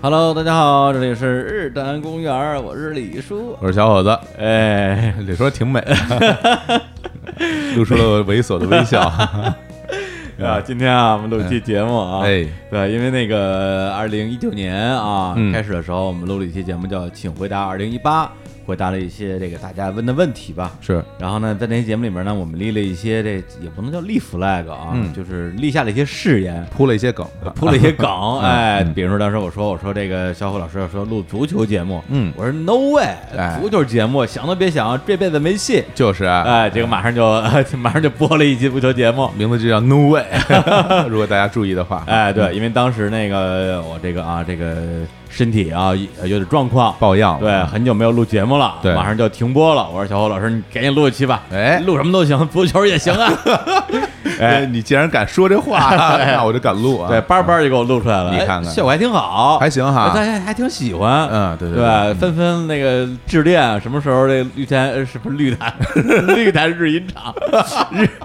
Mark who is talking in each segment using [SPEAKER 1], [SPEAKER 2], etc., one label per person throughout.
[SPEAKER 1] Hello，大家好，这里是日坛公园，我是李叔。
[SPEAKER 2] 我是小伙子，
[SPEAKER 1] 哎，
[SPEAKER 2] 李叔挺美的，露出了猥琐的 微笑。
[SPEAKER 1] 啊，今天啊，我们录一期节目啊，
[SPEAKER 2] 哎，
[SPEAKER 1] 对，因为那个二零一九年啊、
[SPEAKER 2] 嗯
[SPEAKER 1] 开始的时候，我们录了一期节目叫《请回答二零一八》，回答了一些这个大家问的问题吧。
[SPEAKER 2] 是
[SPEAKER 1] 然后呢，在那期节目里面呢，我们立了一些这也不能叫立 flag 啊，
[SPEAKER 2] 嗯
[SPEAKER 1] 就是立下了一些誓言。
[SPEAKER 2] 铺了一些梗，啊
[SPEAKER 1] 铺了一些 梗，哎，
[SPEAKER 2] 嗯
[SPEAKER 1] 比如说当时我说我说这个小虎老师要说录足球节目，
[SPEAKER 2] 嗯
[SPEAKER 1] 我说 no way，
[SPEAKER 2] 哎
[SPEAKER 1] 足球节目想都别想，这辈子没戏，
[SPEAKER 2] 就是啊，
[SPEAKER 1] 哎，结果马上就 马上就播了一期足球节目，
[SPEAKER 2] 名字就叫 No Way。如 果大家注意的话，
[SPEAKER 1] 哎，对，因为当时那个我这个啊这个身体啊有点状况，
[SPEAKER 2] 抱恙，
[SPEAKER 1] 对，很久没有录节目了，
[SPEAKER 2] 对
[SPEAKER 1] 马上就要停播了，我说小虎老师你赶紧录一期吧，
[SPEAKER 2] 哎
[SPEAKER 1] 录什么都行，足球也行啊，
[SPEAKER 2] 哎，你既然敢说这话，那我就敢录啊。
[SPEAKER 1] 哎对，叭叭就给我录出来了，
[SPEAKER 2] 你
[SPEAKER 1] 哎
[SPEAKER 2] 看看
[SPEAKER 1] 效果还挺好，
[SPEAKER 2] 还行哈
[SPEAKER 1] 大家还挺喜欢，
[SPEAKER 2] 嗯对对
[SPEAKER 1] 对
[SPEAKER 2] 对
[SPEAKER 1] 吧，纷纷那个致电，啊什么时候这绿坛呃什么绿 坛绿坛日音场日。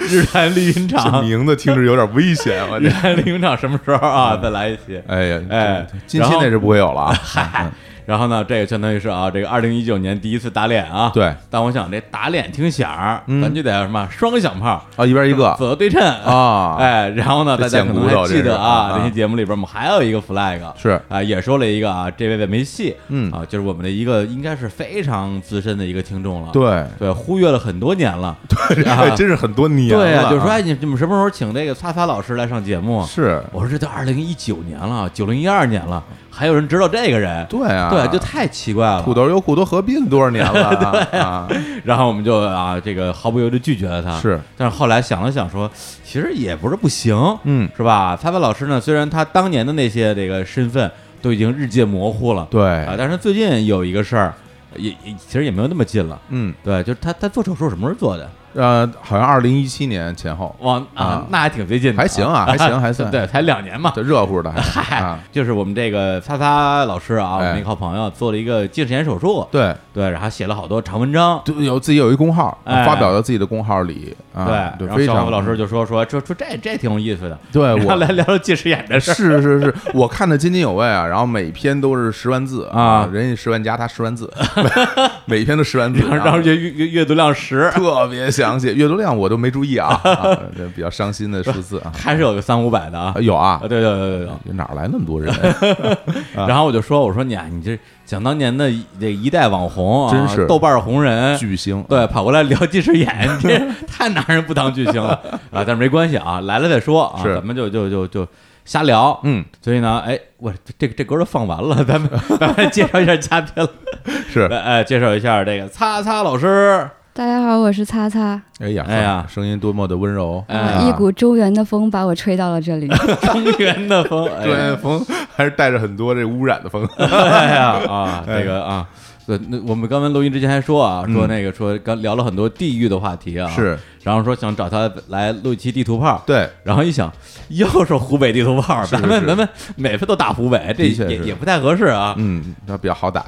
[SPEAKER 1] 日坛绿音
[SPEAKER 2] 这
[SPEAKER 1] 场，
[SPEAKER 2] 名字听着有点危险，我
[SPEAKER 1] 日
[SPEAKER 2] 这。
[SPEAKER 1] 坛绿音场什么时候啊？再来一期。
[SPEAKER 2] 哎呀，
[SPEAKER 1] 哎
[SPEAKER 2] 这近期内是不会有 了啊。
[SPEAKER 1] 嗨，然后呢，这个相当于是啊，这个二零一九年第一次打脸啊。
[SPEAKER 2] 对
[SPEAKER 1] 但我想这打脸听响儿，
[SPEAKER 2] 嗯
[SPEAKER 1] 咱就得什么双响炮，
[SPEAKER 2] 啊，一边一个
[SPEAKER 1] 左右对称
[SPEAKER 2] 啊
[SPEAKER 1] 哎，然后呢，
[SPEAKER 2] 这
[SPEAKER 1] 大家可能
[SPEAKER 2] 贱骨头
[SPEAKER 1] 还记
[SPEAKER 2] 这
[SPEAKER 1] 得
[SPEAKER 2] 是
[SPEAKER 1] 啊，
[SPEAKER 2] 啊
[SPEAKER 1] 这期节目里边我们还有一个 flag
[SPEAKER 2] 是
[SPEAKER 1] 啊，也说了一个啊，这位的没戏，
[SPEAKER 2] 嗯
[SPEAKER 1] 啊，就是我们的一个应该是非常资深的一个听众了，
[SPEAKER 2] 对，
[SPEAKER 1] 对，忽略了很多年了，
[SPEAKER 2] 哎真是很多年
[SPEAKER 1] 啊对
[SPEAKER 2] 了
[SPEAKER 1] 啊，
[SPEAKER 2] 啊，
[SPEAKER 1] 就说哎，你你们什么时候请这个擦擦老师来上节目？
[SPEAKER 2] 是，
[SPEAKER 1] 我说这都二零一九年了，九零一二年了，还有人知道这个人？
[SPEAKER 2] 对啊
[SPEAKER 1] 对，就太奇怪了。
[SPEAKER 2] 土豆优酷都合并多少 年了啊啊？
[SPEAKER 1] 然后我们就啊，这个毫不犹豫地拒绝了他。
[SPEAKER 2] 是，
[SPEAKER 1] 但是后来想了想说，其实也不是不行，
[SPEAKER 2] 嗯
[SPEAKER 1] 是吧？蔡文老师呢，虽然他当年的那些这个身份都已经日渐模糊了，
[SPEAKER 2] 对
[SPEAKER 1] 啊，但是最近有一个事儿，也也其实也没有那么近了。
[SPEAKER 2] 嗯，
[SPEAKER 1] 对，就是他他做手术什么时候做的？
[SPEAKER 2] 呃，好像二零一七年前后，
[SPEAKER 1] 哇啊
[SPEAKER 2] 啊，
[SPEAKER 1] 那还挺最近的，
[SPEAKER 2] 还 行啊还行还算
[SPEAKER 1] 对，才两年嘛。
[SPEAKER 2] 这热乎的还
[SPEAKER 1] 嗨、
[SPEAKER 2] 啊，
[SPEAKER 1] 就是我们这个擦擦老师啊，我
[SPEAKER 2] 哎
[SPEAKER 1] 们一个好朋友做了一个近视眼手术，
[SPEAKER 2] 对，
[SPEAKER 1] 对，然后写了好多长文章，
[SPEAKER 2] 就有自己有一公号，
[SPEAKER 1] 哎
[SPEAKER 2] 发表到自己的公号里啊，
[SPEAKER 1] 然后
[SPEAKER 2] 非
[SPEAKER 1] 小虎
[SPEAKER 2] 常
[SPEAKER 1] 老师就说说说说这这挺有意思的，
[SPEAKER 2] 对
[SPEAKER 1] 然后
[SPEAKER 2] 我
[SPEAKER 1] 来聊聊近视眼的事儿。
[SPEAKER 2] 是是是，我看的津津有味啊，然后每篇都是十万字
[SPEAKER 1] 啊
[SPEAKER 2] 人家十万加他十 万字，每每篇都十万字，啊
[SPEAKER 1] 然后然后阅阅阅阅读量十，
[SPEAKER 2] 特别详细，阅读量我都没注意啊，啊这比较伤心的数 字啊，
[SPEAKER 1] 还是有个三五百的啊
[SPEAKER 2] 啊。有啊
[SPEAKER 1] 啊，，对对对对
[SPEAKER 2] 哪儿来那么多人？
[SPEAKER 1] 对。然后我就说，我说你啊，你这想当年的这一代网红啊，
[SPEAKER 2] 真是
[SPEAKER 1] 豆瓣儿红人。
[SPEAKER 2] 巨星，
[SPEAKER 1] 对，跑过来聊近视眼， 你这太拿人不当巨星了啊！但是没关系啊，来了再说啊，
[SPEAKER 2] 是
[SPEAKER 1] 咱们就就就就瞎聊。
[SPEAKER 2] 嗯，
[SPEAKER 1] 所以呢，哎，我这这这歌都放完了， 咱们咱们介绍一下嘉宾了。
[SPEAKER 2] 是，
[SPEAKER 1] 来，哎，介绍一下这个擦擦老师，
[SPEAKER 3] 大家好，我是擦擦，
[SPEAKER 2] 哎呀，
[SPEAKER 1] 哎呀
[SPEAKER 2] 声音多么的温柔，
[SPEAKER 1] 哎
[SPEAKER 3] 啊
[SPEAKER 2] 啊
[SPEAKER 3] 一股中原的风把我吹到了这 里。
[SPEAKER 1] 中原的 风，哎
[SPEAKER 2] 中
[SPEAKER 1] 呀
[SPEAKER 2] 原风还是带着很多这污染的 风，
[SPEAKER 1] 哎呀啊，这个啊，对，那我们刚才录音之前还说啊，说那个说刚聊了很多地域的话题啊，
[SPEAKER 2] 嗯是，
[SPEAKER 1] 然后说想找他来录一期地图炮，，
[SPEAKER 2] 对，
[SPEAKER 1] 然后一想又是湖北地图炮，
[SPEAKER 2] 是
[SPEAKER 1] 咱们
[SPEAKER 2] 是
[SPEAKER 1] 咱们每次都打湖北，这
[SPEAKER 2] 的确
[SPEAKER 1] 也
[SPEAKER 2] 是
[SPEAKER 1] 也不太合适啊，
[SPEAKER 2] 嗯，那比较好打，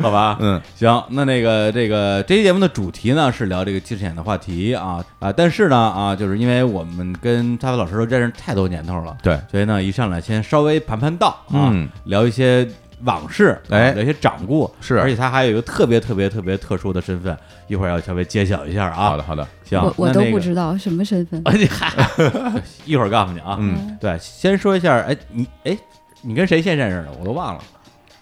[SPEAKER 1] 好 吧，
[SPEAKER 2] 嗯，
[SPEAKER 1] 行，那那个这个这期节目的主题呢是聊这个近视眼的话题啊啊，但是呢啊，就是因为我们跟沙发老师都认识太多年头了，
[SPEAKER 2] 对，
[SPEAKER 1] 所以呢一上来先稍微盘盘道啊，
[SPEAKER 2] 嗯
[SPEAKER 1] 聊一些往事，啊
[SPEAKER 2] 哎
[SPEAKER 1] 聊一些掌故，
[SPEAKER 2] 是
[SPEAKER 1] 而且他还有一个特别特别特别特殊的身份，一会儿要稍微揭晓一下啊。
[SPEAKER 2] 好的，，好的，
[SPEAKER 1] 行，
[SPEAKER 3] 我我
[SPEAKER 1] 那
[SPEAKER 3] 都
[SPEAKER 1] 那个
[SPEAKER 3] 不知道什
[SPEAKER 1] ，
[SPEAKER 3] 么身份
[SPEAKER 1] 哎你嗨，一会儿告诉你啊，
[SPEAKER 2] 嗯，
[SPEAKER 1] 对，先说一下，哎，你哎，你跟谁先认识的？我都忘了，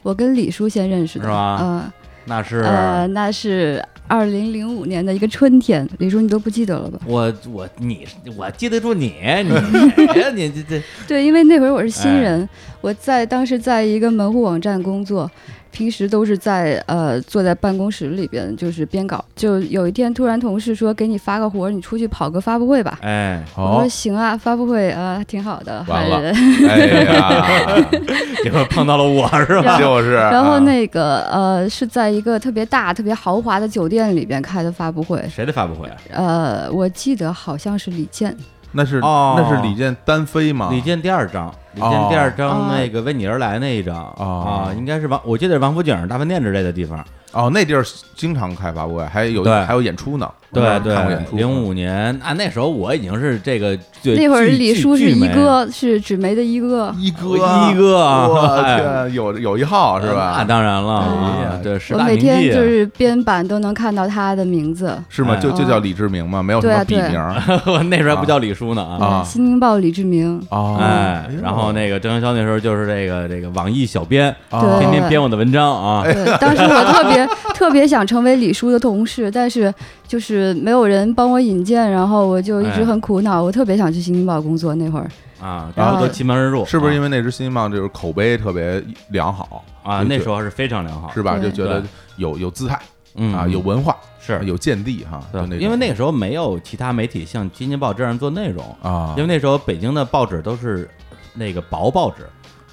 [SPEAKER 3] 我跟李叔先认识的，
[SPEAKER 1] 是吗
[SPEAKER 3] 呃
[SPEAKER 1] 那是。
[SPEAKER 3] 呃，那是二零零五年的一个春天，李叔你都不记得了吧？
[SPEAKER 1] 我我你我记得住你你谁呀你这这
[SPEAKER 3] 对，因为那会儿我是新
[SPEAKER 1] 哎
[SPEAKER 3] 人，我在当时在一个门户网站工作，平时都是在呃坐在办公室里边就是编稿，就有一天突然同事说给你发个活儿，你出去跑个发布会吧。
[SPEAKER 1] 哎，
[SPEAKER 3] 我
[SPEAKER 2] 好
[SPEAKER 3] 说，行啊，发布会啊、呃挺好的，
[SPEAKER 2] 完
[SPEAKER 3] 喊
[SPEAKER 2] 了
[SPEAKER 3] 人。
[SPEAKER 2] 哎呀，
[SPEAKER 1] 结果碰到了我是吧？
[SPEAKER 2] 就是，
[SPEAKER 3] 然后
[SPEAKER 2] 啊，
[SPEAKER 3] 那个呃是在一个特别大、特别豪华的酒店里边开的发布会，
[SPEAKER 1] 谁的发布会？
[SPEAKER 3] 呃，我记得好像是李健，
[SPEAKER 2] 那是
[SPEAKER 1] 哦
[SPEAKER 2] 那是李健单飞吗？
[SPEAKER 1] 李健第二张林间第二
[SPEAKER 3] 哦
[SPEAKER 1] 张那个为你而来那一张
[SPEAKER 2] 哦
[SPEAKER 1] 啊，应该是王，我记得是王府井大饭店之类的地方。
[SPEAKER 2] 哦，那地儿经常开发布会，还有
[SPEAKER 1] 对
[SPEAKER 2] 还有演出呢。我那
[SPEAKER 1] 对
[SPEAKER 2] 儿看过演出。
[SPEAKER 1] 对，零五年啊，那时候我已经是这个对
[SPEAKER 3] 那会儿
[SPEAKER 1] 剧
[SPEAKER 3] 李
[SPEAKER 1] 剧
[SPEAKER 3] 叔是
[SPEAKER 1] 剧
[SPEAKER 3] 一
[SPEAKER 1] 媒
[SPEAKER 3] 哥，是纸媒的一哥。
[SPEAKER 2] 一哥，嗯
[SPEAKER 1] 一哥啊
[SPEAKER 2] 我
[SPEAKER 1] 哎
[SPEAKER 2] 天，有有一号是
[SPEAKER 1] 那
[SPEAKER 2] 吧？
[SPEAKER 1] 当然了，
[SPEAKER 2] 哎呀
[SPEAKER 1] 啊对，十
[SPEAKER 3] 我
[SPEAKER 1] 大
[SPEAKER 3] 每
[SPEAKER 1] 名
[SPEAKER 3] 天
[SPEAKER 1] 妓，
[SPEAKER 3] 就是编版都能看到他的名字，
[SPEAKER 2] 是吗？
[SPEAKER 1] 哎
[SPEAKER 2] 就就叫李志明嘛，没有什
[SPEAKER 3] 嗯对啊
[SPEAKER 2] 么笔
[SPEAKER 3] 对
[SPEAKER 2] 名儿
[SPEAKER 1] 我那时候还不叫李叔呢啊。
[SPEAKER 2] 啊
[SPEAKER 3] 《新京报》李志明，
[SPEAKER 2] 哦
[SPEAKER 1] 哎，然后
[SPEAKER 2] 个
[SPEAKER 1] 那个郑元宵那时候就是这个这个网易小编，
[SPEAKER 2] 哦
[SPEAKER 3] 对
[SPEAKER 1] 天天编我的文章
[SPEAKER 2] 哎
[SPEAKER 1] 啊，
[SPEAKER 3] 对，当时我特别 特别想成为李叔的同事，但是就是没有人帮我引荐，然后我就一直
[SPEAKER 1] 哎
[SPEAKER 3] 很苦恼。我特别想去新京报工作那会儿，
[SPEAKER 1] 啊，然后都奇门而入，
[SPEAKER 2] 哎是不是因
[SPEAKER 1] 为
[SPEAKER 2] 为那只新京报就是口碑特别良好
[SPEAKER 1] 啊那时
[SPEAKER 2] 候
[SPEAKER 1] 候是非常良好，
[SPEAKER 2] 是吧？就
[SPEAKER 3] 对
[SPEAKER 2] 觉得
[SPEAKER 1] 对
[SPEAKER 2] 有有姿态
[SPEAKER 1] 嗯
[SPEAKER 2] 啊，有文化，
[SPEAKER 1] 是
[SPEAKER 2] 有见地哈，
[SPEAKER 1] 对
[SPEAKER 2] 就那
[SPEAKER 1] 因为那
[SPEAKER 2] 个
[SPEAKER 1] 个时候没有其他媒体像《新京报》这样做内容，
[SPEAKER 2] 啊
[SPEAKER 1] 因为那时候北京的报纸都是那个薄报纸，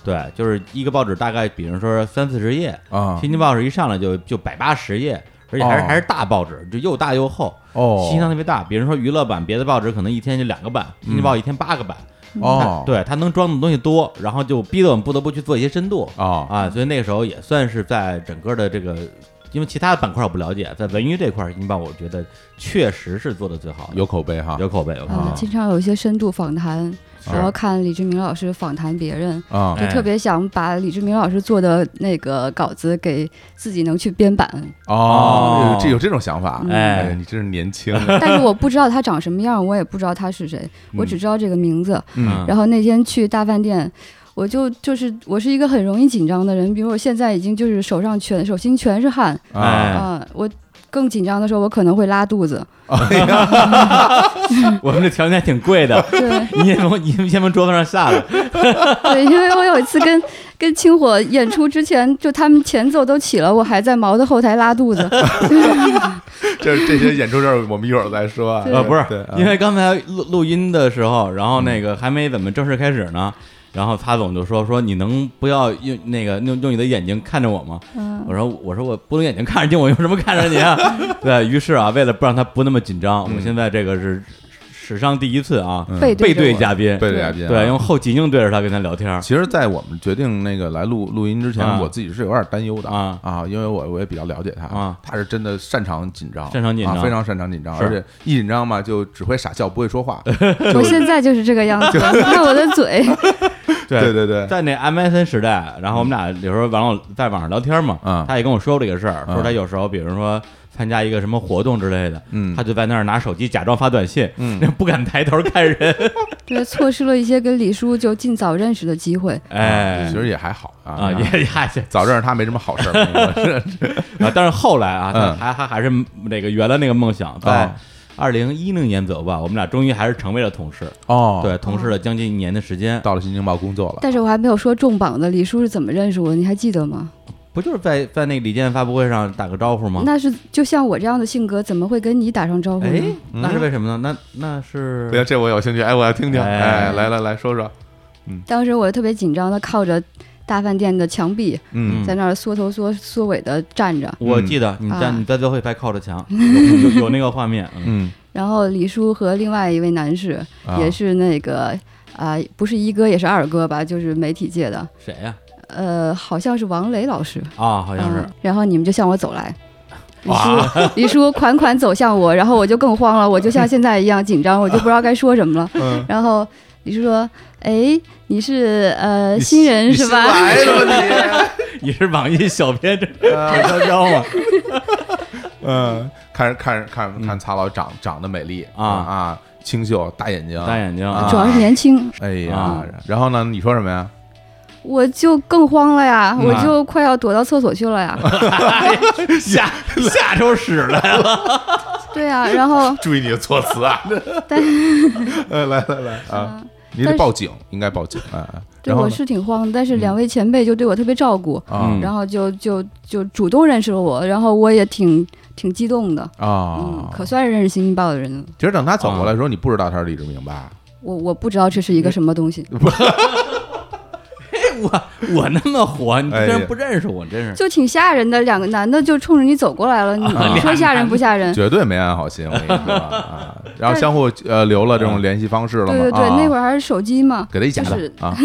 [SPEAKER 1] 对，就是一个报纸大概，比如说三四十页，
[SPEAKER 2] 啊
[SPEAKER 1] 《新京报》是一上来就就百八十页，而且还是、
[SPEAKER 2] 哦
[SPEAKER 1] 还是大报纸，就又大又厚，
[SPEAKER 2] 哦嗯
[SPEAKER 1] 信息量特别大。比如说娱乐版，别的报纸可能一天就两个版，《新京报》一天八个版，
[SPEAKER 2] 哦
[SPEAKER 1] 对它能装的东西多，然后就逼得我们不得不去做一些深度
[SPEAKER 2] 哦
[SPEAKER 1] 啊。所以那个时候也算是在整个的这个。因为其他的板块我不了解，在文娱这块儿，新京报我觉得确实是做的最好的，
[SPEAKER 2] 有口碑哈
[SPEAKER 1] 有口碑，有口
[SPEAKER 3] 嗯
[SPEAKER 1] 碑。
[SPEAKER 2] 啊
[SPEAKER 3] 经常有一些深度访谈，
[SPEAKER 2] 是
[SPEAKER 3] 然后看李志明老师访谈别人，
[SPEAKER 2] 啊
[SPEAKER 1] 哎
[SPEAKER 3] 就特别想把李志明老师做的那个稿子给自己能去编 版，
[SPEAKER 2] 哦
[SPEAKER 1] 哦，
[SPEAKER 2] 有这有这种想法，
[SPEAKER 1] 哎
[SPEAKER 2] 你真是年轻，
[SPEAKER 3] 但是我不知道他长什么样，我也不知道他是谁，我只知道这个名字。
[SPEAKER 1] 嗯
[SPEAKER 3] 然后那天去大饭店，我就就是我是一个很容易紧张的人，比如我现在已经就是手上全手心全是汗，
[SPEAKER 1] 哎
[SPEAKER 2] 啊，
[SPEAKER 3] 啊、我更紧张的时候我可能会拉肚子，，
[SPEAKER 2] 哎呀
[SPEAKER 1] 嗯 我们这条件还挺贵的
[SPEAKER 3] 对
[SPEAKER 1] 你也从你先从桌子上下来，
[SPEAKER 3] 对，因为我有一次跟跟清火演出之前，就他们前奏都起了，我还在毛的后台拉肚子，
[SPEAKER 2] 这这些演出事儿我们一会儿再说啊，
[SPEAKER 3] 对
[SPEAKER 1] 呃，不是
[SPEAKER 2] 对，啊
[SPEAKER 1] 因为刚才录录音的时候，然后那个还没怎么正式开始呢，
[SPEAKER 2] 嗯
[SPEAKER 1] 然后擦总就说说你能不要用那个用用你的眼睛看着我吗？
[SPEAKER 3] 嗯
[SPEAKER 1] 我说我说我不能眼睛看着你，我用什么看着你 啊？对于是啊，为了不让他不那么紧张，我们现在这个是史上第一次啊，
[SPEAKER 2] 嗯
[SPEAKER 3] 背
[SPEAKER 1] 背
[SPEAKER 3] 对
[SPEAKER 1] 对
[SPEAKER 3] 着我
[SPEAKER 1] 嘉宾，
[SPEAKER 2] 贝利亚宾啊
[SPEAKER 1] 对，用后脊梁对着他跟他聊天儿，
[SPEAKER 2] 其实，在我们决定那个来录录音之前，
[SPEAKER 1] 啊
[SPEAKER 2] 我自己是有点担忧的
[SPEAKER 1] 啊
[SPEAKER 2] 啊，因为我我也比较了解他
[SPEAKER 1] 啊，
[SPEAKER 2] 他是真的擅长紧张，
[SPEAKER 1] 擅长紧张
[SPEAKER 2] 啊非常擅长紧张，
[SPEAKER 1] 是
[SPEAKER 2] 而且一紧张嘛就只会傻笑，不会 说话。
[SPEAKER 3] 我现在就是这个样子，看我的嘴，
[SPEAKER 2] 对对对，
[SPEAKER 1] 在那 MSN 时代，然后我们俩有时候网友在网上聊天嘛，
[SPEAKER 2] 嗯
[SPEAKER 1] 他也跟我说过这个事儿，
[SPEAKER 2] 嗯
[SPEAKER 1] 说他有时候比如说参加一个什么活动之类的，
[SPEAKER 2] 嗯
[SPEAKER 1] 他就在那儿拿手机假装发短信，
[SPEAKER 2] 嗯，
[SPEAKER 1] 不敢抬头看 人，
[SPEAKER 3] 对，错失了一些跟李叔就尽早认识的 机会。
[SPEAKER 1] 哎
[SPEAKER 2] 其实也还好
[SPEAKER 1] 啊
[SPEAKER 2] 啊，
[SPEAKER 1] 也也 还行
[SPEAKER 2] 早认识他没什么好事 儿。
[SPEAKER 1] 啊，但是后来啊，他
[SPEAKER 2] 嗯
[SPEAKER 1] 还还还是那个原来那个梦想，在
[SPEAKER 2] 哦
[SPEAKER 1] 二零一零年左右吧，我们俩终于还是成为了同事，
[SPEAKER 2] 哦，
[SPEAKER 1] 对，，同事了将近一年的时间，
[SPEAKER 2] 到了新京报工作了，
[SPEAKER 3] 但是我还没有说重磅的，李叔是怎么认识我？你还记得吗？
[SPEAKER 1] 不就是在在那个李健发布会上打个招呼吗？
[SPEAKER 3] 那是就像我这样的性格，怎么会跟你打上招呼
[SPEAKER 1] 哎
[SPEAKER 3] 呢？，
[SPEAKER 1] 那是为什么呢？那那是
[SPEAKER 2] 对，这我有兴趣，哎，我要听听，
[SPEAKER 1] 哎
[SPEAKER 2] 哎，来来来说说，
[SPEAKER 3] 当时我特别紧张的靠着大饭店的墙壁，
[SPEAKER 2] 嗯
[SPEAKER 1] 嗯
[SPEAKER 3] 在那儿缩头缩缩尾的站着。
[SPEAKER 1] 我记得你在
[SPEAKER 3] 啊
[SPEAKER 1] 你在最后一排靠着墙，有有有那个画面，嗯
[SPEAKER 2] 嗯，
[SPEAKER 3] 然后李叔和另外一位男士，
[SPEAKER 2] 啊
[SPEAKER 3] 也是那个啊、不是一哥也是二哥吧，就是媒体界的，
[SPEAKER 1] 谁呀？
[SPEAKER 3] 呃，好像是王雷老师，
[SPEAKER 1] 啊，好像是
[SPEAKER 3] 嗯。然后你们就向我走来，李
[SPEAKER 2] 哇
[SPEAKER 3] 叔，李叔款款走向我，然后我就更慌了，我就像现在一样紧张，我就不知道该说什么了。
[SPEAKER 2] 嗯
[SPEAKER 3] 然后李叔说：“哎，你是呃
[SPEAKER 2] 你
[SPEAKER 3] 新人
[SPEAKER 2] 你
[SPEAKER 3] 是
[SPEAKER 2] 新
[SPEAKER 3] 吧？”
[SPEAKER 2] 来了吧
[SPEAKER 1] 你是网易小编这
[SPEAKER 2] 你，啊
[SPEAKER 1] 飘飘吗？
[SPEAKER 2] 嗯，看看看看曹老长长得美丽
[SPEAKER 1] 嗯啊
[SPEAKER 2] 啊，清秀，大眼睛，
[SPEAKER 1] 大眼睛
[SPEAKER 2] 啊
[SPEAKER 3] 主要是年轻，
[SPEAKER 2] 哎呀
[SPEAKER 1] 啊，
[SPEAKER 2] 然后呢？你说什么呀？
[SPEAKER 3] 我就更慌了呀，
[SPEAKER 2] 嗯
[SPEAKER 3] 我就快要躲到厕所去 了呀。
[SPEAKER 1] 下下周屎了，
[SPEAKER 3] 对呀、然后
[SPEAKER 2] 注意你的措辞啊！
[SPEAKER 3] 但嗯
[SPEAKER 2] 呃，来来来啊，你得报警，应该报警啊。
[SPEAKER 3] 对
[SPEAKER 2] 然后
[SPEAKER 3] 我
[SPEAKER 2] 呢嗯
[SPEAKER 3] 是挺慌，但是两位前辈就对我特别照顾，
[SPEAKER 2] 啊
[SPEAKER 1] 嗯
[SPEAKER 3] 然后就就就主动认识了我，然后我也挺挺激动的，嗯
[SPEAKER 2] 啊，，
[SPEAKER 3] 可算是认识新京报的人了。
[SPEAKER 2] 其实等他走
[SPEAKER 1] 啊
[SPEAKER 2] 过来的时候，你不知道他是李志明吧？
[SPEAKER 3] 我我不知道这是一个什么东西，
[SPEAKER 1] 我哎我那么火，你居
[SPEAKER 2] 哎
[SPEAKER 1] 然
[SPEAKER 2] 呀
[SPEAKER 1] 不认识我，真是。
[SPEAKER 3] 就挺吓人的。两个男的就冲着你走过来了，你
[SPEAKER 1] 啊
[SPEAKER 3] 你说吓人不吓人？
[SPEAKER 2] 绝对没安好心，我跟你 说啊。然后相互呃留了这种联系方式了吗？
[SPEAKER 3] 对对对，那会
[SPEAKER 2] 儿
[SPEAKER 3] 儿还是手机嘛，
[SPEAKER 2] 给他一假
[SPEAKER 3] 就
[SPEAKER 2] 的
[SPEAKER 3] 是
[SPEAKER 2] 啊！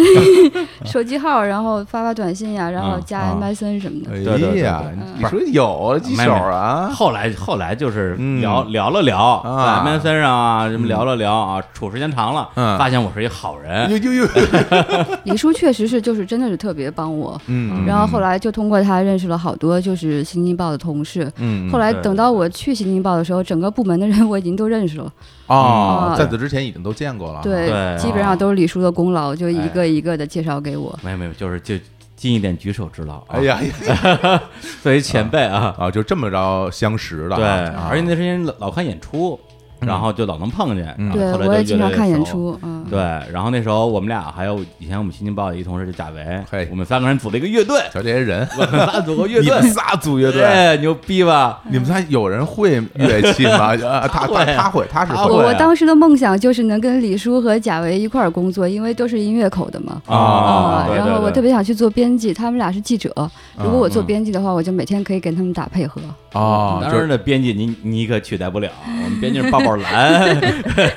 [SPEAKER 3] 手机号，然后发发短信呀、然后
[SPEAKER 1] 啊
[SPEAKER 3] 加
[SPEAKER 2] 啊
[SPEAKER 3] MSN 什么的。
[SPEAKER 1] 对对
[SPEAKER 2] 哎呀，你说有几手啊？
[SPEAKER 1] 后来后来就是
[SPEAKER 2] 嗯
[SPEAKER 1] 聊、聊了聊，
[SPEAKER 2] 啊
[SPEAKER 1] 在 MSN 上啊，什么聊了聊啊，处时间长了，
[SPEAKER 2] 嗯
[SPEAKER 1] 发现我是一好人，
[SPEAKER 2] 呦呦呦！
[SPEAKER 3] 李叔确实是，就是真的是特别帮我。
[SPEAKER 2] 嗯，
[SPEAKER 3] 然后后来就通过他认识了好多就是《新京报》的同事。
[SPEAKER 2] 嗯，嗯
[SPEAKER 3] 后来
[SPEAKER 1] 对
[SPEAKER 3] 等到我去《新京报》的时候，整个部门的人我已经都认识了，
[SPEAKER 2] 哦，
[SPEAKER 3] 嗯
[SPEAKER 2] 在此之前已经都见过了。啊
[SPEAKER 3] 对，
[SPEAKER 1] 对
[SPEAKER 3] 基本上都是李叔的功劳，就一个一个的介绍给我。
[SPEAKER 1] 没有没有，就是就尽一点举手之劳、啊。
[SPEAKER 2] 哎，呀，哎呀
[SPEAKER 1] 作为前辈啊，
[SPEAKER 2] 啊，就这么着相识的啊。
[SPEAKER 1] 对，
[SPEAKER 2] 啊
[SPEAKER 1] 而且那时间老老看演出，然后就老能碰见，
[SPEAKER 2] 嗯
[SPEAKER 1] 然
[SPEAKER 3] 对，
[SPEAKER 1] 后后来
[SPEAKER 3] 我也
[SPEAKER 1] 就
[SPEAKER 3] 经
[SPEAKER 1] 越来
[SPEAKER 3] 常
[SPEAKER 1] 越
[SPEAKER 3] 看演
[SPEAKER 1] 熟。
[SPEAKER 3] 出，嗯，
[SPEAKER 1] 对，然后那时候我们俩还有以前我们新京报的一同事叫贾维
[SPEAKER 2] 嘿，
[SPEAKER 1] 我们三个人组了一个乐 队，
[SPEAKER 2] 瞧这些人，
[SPEAKER 1] 我们仨组个乐
[SPEAKER 2] 你
[SPEAKER 1] 队
[SPEAKER 2] 们，仨组乐队，
[SPEAKER 1] 对，牛逼吧？
[SPEAKER 2] 你们仨有人会乐器吗？ 啊他他
[SPEAKER 1] 会
[SPEAKER 2] 他会，他是
[SPEAKER 1] 他
[SPEAKER 2] 会
[SPEAKER 1] 会
[SPEAKER 3] 我
[SPEAKER 1] 啊
[SPEAKER 3] 我当时的梦想就是能跟李叔和贾维一块儿工作，因为都是音乐口的嘛。
[SPEAKER 2] 啊
[SPEAKER 1] 对
[SPEAKER 3] 然
[SPEAKER 1] 对
[SPEAKER 3] 后我
[SPEAKER 1] 对啊
[SPEAKER 3] 特别想去做编辑，他们俩是记者。如果我做编辑的话，我就每天可以跟他们打配合。
[SPEAKER 2] 哦，
[SPEAKER 1] 嗯当
[SPEAKER 2] 就是
[SPEAKER 1] 然的，编辑你你可取代不了，我们编辑是抱抱 蓝，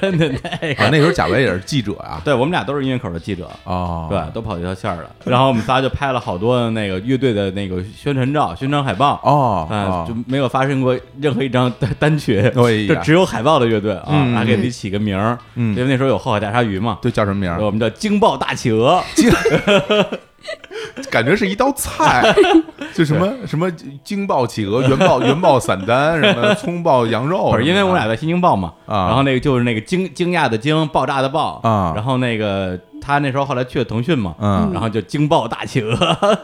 [SPEAKER 1] 那那
[SPEAKER 2] 啊，
[SPEAKER 1] 个，
[SPEAKER 2] 那时候贾维也是记者啊。
[SPEAKER 1] 对我们俩都是音乐口的记者，
[SPEAKER 2] 哦，
[SPEAKER 1] 对，都跑一条线儿了。然后我们仨就拍了好多那个乐队的那个宣传照、宣传海报，
[SPEAKER 2] 哦，
[SPEAKER 1] 啊，
[SPEAKER 2] 哦
[SPEAKER 1] 就没有发生过任何一张单 单曲，
[SPEAKER 2] 哎呀
[SPEAKER 1] 就只有海报的乐队啊
[SPEAKER 2] 嗯，
[SPEAKER 1] 还给自己起个名儿，
[SPEAKER 2] 嗯
[SPEAKER 1] 因为那时候有后海大鲨鱼嘛，
[SPEAKER 2] 都叫什么名
[SPEAKER 1] 然
[SPEAKER 2] 儿
[SPEAKER 1] 呃后？我们叫惊爆大企鹅，
[SPEAKER 2] 哦感觉是一道 菜，就什么什么京爆企鹅、原爆原爆散丹，什么葱爆羊肉什么的，
[SPEAKER 1] 不是因为我俩在新京报嘛，
[SPEAKER 2] 啊
[SPEAKER 1] 然后那个就是那个惊惊讶的惊，爆炸的爆
[SPEAKER 2] 啊
[SPEAKER 1] 然后那个他那时候后来去了腾讯嘛，
[SPEAKER 2] 嗯
[SPEAKER 1] 然后就惊爆大企 鹅，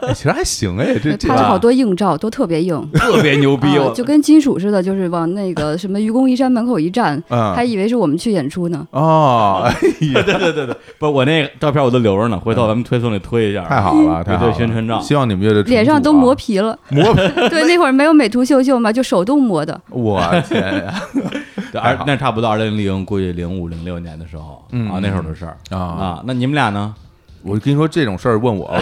[SPEAKER 2] 哎其实还行哎，这这
[SPEAKER 3] 他这
[SPEAKER 1] 吧，
[SPEAKER 3] 好多硬照都特别硬
[SPEAKER 1] 特别牛逼，
[SPEAKER 3] 啊
[SPEAKER 1] 我
[SPEAKER 3] 就跟金属似的，就是往那个什么愚公移山门口一站，
[SPEAKER 2] 嗯
[SPEAKER 1] 啊
[SPEAKER 3] 还以为是我们去演出呢。
[SPEAKER 2] 哦，
[SPEAKER 3] 嗯
[SPEAKER 2] 哎呀，
[SPEAKER 1] 对对对对，不是我那个照片我都留着呢，回头咱们推送里推一下，
[SPEAKER 2] 嗯太好了，太
[SPEAKER 1] 乐
[SPEAKER 2] 好
[SPEAKER 1] 队
[SPEAKER 2] 了！
[SPEAKER 1] 宣传照
[SPEAKER 2] 希望你们乐队
[SPEAKER 3] 脸上都
[SPEAKER 2] 重组啊
[SPEAKER 3] 磨皮了，
[SPEAKER 2] 磨皮，
[SPEAKER 1] 啊
[SPEAKER 3] 对，那会儿没有美图秀秀嘛，就手动磨的。
[SPEAKER 2] 我天呀！
[SPEAKER 1] 对而
[SPEAKER 2] 太好
[SPEAKER 1] 那差不多二零零，估计零五零六年的时候
[SPEAKER 2] 嗯
[SPEAKER 1] 啊，那时候的事儿
[SPEAKER 2] 啊
[SPEAKER 1] 啊，那你们俩呢？
[SPEAKER 2] 我跟你说这种事儿问我，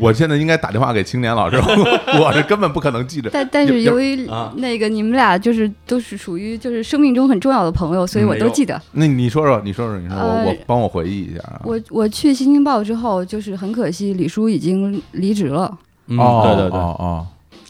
[SPEAKER 2] 我现在应该打电话给青年老师， 我是根本不可能记着。
[SPEAKER 3] 但但是
[SPEAKER 2] 有
[SPEAKER 3] 由于
[SPEAKER 1] 啊
[SPEAKER 3] 那个你们俩就是都是属于就是生命中很重要的朋友，所以
[SPEAKER 1] 嗯
[SPEAKER 3] 我都记得。
[SPEAKER 2] 那你说说，你说说，你说我
[SPEAKER 3] 呃
[SPEAKER 2] 我帮我回忆一下啊。
[SPEAKER 3] 我我去《新京报》之后，就是很可惜，李叔已经离职了。
[SPEAKER 1] 嗯，
[SPEAKER 2] 哦，
[SPEAKER 1] 对对对，
[SPEAKER 2] 哦哦，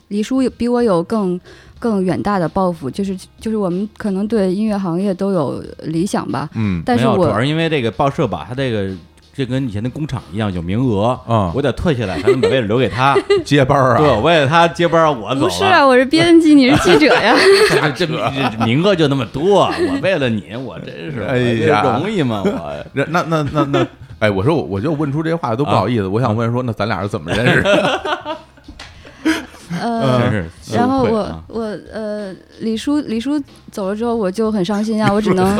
[SPEAKER 3] 李叔有比我有更更远大的抱负，就是就是我们可能对音乐行业都有理想吧。
[SPEAKER 2] 嗯
[SPEAKER 3] 但
[SPEAKER 1] 没
[SPEAKER 3] 是
[SPEAKER 1] 有，主要
[SPEAKER 3] 我
[SPEAKER 1] 是因为这个报社吧，它这个这跟以前的工厂一样有名额，
[SPEAKER 2] 嗯
[SPEAKER 1] 我得退下来才能把位置留给他。
[SPEAKER 2] 接班儿
[SPEAKER 1] 对，
[SPEAKER 2] 啊，
[SPEAKER 1] 我为了他接班儿，我走
[SPEAKER 3] 不是
[SPEAKER 1] 了。
[SPEAKER 3] 啊，我是编辑，你是记 者呀。
[SPEAKER 1] 这这
[SPEAKER 2] 啊
[SPEAKER 1] 这名额就那么多，我为了你，我真是，
[SPEAKER 2] 哎
[SPEAKER 1] 我这
[SPEAKER 2] 呀
[SPEAKER 1] 容易吗？我
[SPEAKER 2] 那那那那那，哎，我说我我就问出这话都不好
[SPEAKER 1] 啊
[SPEAKER 2] 意思，我想问说，那咱俩是怎么认识的？嗯
[SPEAKER 3] 呃，
[SPEAKER 1] 真是羞愧啊。
[SPEAKER 3] 然后我我呃，李叔李叔走了之后，我就很伤心啊， 我只 能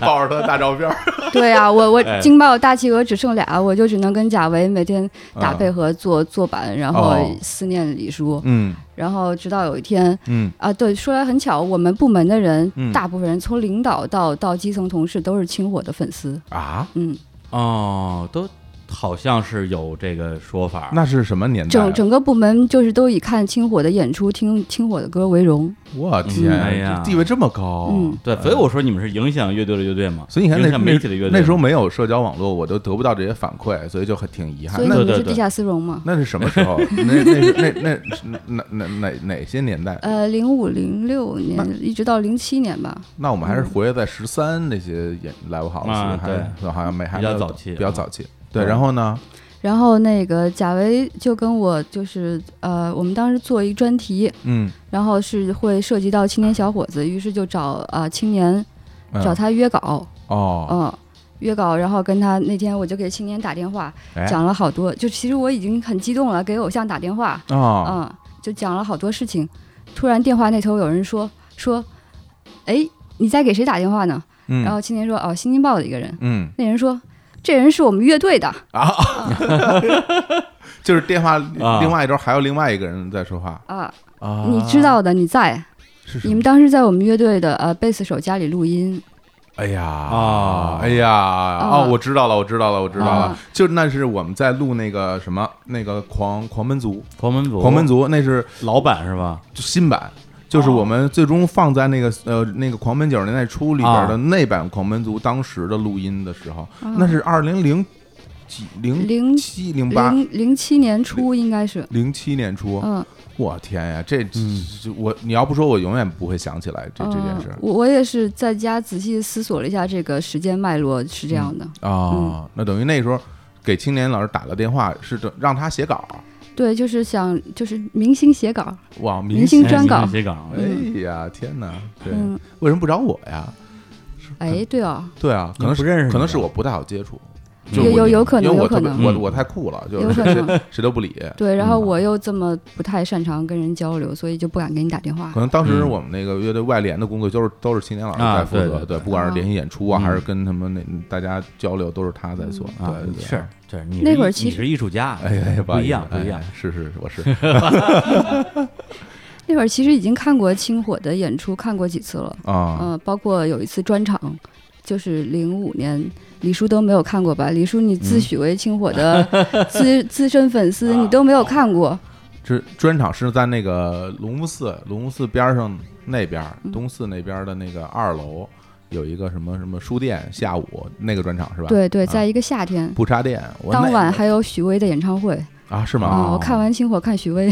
[SPEAKER 2] 抱着他的大照片儿，
[SPEAKER 3] 对啊，我我
[SPEAKER 1] 哎
[SPEAKER 3] 惊爆大企鹅只剩俩，我就只能跟贾维每天打
[SPEAKER 1] 啊
[SPEAKER 2] 嗯
[SPEAKER 3] 配合做做版，然后
[SPEAKER 2] 哦
[SPEAKER 3] 思念李叔，
[SPEAKER 2] 嗯
[SPEAKER 3] 然后直到有一天。
[SPEAKER 2] 嗯
[SPEAKER 3] 啊，对，说来很巧，我们部门的人，
[SPEAKER 2] 嗯
[SPEAKER 3] 大部分人从领导到到基层同事都是清火的粉丝，
[SPEAKER 2] 啊，
[SPEAKER 3] 嗯，
[SPEAKER 1] 哦，都好像是有这个说法。
[SPEAKER 2] 那是什么年代啊？
[SPEAKER 3] 整整个部门就是都以看清火的演出、听清火的歌为荣，
[SPEAKER 2] 我天，
[SPEAKER 1] 嗯哎呀
[SPEAKER 2] 这地位这么高，啊
[SPEAKER 3] 嗯
[SPEAKER 1] 对，所以我说你们是影响乐队的乐队嘛，
[SPEAKER 2] 所以你看那
[SPEAKER 1] 影响媒体的乐
[SPEAKER 2] 那
[SPEAKER 1] 队
[SPEAKER 2] 那时候没有社交网络，我都得不到这些反馈，所以就很挺遗憾
[SPEAKER 3] 所以。
[SPEAKER 2] 那
[SPEAKER 3] 你
[SPEAKER 1] 对
[SPEAKER 3] 们
[SPEAKER 1] 对
[SPEAKER 3] 是
[SPEAKER 1] 对
[SPEAKER 3] 地下丝绒嘛？
[SPEAKER 2] 那是什么时 候？那那那那那哪哪哪哪些年代？
[SPEAKER 3] 呃，零五零六年一直到零七年吧，
[SPEAKER 2] 那我们还是活跃在十三那些演 live house，
[SPEAKER 1] 啊
[SPEAKER 2] 还是好像没还
[SPEAKER 1] 比较
[SPEAKER 2] 没有
[SPEAKER 1] 早期
[SPEAKER 2] 比较
[SPEAKER 1] 啊
[SPEAKER 2] 早期。对，
[SPEAKER 1] 嗯
[SPEAKER 2] 然后呢？
[SPEAKER 3] 然后那个贾维就跟我就是呃，我们当时做一专题，
[SPEAKER 2] 嗯，
[SPEAKER 3] 然后是会涉及到青年小伙子，于是就找啊、呃青年
[SPEAKER 2] 嗯
[SPEAKER 3] 找他约稿，
[SPEAKER 2] 哦，
[SPEAKER 3] 嗯。约稿，然后跟他那天我就给青年打电话，
[SPEAKER 2] 哎
[SPEAKER 3] 讲了好多，就其实我已经很激动了，给偶像打电话，
[SPEAKER 2] 哦，
[SPEAKER 3] 嗯，就讲了好多事情。突然电话那头有人说说，哎，你在给谁打电话呢？然
[SPEAKER 2] 嗯
[SPEAKER 3] 后青年说，哦，《新京报》的一个人。
[SPEAKER 2] 嗯
[SPEAKER 3] 那人说，这人是我们乐队的，
[SPEAKER 2] 啊，就是电话
[SPEAKER 1] 啊
[SPEAKER 2] 另外一头还有另外一个人在说话
[SPEAKER 3] 啊，
[SPEAKER 2] 啊，
[SPEAKER 3] 你知道的，你在，
[SPEAKER 2] 是什
[SPEAKER 3] 你们
[SPEAKER 2] 么
[SPEAKER 3] 当时在我们乐队的呃贝斯手家里录音，
[SPEAKER 2] 哎呀
[SPEAKER 1] 啊
[SPEAKER 2] 哎呀啊！我知道了，我知道了，我知道了
[SPEAKER 3] 啊。
[SPEAKER 2] 就那是我们在录那个什么那个狂狂奔族，
[SPEAKER 1] 狂门族，
[SPEAKER 2] 狂奔族那是
[SPEAKER 1] 老板是吧？
[SPEAKER 2] 新版，就是我们最终放在那个呃那个狂奔九十年代初里边的那版狂奔族当时的录音的时候，那是二零零几啊嗯零
[SPEAKER 3] 零
[SPEAKER 2] 七零八
[SPEAKER 3] 零零七年初应该是，
[SPEAKER 2] 零哦七年初。
[SPEAKER 3] 嗯，
[SPEAKER 2] 我天呀，这这
[SPEAKER 1] 哎
[SPEAKER 2] 这我你要不说，我永远不会想起来这这件事
[SPEAKER 3] 嗯我我也是在家仔细思索了一下这个时间脉络，是
[SPEAKER 2] 嗯
[SPEAKER 3] 这样的。
[SPEAKER 2] 啊。那等于那时候给青年老师打了电话，是这让他写稿。
[SPEAKER 3] 对，就是想就是明星写稿，
[SPEAKER 2] 哇，
[SPEAKER 3] 明星
[SPEAKER 2] 显
[SPEAKER 3] 专稿
[SPEAKER 1] 哎明星写稿，
[SPEAKER 2] 哎呀，天哪！对，
[SPEAKER 3] 嗯，
[SPEAKER 2] 为什么不找我呀？
[SPEAKER 3] 哎，对哦，
[SPEAKER 2] 对啊，可
[SPEAKER 1] 你
[SPEAKER 2] 能
[SPEAKER 1] 嗯不认识你
[SPEAKER 2] 可能是
[SPEAKER 1] 吧
[SPEAKER 2] 我不太好接触，
[SPEAKER 1] 嗯
[SPEAKER 2] 就
[SPEAKER 3] 有
[SPEAKER 2] 我
[SPEAKER 3] 有有可
[SPEAKER 2] 因
[SPEAKER 3] 能，
[SPEAKER 2] 为
[SPEAKER 3] 有
[SPEAKER 2] 我
[SPEAKER 3] 可
[SPEAKER 2] 特别
[SPEAKER 3] 能，
[SPEAKER 2] 我
[SPEAKER 1] 嗯
[SPEAKER 2] 我太酷了，就
[SPEAKER 3] 有
[SPEAKER 2] 是
[SPEAKER 3] 可
[SPEAKER 2] 谁
[SPEAKER 3] 能
[SPEAKER 2] 谁都不理。
[SPEAKER 3] 对。然后
[SPEAKER 2] 嗯
[SPEAKER 3] 我又这么不太擅长跟人交流，所以就不敢给你打电话
[SPEAKER 2] 可。能当时
[SPEAKER 1] 嗯
[SPEAKER 2] 我们那个乐队外联的工作就是都是青年老师
[SPEAKER 1] 啊
[SPEAKER 2] 在负
[SPEAKER 1] 对
[SPEAKER 2] 责，
[SPEAKER 1] 对对
[SPEAKER 2] 对，不管是联系演出啊，
[SPEAKER 1] 嗯
[SPEAKER 2] 还是跟他们那大家交流，都是他在做。
[SPEAKER 1] 啊
[SPEAKER 2] 对，对，对
[SPEAKER 1] 是，对，你是
[SPEAKER 3] 那会儿
[SPEAKER 1] 艺
[SPEAKER 3] 其
[SPEAKER 1] 你
[SPEAKER 3] 实
[SPEAKER 1] 是艺术家，
[SPEAKER 2] 哎哎，
[SPEAKER 1] 不一样，
[SPEAKER 2] 好
[SPEAKER 1] 不
[SPEAKER 2] 意思
[SPEAKER 1] 一样
[SPEAKER 2] 哎，是是，我是
[SPEAKER 3] 那会儿其实已经看过清火的演出，看过几次了，
[SPEAKER 2] 啊，
[SPEAKER 3] 呃，包括有一次专场，就是零五年，李叔都没有看过吧？李叔，你
[SPEAKER 2] 嗯
[SPEAKER 3] 自诩为清火的 资、资深粉
[SPEAKER 2] 啊
[SPEAKER 3] 丝，你都没有看过，
[SPEAKER 2] 这专场是在那个龙福寺，龙福寺边上那边
[SPEAKER 3] 嗯
[SPEAKER 2] 儿，东寺那边的那个二楼有一个什么什么书店，下午那个专场是吧？，
[SPEAKER 3] 对对，
[SPEAKER 2] 啊
[SPEAKER 3] 在一个夏天。
[SPEAKER 2] 不插电，我
[SPEAKER 3] 当
[SPEAKER 2] 那
[SPEAKER 3] 晚还有许巍的演唱会
[SPEAKER 2] 啊是吗？
[SPEAKER 3] 啊、我看完清火看许巍，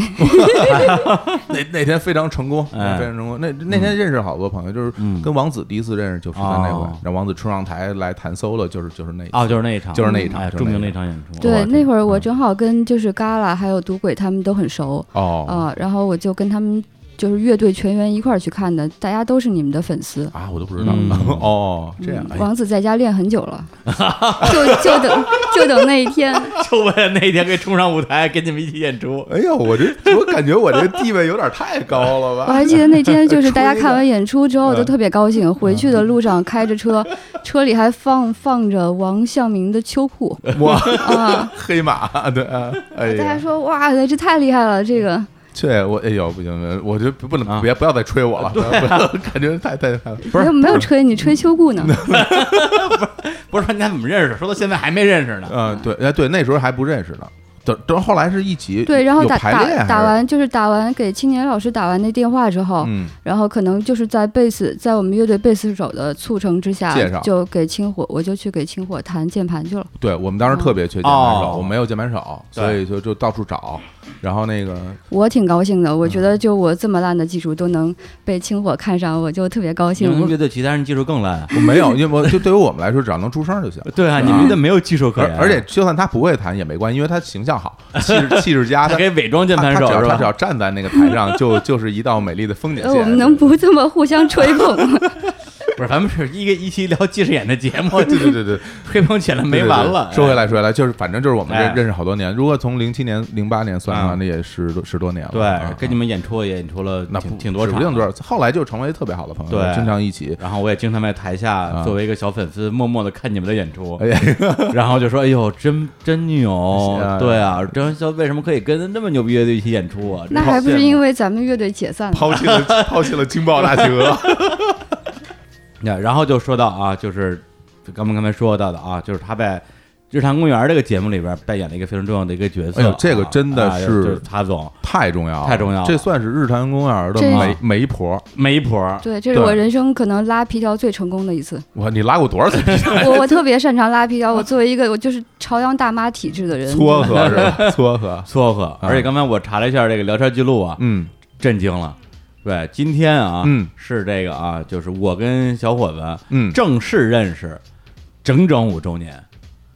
[SPEAKER 2] 那那天非常成功，
[SPEAKER 1] 哎
[SPEAKER 2] 非常成功。那那天认识好多朋友，就是
[SPEAKER 1] 嗯
[SPEAKER 2] 跟王子第一次认识就是在那回
[SPEAKER 1] 哦，
[SPEAKER 2] 让王子冲上台来弹 solo，就是就是那一次
[SPEAKER 1] 哦，就是那一场，
[SPEAKER 2] 就是那一场
[SPEAKER 1] 哎
[SPEAKER 2] 就是
[SPEAKER 1] 著名
[SPEAKER 2] 那一
[SPEAKER 1] 那场演出，
[SPEAKER 2] 哇
[SPEAKER 3] 对，那会儿我
[SPEAKER 2] 嗯
[SPEAKER 3] 正好跟就是 Gala 还有赌鬼他们都很熟
[SPEAKER 2] 哦
[SPEAKER 3] 啊、然后我就跟他们就是乐队全员一块儿去看的，大家都是你们的粉丝。
[SPEAKER 2] 啊，我都不知道
[SPEAKER 1] 嗯
[SPEAKER 2] 哦，这样
[SPEAKER 3] 嗯
[SPEAKER 2] 哎呀
[SPEAKER 3] 王子在家练很久 了，就就等就等那一天。
[SPEAKER 1] 就为了那一天可以冲上舞台跟你们一起演出，
[SPEAKER 2] 哎呀，我这我感觉我这地位有点太高了
[SPEAKER 3] 我
[SPEAKER 2] 吧？
[SPEAKER 3] 还记得那天就是
[SPEAKER 2] 出
[SPEAKER 3] 大
[SPEAKER 2] 一个
[SPEAKER 3] 家看完演出之后
[SPEAKER 2] 嗯
[SPEAKER 3] 都特别高兴，回去的路上开着车，车里还放放着王向明的秋 裤
[SPEAKER 2] 我
[SPEAKER 3] 啊，
[SPEAKER 2] 黑马 对啊，哎
[SPEAKER 3] 大家
[SPEAKER 2] 呀，
[SPEAKER 3] 说哇，这太厉害了，这个
[SPEAKER 2] 这我哎呦不行，我就不能
[SPEAKER 1] 啊
[SPEAKER 2] 别不要再吹我了， 不要感觉太太太
[SPEAKER 1] 不
[SPEAKER 3] 没
[SPEAKER 1] 是
[SPEAKER 3] 有没有吹你吹秋裤呢，
[SPEAKER 1] 不是说你俩怎么认识？说到现在还没认识 呢。
[SPEAKER 2] 嗯对哎对，那时候还不认识呢，等等后来是一起
[SPEAKER 3] 对，然后
[SPEAKER 2] 有
[SPEAKER 3] 打
[SPEAKER 2] 排练
[SPEAKER 3] 打打
[SPEAKER 2] 还是
[SPEAKER 3] 完就是打完给青年老师打完那电话之后，
[SPEAKER 2] 嗯
[SPEAKER 3] 然后可能就是在贝斯在我们乐队贝斯手的促成之下
[SPEAKER 2] 介绍，
[SPEAKER 3] 就给清火我就去给清火弹键盘去了，
[SPEAKER 2] 对我们当时特别缺键盘手，
[SPEAKER 1] 哦
[SPEAKER 2] 我没有键盘手，
[SPEAKER 1] 对
[SPEAKER 2] 所以就就到处找。然后那个
[SPEAKER 3] 我挺高兴的，我觉得就我这么烂的技术都能被清火看上，我就特别高
[SPEAKER 1] 你
[SPEAKER 3] 兴。
[SPEAKER 1] 们
[SPEAKER 3] 我
[SPEAKER 1] 乐队其他人技术更烂。
[SPEAKER 2] 我没 有，因为我就对于我们来说，只要能出声就行。
[SPEAKER 1] 对啊，你们乐队没有技术可啊
[SPEAKER 2] 而
[SPEAKER 1] 言，
[SPEAKER 2] 而且就算他不会弹也没关系，因为他形象 好，气质气质佳，
[SPEAKER 1] 啊他
[SPEAKER 2] 他
[SPEAKER 1] 可以伪装键
[SPEAKER 2] 他
[SPEAKER 1] 盘
[SPEAKER 2] 他
[SPEAKER 1] 手
[SPEAKER 2] 只要
[SPEAKER 1] 是
[SPEAKER 2] 他只要
[SPEAKER 1] 吧？
[SPEAKER 2] 站在那个台上，就 就是一道美丽的风景
[SPEAKER 3] 呃，
[SPEAKER 2] 线。
[SPEAKER 3] 我们能不这么互相吹捧 吗？
[SPEAKER 1] 不是，咱们是一个一期聊近视眼的节目，
[SPEAKER 2] 对？对对对对，
[SPEAKER 1] 吹捧起来
[SPEAKER 2] 对
[SPEAKER 1] 没完了。
[SPEAKER 2] 对对说回来，说回来，就是反正就是我们
[SPEAKER 1] 哎
[SPEAKER 2] 认认识好多年。如果从零七年、零八年算的话，
[SPEAKER 1] 嗯
[SPEAKER 2] 那也十多十多年了。
[SPEAKER 1] 哎对
[SPEAKER 2] 啊，
[SPEAKER 1] 跟你们演出也演出了
[SPEAKER 2] 那不
[SPEAKER 1] 挺挺多
[SPEAKER 2] 指不
[SPEAKER 1] 场，
[SPEAKER 2] 定多少。后来就成为特别好的朋友，
[SPEAKER 1] 对
[SPEAKER 2] 经常一起。
[SPEAKER 1] 然后我也经常在台下
[SPEAKER 2] 啊
[SPEAKER 1] 作为一个小粉丝，默默的看你们的演出，
[SPEAKER 2] 哎呀，
[SPEAKER 1] 然后就说：“哎呦，真真牛
[SPEAKER 2] 是啊！
[SPEAKER 1] 对啊，张潇为什么可以跟那么牛逼的乐队一起演出啊？
[SPEAKER 3] 那还不是
[SPEAKER 1] 为
[SPEAKER 3] 因为咱们乐队解散了？
[SPEAKER 2] 抛 弃了抛弃了惊爆大企鹅。
[SPEAKER 1] 然后就说到啊，就是就刚刚才说到的啊，就是他在《日坛公园》这个节目里边扮演了一个非常重要的一个角色。
[SPEAKER 2] 哎呦这个真的
[SPEAKER 1] 啊
[SPEAKER 2] 是
[SPEAKER 1] 就是他总
[SPEAKER 2] 太重要了，
[SPEAKER 1] 太重要了
[SPEAKER 2] 这算是日坛公园的
[SPEAKER 3] 这
[SPEAKER 2] 媒媒婆。
[SPEAKER 1] 媒婆，
[SPEAKER 3] 对，这是
[SPEAKER 2] 对
[SPEAKER 3] 我人生可能拉皮条最成功的一次。
[SPEAKER 2] 我你拉过多 少次皮
[SPEAKER 3] 我我特别擅长拉皮条，我作为一个我就是朝阳大妈体质的人，
[SPEAKER 2] 撮 合是吧？撮合，
[SPEAKER 1] 撮合。而且刚才我查了一下这个聊天记录啊，
[SPEAKER 2] 嗯
[SPEAKER 1] 震惊了。对，今天啊，
[SPEAKER 2] 嗯
[SPEAKER 1] 是这个啊，就是我跟小伙子
[SPEAKER 2] 嗯
[SPEAKER 1] 正式认识整整五周年。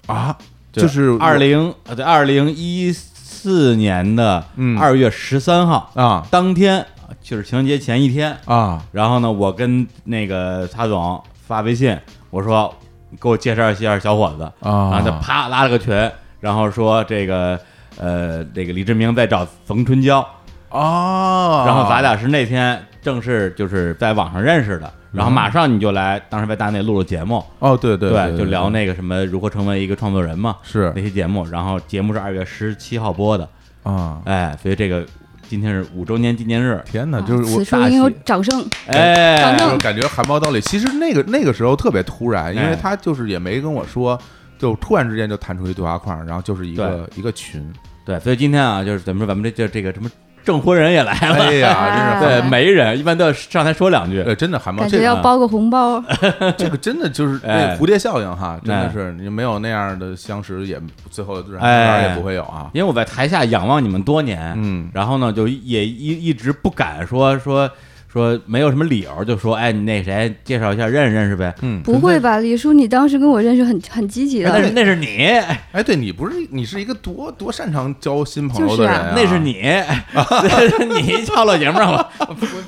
[SPEAKER 2] 啊，就是我
[SPEAKER 1] 二零呃对二零一四年的
[SPEAKER 2] 嗯
[SPEAKER 1] 二月十三号、
[SPEAKER 2] 啊
[SPEAKER 1] 当天，就是情人节前一天。
[SPEAKER 2] 啊
[SPEAKER 1] 然后呢，我跟那个擦总发微信，我说给我介绍一下小伙子，然
[SPEAKER 2] 啊
[SPEAKER 1] 后他啪拉了个群，然后说这个呃这个李志明在找冯春娇，
[SPEAKER 2] 啊！
[SPEAKER 1] 然后咱俩是那天正式就是在网上认识的。然后马上你就来，当时在大内录了节目，
[SPEAKER 2] 哦，对嗯对
[SPEAKER 1] 就聊那个什么如何成为一个创作人嘛，
[SPEAKER 2] 是
[SPEAKER 1] 那期节目，然后节目是二月十七号播的，
[SPEAKER 2] 啊
[SPEAKER 1] 哎，所以这个今天是五周年纪念日，
[SPEAKER 2] 天哪，就是我
[SPEAKER 3] 啊
[SPEAKER 2] 哦
[SPEAKER 3] 此处
[SPEAKER 1] 大
[SPEAKER 3] 应有
[SPEAKER 1] 喜
[SPEAKER 3] 掌声。
[SPEAKER 1] 哎
[SPEAKER 3] 反，正
[SPEAKER 2] 就是感觉含苞待李。其实那个那个时候特别突然，因
[SPEAKER 1] 哎
[SPEAKER 2] 为他就是也没跟我说，就突然之间就弹出一对话框，然后就是一个一 个群。
[SPEAKER 1] 对，所以今天啊，就是怎么说，咱们这这这个什么证婚人也来了，
[SPEAKER 2] 哎呀，
[SPEAKER 3] 哎
[SPEAKER 2] 真 是
[SPEAKER 1] 对，媒人一般都要上台说两句，
[SPEAKER 2] 呃，真的含苞
[SPEAKER 3] 感
[SPEAKER 2] 这
[SPEAKER 3] 觉
[SPEAKER 2] 个
[SPEAKER 1] 啊
[SPEAKER 3] 要包个红包，
[SPEAKER 2] 这个真的就是那
[SPEAKER 1] 哎
[SPEAKER 2] 个蝴蝶效应哈，真
[SPEAKER 1] 哎
[SPEAKER 2] 的是你没有那样的相识，也最后自然
[SPEAKER 1] 哎
[SPEAKER 2] 而然也不会有啊。
[SPEAKER 1] 因为我在台下仰望你们多年，
[SPEAKER 2] 嗯，
[SPEAKER 1] 然后呢，就也一一直不敢说说说没有什么理由，就说哎，你那谁介绍一下认识认识呗。
[SPEAKER 2] 嗯，
[SPEAKER 3] 不会吧？李叔，你当时跟我认识很很积极
[SPEAKER 1] 哎那是
[SPEAKER 3] 的，
[SPEAKER 1] 那是你，
[SPEAKER 2] 哎，对你不是你是一个多多擅长交新朋
[SPEAKER 3] 就
[SPEAKER 2] 友
[SPEAKER 3] 是
[SPEAKER 2] 的
[SPEAKER 3] 啊
[SPEAKER 2] 人、啊
[SPEAKER 1] 那是你， 你敲老爷们儿了，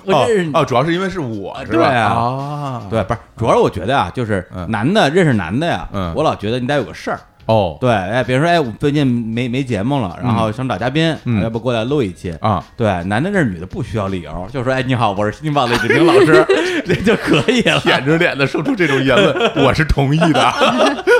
[SPEAKER 1] 我我我认识你。
[SPEAKER 2] 哦哦，主要是因为是我
[SPEAKER 1] 啊
[SPEAKER 2] 是
[SPEAKER 1] 对
[SPEAKER 2] 吧？
[SPEAKER 1] 啊
[SPEAKER 2] 啊
[SPEAKER 1] 对，不是，主要是我觉得啊，就是
[SPEAKER 2] 嗯
[SPEAKER 1] 男的认识男的呀，
[SPEAKER 2] 嗯
[SPEAKER 1] 我老觉得你得有个事儿。
[SPEAKER 2] 哦
[SPEAKER 1] 对，哎，比如说，哎，我最近没没节目了，然后想找嘉宾，
[SPEAKER 2] 嗯
[SPEAKER 1] 要不过来录一期？
[SPEAKER 2] 啊，
[SPEAKER 1] 对，男的认识女的不需要理由，就说，哎，你好，我是新京报的李平老师， 这就可以了。
[SPEAKER 2] 舔着脸的说出这种言 论，我是同意的。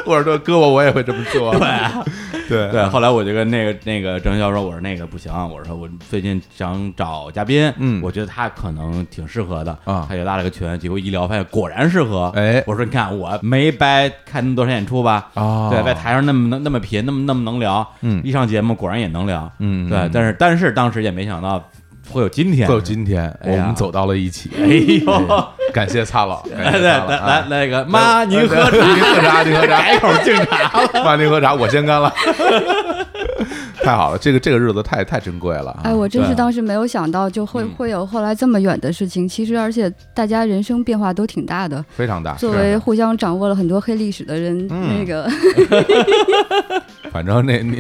[SPEAKER 2] 或者说，哥我我也会这么做。对
[SPEAKER 1] 啊对，，后来我就跟那个那个郑潇说，我说那个不行，我说我最近想找嘉宾，
[SPEAKER 2] 嗯
[SPEAKER 1] 我觉得他可能挺适合的
[SPEAKER 2] 啊
[SPEAKER 1] 他也拉了个群，结果一聊发现果然适合。
[SPEAKER 2] 哎
[SPEAKER 1] 我说你看我没白看那么多场演出吧？
[SPEAKER 2] 哦
[SPEAKER 1] 对，在台上那么能那么贫，那么那么能聊，
[SPEAKER 2] 嗯
[SPEAKER 1] 一上节目果然也能聊，
[SPEAKER 2] 嗯嗯
[SPEAKER 1] 对，但是但是当时也没想到会有今天，
[SPEAKER 2] 到今天
[SPEAKER 1] 哎
[SPEAKER 2] 我
[SPEAKER 1] 呀
[SPEAKER 2] 们走到了一起，
[SPEAKER 1] 哎呦，
[SPEAKER 2] 感谢 擦老，
[SPEAKER 1] 来
[SPEAKER 2] 感谢
[SPEAKER 1] 来
[SPEAKER 2] 擦老
[SPEAKER 1] 来
[SPEAKER 2] 啊
[SPEAKER 1] 来来个妈，您喝
[SPEAKER 2] 茶， 您喝茶，您喝茶，
[SPEAKER 1] 改口敬茶，
[SPEAKER 2] 妈您喝茶，我先干了。 太好了，这个这个日子太太珍贵了啊！
[SPEAKER 3] 哎，我真
[SPEAKER 1] 对
[SPEAKER 3] 是
[SPEAKER 1] 啊
[SPEAKER 3] 当时没有想到，就会
[SPEAKER 1] 嗯
[SPEAKER 3] 会有后来这么远的事情。其实，而且大家人生变化都挺大的。
[SPEAKER 2] 非常大，
[SPEAKER 3] 作
[SPEAKER 2] 是啊
[SPEAKER 3] 为互相掌握了很多黑历史的人，
[SPEAKER 2] 嗯
[SPEAKER 3] 那个
[SPEAKER 2] 反正那那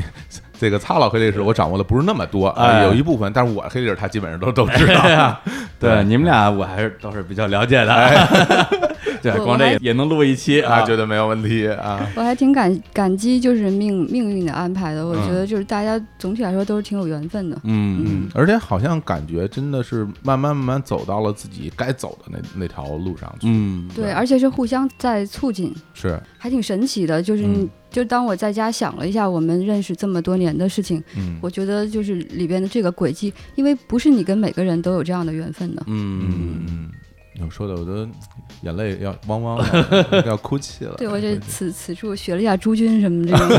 [SPEAKER 2] 这个擦老黑历史我掌握的不是那么多，
[SPEAKER 1] 哎
[SPEAKER 2] 啊，有一部分，但是我黑历史他基本上都都 知
[SPEAKER 1] 对
[SPEAKER 2] 道。
[SPEAKER 1] 啊，对，你们俩我还是都是比较了解的，对，
[SPEAKER 3] 我
[SPEAKER 1] 光这也也能录一期
[SPEAKER 2] 哎啊，
[SPEAKER 1] 啊，
[SPEAKER 2] 觉得没有问题啊。
[SPEAKER 3] 我还挺感感激，就是命命运的安排的。我
[SPEAKER 2] 嗯
[SPEAKER 3] 觉得就是大家总体来说都是挺有缘分的。
[SPEAKER 1] 嗯
[SPEAKER 2] 而且好像感觉真的是慢慢慢慢走到了自己该走的那那条路上去，
[SPEAKER 1] 嗯
[SPEAKER 3] 对，而且是互相在促进，
[SPEAKER 2] 是，
[SPEAKER 3] 还挺神奇的。就是你、
[SPEAKER 2] 嗯
[SPEAKER 3] 就当我在家想了一下我们认识这么多年的事情，
[SPEAKER 2] 嗯
[SPEAKER 3] 我觉得就是里边的这个轨迹，因为不是你跟每个人都有这样的缘分的。
[SPEAKER 1] 嗯嗯，
[SPEAKER 2] 嗯，有说的我都眼泪要汪汪了， 要哭泣了。
[SPEAKER 3] 对我这此此处学了一下朱军什么这种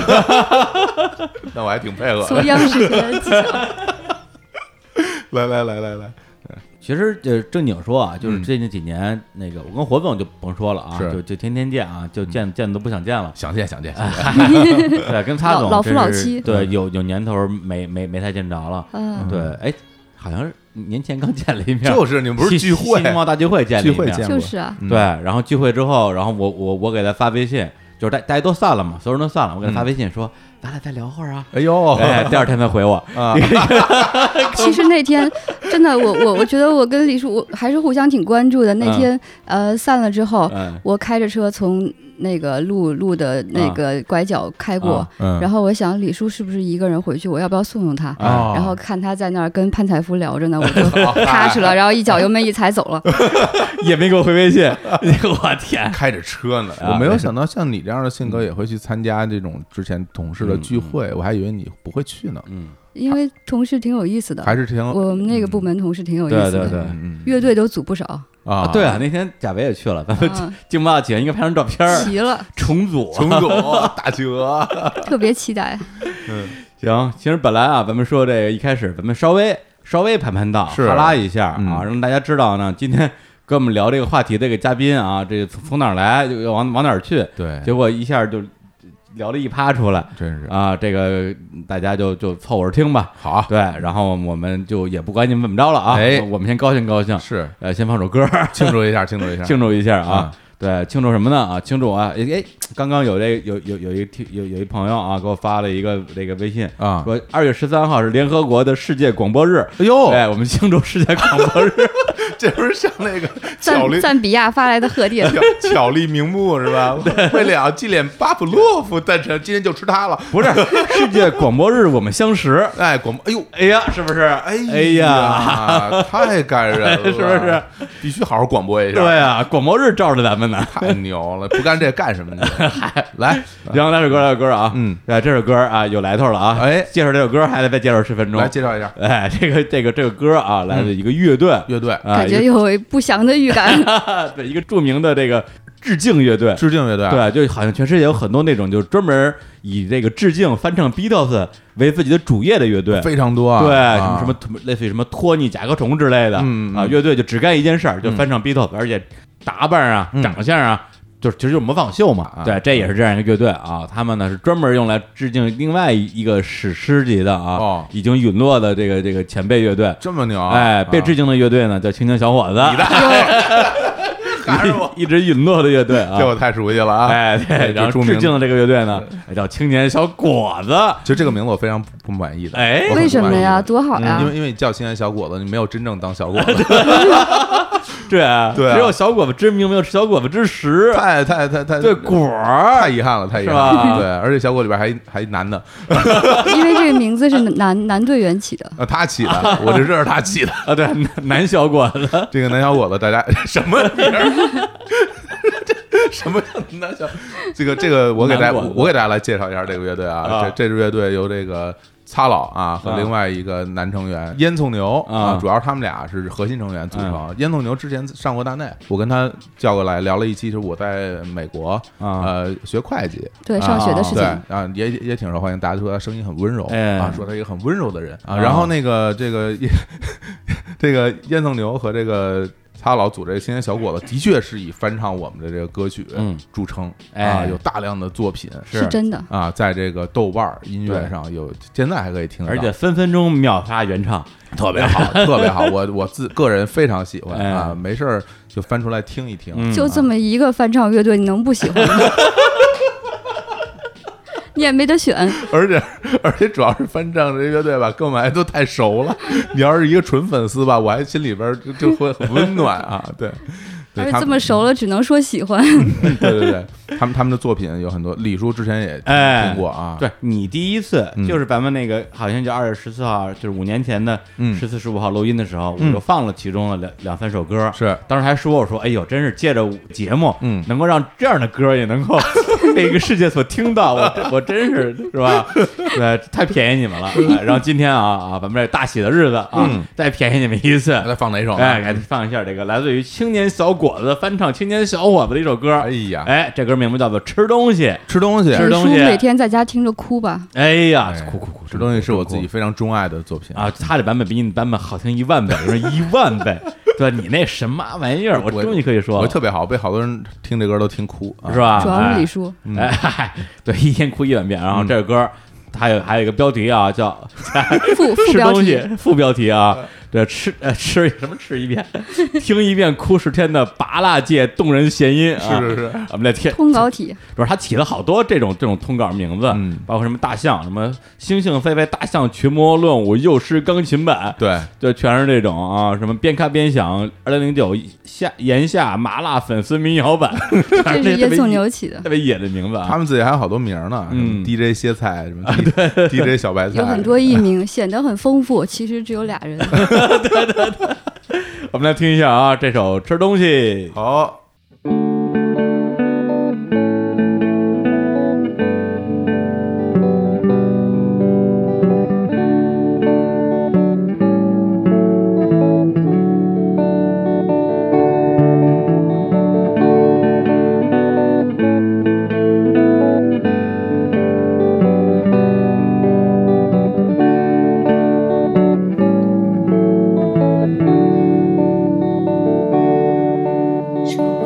[SPEAKER 2] 那我还挺配合
[SPEAKER 3] 从
[SPEAKER 2] 的。
[SPEAKER 3] 央视学的技巧。
[SPEAKER 2] 来来来来来，
[SPEAKER 1] 其实呃正经说啊，就是
[SPEAKER 2] 嗯
[SPEAKER 1] 最近几年那个我跟火总就甭说了啊，
[SPEAKER 2] 是，
[SPEAKER 1] 就就天天见啊，就见见都不想见了
[SPEAKER 2] 想见想见想见，
[SPEAKER 1] 对，跟他
[SPEAKER 3] 嗯老
[SPEAKER 1] 总
[SPEAKER 3] 老
[SPEAKER 1] 真
[SPEAKER 3] 夫老
[SPEAKER 1] 是
[SPEAKER 3] 妻
[SPEAKER 1] 对，
[SPEAKER 2] 嗯
[SPEAKER 1] 有有年头没没没太见着了，
[SPEAKER 3] 嗯，
[SPEAKER 1] 对，哎，好像是年前刚见了一面，
[SPEAKER 2] 就是你们不
[SPEAKER 1] 西
[SPEAKER 2] 是聚会
[SPEAKER 1] 西宁猫大聚会见了
[SPEAKER 2] 聚
[SPEAKER 1] 一
[SPEAKER 2] 会
[SPEAKER 1] 面
[SPEAKER 2] 见过，
[SPEAKER 3] 就 是啊，
[SPEAKER 2] 嗯
[SPEAKER 1] 对，，然后聚会之后，然后我我我给他发微信，就是大大家都散了嘛，所有人都散了，我给他
[SPEAKER 2] 嗯
[SPEAKER 1] 发微信说，咱俩再聊会儿啊。
[SPEAKER 2] 哎呦
[SPEAKER 1] 哎，第二天才回我，
[SPEAKER 2] 啊，
[SPEAKER 3] 其实那天真的，我我我觉得我跟李叔我还是互相挺关注的。
[SPEAKER 2] 嗯
[SPEAKER 3] 那天、呃散了之后，
[SPEAKER 1] 嗯，
[SPEAKER 3] 我开着车从那个路路的那个拐角开过，
[SPEAKER 1] 啊
[SPEAKER 2] 嗯
[SPEAKER 3] 然后我想李叔是不是一个人回去，我要不要送送他？
[SPEAKER 2] 哦
[SPEAKER 3] 然后看他在那儿跟潘采夫聊着呢，我就
[SPEAKER 2] 好
[SPEAKER 3] 踏实了，然后一脚油门一踩走了。
[SPEAKER 1] 也没给我回微 信，哎我天，
[SPEAKER 2] 开着车呢，哎
[SPEAKER 1] 啊
[SPEAKER 2] 我没有想到像你这样的性格也会去参加这种之前同事的聚会，我还以为你不会去呢，
[SPEAKER 1] 嗯，
[SPEAKER 3] 因为同事挺有意思的，
[SPEAKER 2] 还是挺
[SPEAKER 3] 嗯我们那个部门同事挺有意
[SPEAKER 1] 对
[SPEAKER 3] 思的，
[SPEAKER 1] 对对
[SPEAKER 2] 嗯嗯
[SPEAKER 3] 乐队都组不 少，
[SPEAKER 2] 啊
[SPEAKER 1] 啊，对啊，那天贾维也去了，咱们
[SPEAKER 3] 嗯
[SPEAKER 1] 劲爆起来应该拍张照片 儿，
[SPEAKER 3] 齐了，
[SPEAKER 1] 重组。
[SPEAKER 2] 重组打折，
[SPEAKER 3] 特别期待。
[SPEAKER 1] 行，其实本来啊，咱们说这个一开始，咱们稍微稍微盘盘道，
[SPEAKER 2] 是
[SPEAKER 1] 哈拉一下啊，
[SPEAKER 2] 嗯
[SPEAKER 1] 让大家知道呢，今天跟我们聊这个话题的这个嘉宾啊，这从从哪儿来，就就往往哪儿去，
[SPEAKER 2] 对，
[SPEAKER 1] 结果一下就聊了一趴出来。
[SPEAKER 2] 真是
[SPEAKER 1] 啊，这个大家就就凑合着听吧。
[SPEAKER 2] 好，
[SPEAKER 1] 对，然后我们就也不管你们怎么着了啊，
[SPEAKER 2] 哎
[SPEAKER 1] 我们先高兴高兴，
[SPEAKER 2] 是
[SPEAKER 1] 呃，先放首歌
[SPEAKER 2] 庆祝一下，庆祝一下，
[SPEAKER 1] 庆祝一下啊
[SPEAKER 2] 啊。
[SPEAKER 1] 对，庆祝什么呢？啊，庆祝啊！哎哎，刚刚有这有有有一听有有一朋友啊，给我发了一个这个微信
[SPEAKER 2] 啊
[SPEAKER 1] 说二月十三号是联合国的世界广播日，
[SPEAKER 2] 哎呦，
[SPEAKER 1] 哎，我们庆祝世界广播 日。
[SPEAKER 2] 这不是像那个巧
[SPEAKER 3] 赞
[SPEAKER 2] 力
[SPEAKER 3] 赞比亚发来的 贺电，
[SPEAKER 2] 巧巧立名目是 吧？为了要纪念巴甫洛夫诞辰，今天就吃它了。
[SPEAKER 1] 不是世界广播日，我们相识。
[SPEAKER 2] 哎，广播，哎呦，
[SPEAKER 1] 哎呀，是不是？
[SPEAKER 2] 哎
[SPEAKER 1] 哎呀，
[SPEAKER 2] 呀，太感人了，
[SPEAKER 1] 是不是？
[SPEAKER 2] 必须好好广播一下，
[SPEAKER 1] 对啊，广播日罩着咱们呢。
[SPEAKER 2] 太牛了！不干这干什么呢？
[SPEAKER 1] 嗨，
[SPEAKER 2] 来，
[SPEAKER 1] 行，来首歌，来首歌啊，
[SPEAKER 2] 嗯，
[SPEAKER 1] 哎，这首歌啊有来头了啊，
[SPEAKER 2] 哎
[SPEAKER 1] 介绍这首歌还得再介绍十分钟
[SPEAKER 2] 来，嗯介绍一下
[SPEAKER 1] 哎， 这个这个这个歌啊，来自一个乐队，
[SPEAKER 2] 乐队，
[SPEAKER 1] 啊，
[SPEAKER 3] 感觉
[SPEAKER 1] 一
[SPEAKER 3] 有不祥的预感。
[SPEAKER 1] 个 对一个著名的这个致敬乐队，
[SPEAKER 2] 致敬乐队啊，
[SPEAKER 1] 对，就好像全世界有很多那种就是专门以这个致敬翻唱 Beatles 为自己的主业的乐队，
[SPEAKER 2] 非常多啊，
[SPEAKER 1] 对，什
[SPEAKER 2] 啊
[SPEAKER 1] 么什么托类似于什么托尼甲壳虫之类的，
[SPEAKER 2] 嗯嗯
[SPEAKER 1] 啊，乐队就只干一件事儿，就翻唱 Beatles，、而且打扮啊、
[SPEAKER 2] 嗯
[SPEAKER 1] 长相啊，就是其实就是模仿秀嘛。
[SPEAKER 2] 啊
[SPEAKER 1] 对，这也是这样一个乐队啊，他们呢是专门用来致敬另外一个史诗级的啊，
[SPEAKER 2] 哦
[SPEAKER 1] 已经陨落的这个这个前辈乐队。
[SPEAKER 2] 这么牛啊，
[SPEAKER 1] 哎，被
[SPEAKER 2] 啊
[SPEAKER 1] 致敬的乐队呢叫青青小伙子，
[SPEAKER 2] 还是我，
[SPEAKER 1] 一直陨落的乐队啊
[SPEAKER 2] 这。我太熟悉了啊，
[SPEAKER 1] 哎，对，
[SPEAKER 2] 这
[SPEAKER 1] 然后
[SPEAKER 2] 著名
[SPEAKER 1] 致敬的这个乐队呢哎叫青年小果子。
[SPEAKER 2] 就这个名字我非常不不满意的，
[SPEAKER 1] 哎
[SPEAKER 2] 我很不满意
[SPEAKER 3] 为什么呀？？多好呀
[SPEAKER 2] 因！为因为你叫青年小伙子，你没有真正当小伙
[SPEAKER 1] 哎
[SPEAKER 2] 子，
[SPEAKER 1] 对啊
[SPEAKER 2] 对啊
[SPEAKER 1] 只有小果子之名，没有小果子之实。
[SPEAKER 2] 太太太太
[SPEAKER 1] 对果儿
[SPEAKER 2] 太遗憾了，太遗憾
[SPEAKER 1] 是吧
[SPEAKER 2] 了。对，而且小果里边还还男的，
[SPEAKER 3] 因为这个名字是男男队员起的，
[SPEAKER 2] 呃，他 起的，我这这是他起的。
[SPEAKER 1] 啊，对，男男小果子，
[SPEAKER 2] 这个男小伙子，大家什么名儿？这什么叫男小？这个这个，我给大
[SPEAKER 1] 男
[SPEAKER 2] 家
[SPEAKER 1] 果子
[SPEAKER 2] 我给大家来介绍一下这个乐队啊。
[SPEAKER 1] 啊
[SPEAKER 2] 这这支乐队由这个擦老啊和
[SPEAKER 1] 啊
[SPEAKER 2] 另外一个男成员烟囱牛
[SPEAKER 1] 啊
[SPEAKER 2] 主要是他们俩是核心成员组成。烟囱牛之前上过大内，我跟他叫过来聊了一期，就是我在美国
[SPEAKER 1] 啊
[SPEAKER 2] 呃学会计，
[SPEAKER 3] 对上学的事
[SPEAKER 2] 对
[SPEAKER 3] 情。
[SPEAKER 2] 啊，也也挺受欢迎，大家说他声音很温柔、
[SPEAKER 1] 哎
[SPEAKER 2] 啊，说他一个很温柔的人啊。
[SPEAKER 1] 啊
[SPEAKER 2] 然后那个这个这个烟囱牛和这个他老组这个青年小伙子，的确是以翻唱我们的这个歌曲
[SPEAKER 1] 嗯
[SPEAKER 2] 著称、啊，
[SPEAKER 1] 哎
[SPEAKER 2] 有大量的作品
[SPEAKER 1] 是
[SPEAKER 3] 是真的，
[SPEAKER 2] 啊，在这个豆瓣儿音乐
[SPEAKER 1] 对
[SPEAKER 2] 上有，现在还可以听得
[SPEAKER 1] 而
[SPEAKER 2] 到，
[SPEAKER 1] 且分分钟秒杀原唱，
[SPEAKER 2] 特别 好，特别好，我我自个人非常喜欢、
[SPEAKER 1] 哎
[SPEAKER 2] 啊，没事儿就翻出来听一听。
[SPEAKER 1] 嗯
[SPEAKER 3] 就这么一个翻唱乐队，你能不喜欢吗？你也没得选，
[SPEAKER 2] 而且而且主要是翻唱这乐队吧，跟我们还都太熟了。你要是一个纯粉丝吧，我还心里边儿就就会很温暖啊。对，
[SPEAKER 3] 而
[SPEAKER 2] 对
[SPEAKER 3] 且
[SPEAKER 2] 他嗯
[SPEAKER 3] 哎这么
[SPEAKER 2] 们，
[SPEAKER 3] 熟了，只能说喜欢。
[SPEAKER 2] 对对对，他们他们的作品有很多，李叔之前也
[SPEAKER 1] 哎
[SPEAKER 2] 听过啊。
[SPEAKER 1] 对你第一次
[SPEAKER 2] 嗯
[SPEAKER 1] 就是咱们那个好像就二月十四号，就是五年前的
[SPEAKER 2] 嗯
[SPEAKER 1] 十四十五号录音的时候，
[SPEAKER 2] 嗯
[SPEAKER 1] 我就放了其中的两两三首歌。
[SPEAKER 2] 是
[SPEAKER 1] 当时还说我说，哎呦，真是借着节目，
[SPEAKER 2] 嗯
[SPEAKER 1] 能够让这样的歌也能够 被一个世界所听到，我真我 真是是吧？对，太便宜你们了。哎然后今天啊啊，咱们这大喜的日子啊
[SPEAKER 2] 嗯，
[SPEAKER 1] 再便宜你们一 次
[SPEAKER 2] 那。再放哪首呢？
[SPEAKER 1] 哎，给放一下这个来自于青年小伙子翻唱青年小伙子的一首歌。
[SPEAKER 2] 哎呀，
[SPEAKER 1] 哎，这歌名字叫做《吃东西》。
[SPEAKER 2] 吃东西，
[SPEAKER 1] 吃
[SPEAKER 3] 李
[SPEAKER 1] 东
[SPEAKER 3] 叔
[SPEAKER 1] 西
[SPEAKER 3] 每天在家听着哭吧，
[SPEAKER 1] 哎呀
[SPEAKER 2] 哎，
[SPEAKER 1] 哭哭哭！
[SPEAKER 2] 吃东西是我自己
[SPEAKER 1] 哭
[SPEAKER 2] 非常钟爱的作品
[SPEAKER 1] 啊，他这版本比你的版本好听一万倍，我说一万倍。对你那什么玩意儿，我终于可以说
[SPEAKER 2] 我
[SPEAKER 1] 了，
[SPEAKER 2] 特别好，被好多人听这歌都听哭，啊
[SPEAKER 1] 是？吧？
[SPEAKER 3] 主要是李
[SPEAKER 1] 哎
[SPEAKER 3] 叔。
[SPEAKER 2] 嗯
[SPEAKER 1] 哎， 嗨对，一天哭一万遍。然后这首歌还有还有一个标题啊，叫
[SPEAKER 3] 副副
[SPEAKER 1] 吃
[SPEAKER 3] 标
[SPEAKER 1] 东西
[SPEAKER 3] 题，
[SPEAKER 1] 副标题
[SPEAKER 2] 嗯
[SPEAKER 1] 啊，对，吃呃吃什么吃一遍，听一遍哭十天的拔蜡界动人谐音啊，
[SPEAKER 2] 是是是，
[SPEAKER 1] 我们这天
[SPEAKER 3] 通稿体，
[SPEAKER 1] 主要他起了好多这种这种通稿名字，
[SPEAKER 2] 嗯
[SPEAKER 1] 包括什么大象，什么猩猩飞飞，大象群魔乱舞，幼师钢琴版，
[SPEAKER 2] 对，
[SPEAKER 1] 就全是这种啊，什么边看边想，二零零九下炎夏麻辣粉丝民谣版，
[SPEAKER 3] 这
[SPEAKER 1] 这
[SPEAKER 3] 是
[SPEAKER 1] 特
[SPEAKER 3] 烟
[SPEAKER 1] 别
[SPEAKER 3] 囱牛起 的，
[SPEAKER 1] 特别野的名字
[SPEAKER 2] 他
[SPEAKER 1] 啊，
[SPEAKER 2] 们自己还有好多名儿呢，什么
[SPEAKER 1] 嗯啊
[SPEAKER 2] DJ 歇菜，什么 DJ 小白菜，
[SPEAKER 3] 有很多艺名，显得很丰富。其实只有俩人。
[SPEAKER 1] 我们来听一下啊，这首吃东西，
[SPEAKER 2] 好。
[SPEAKER 4] 手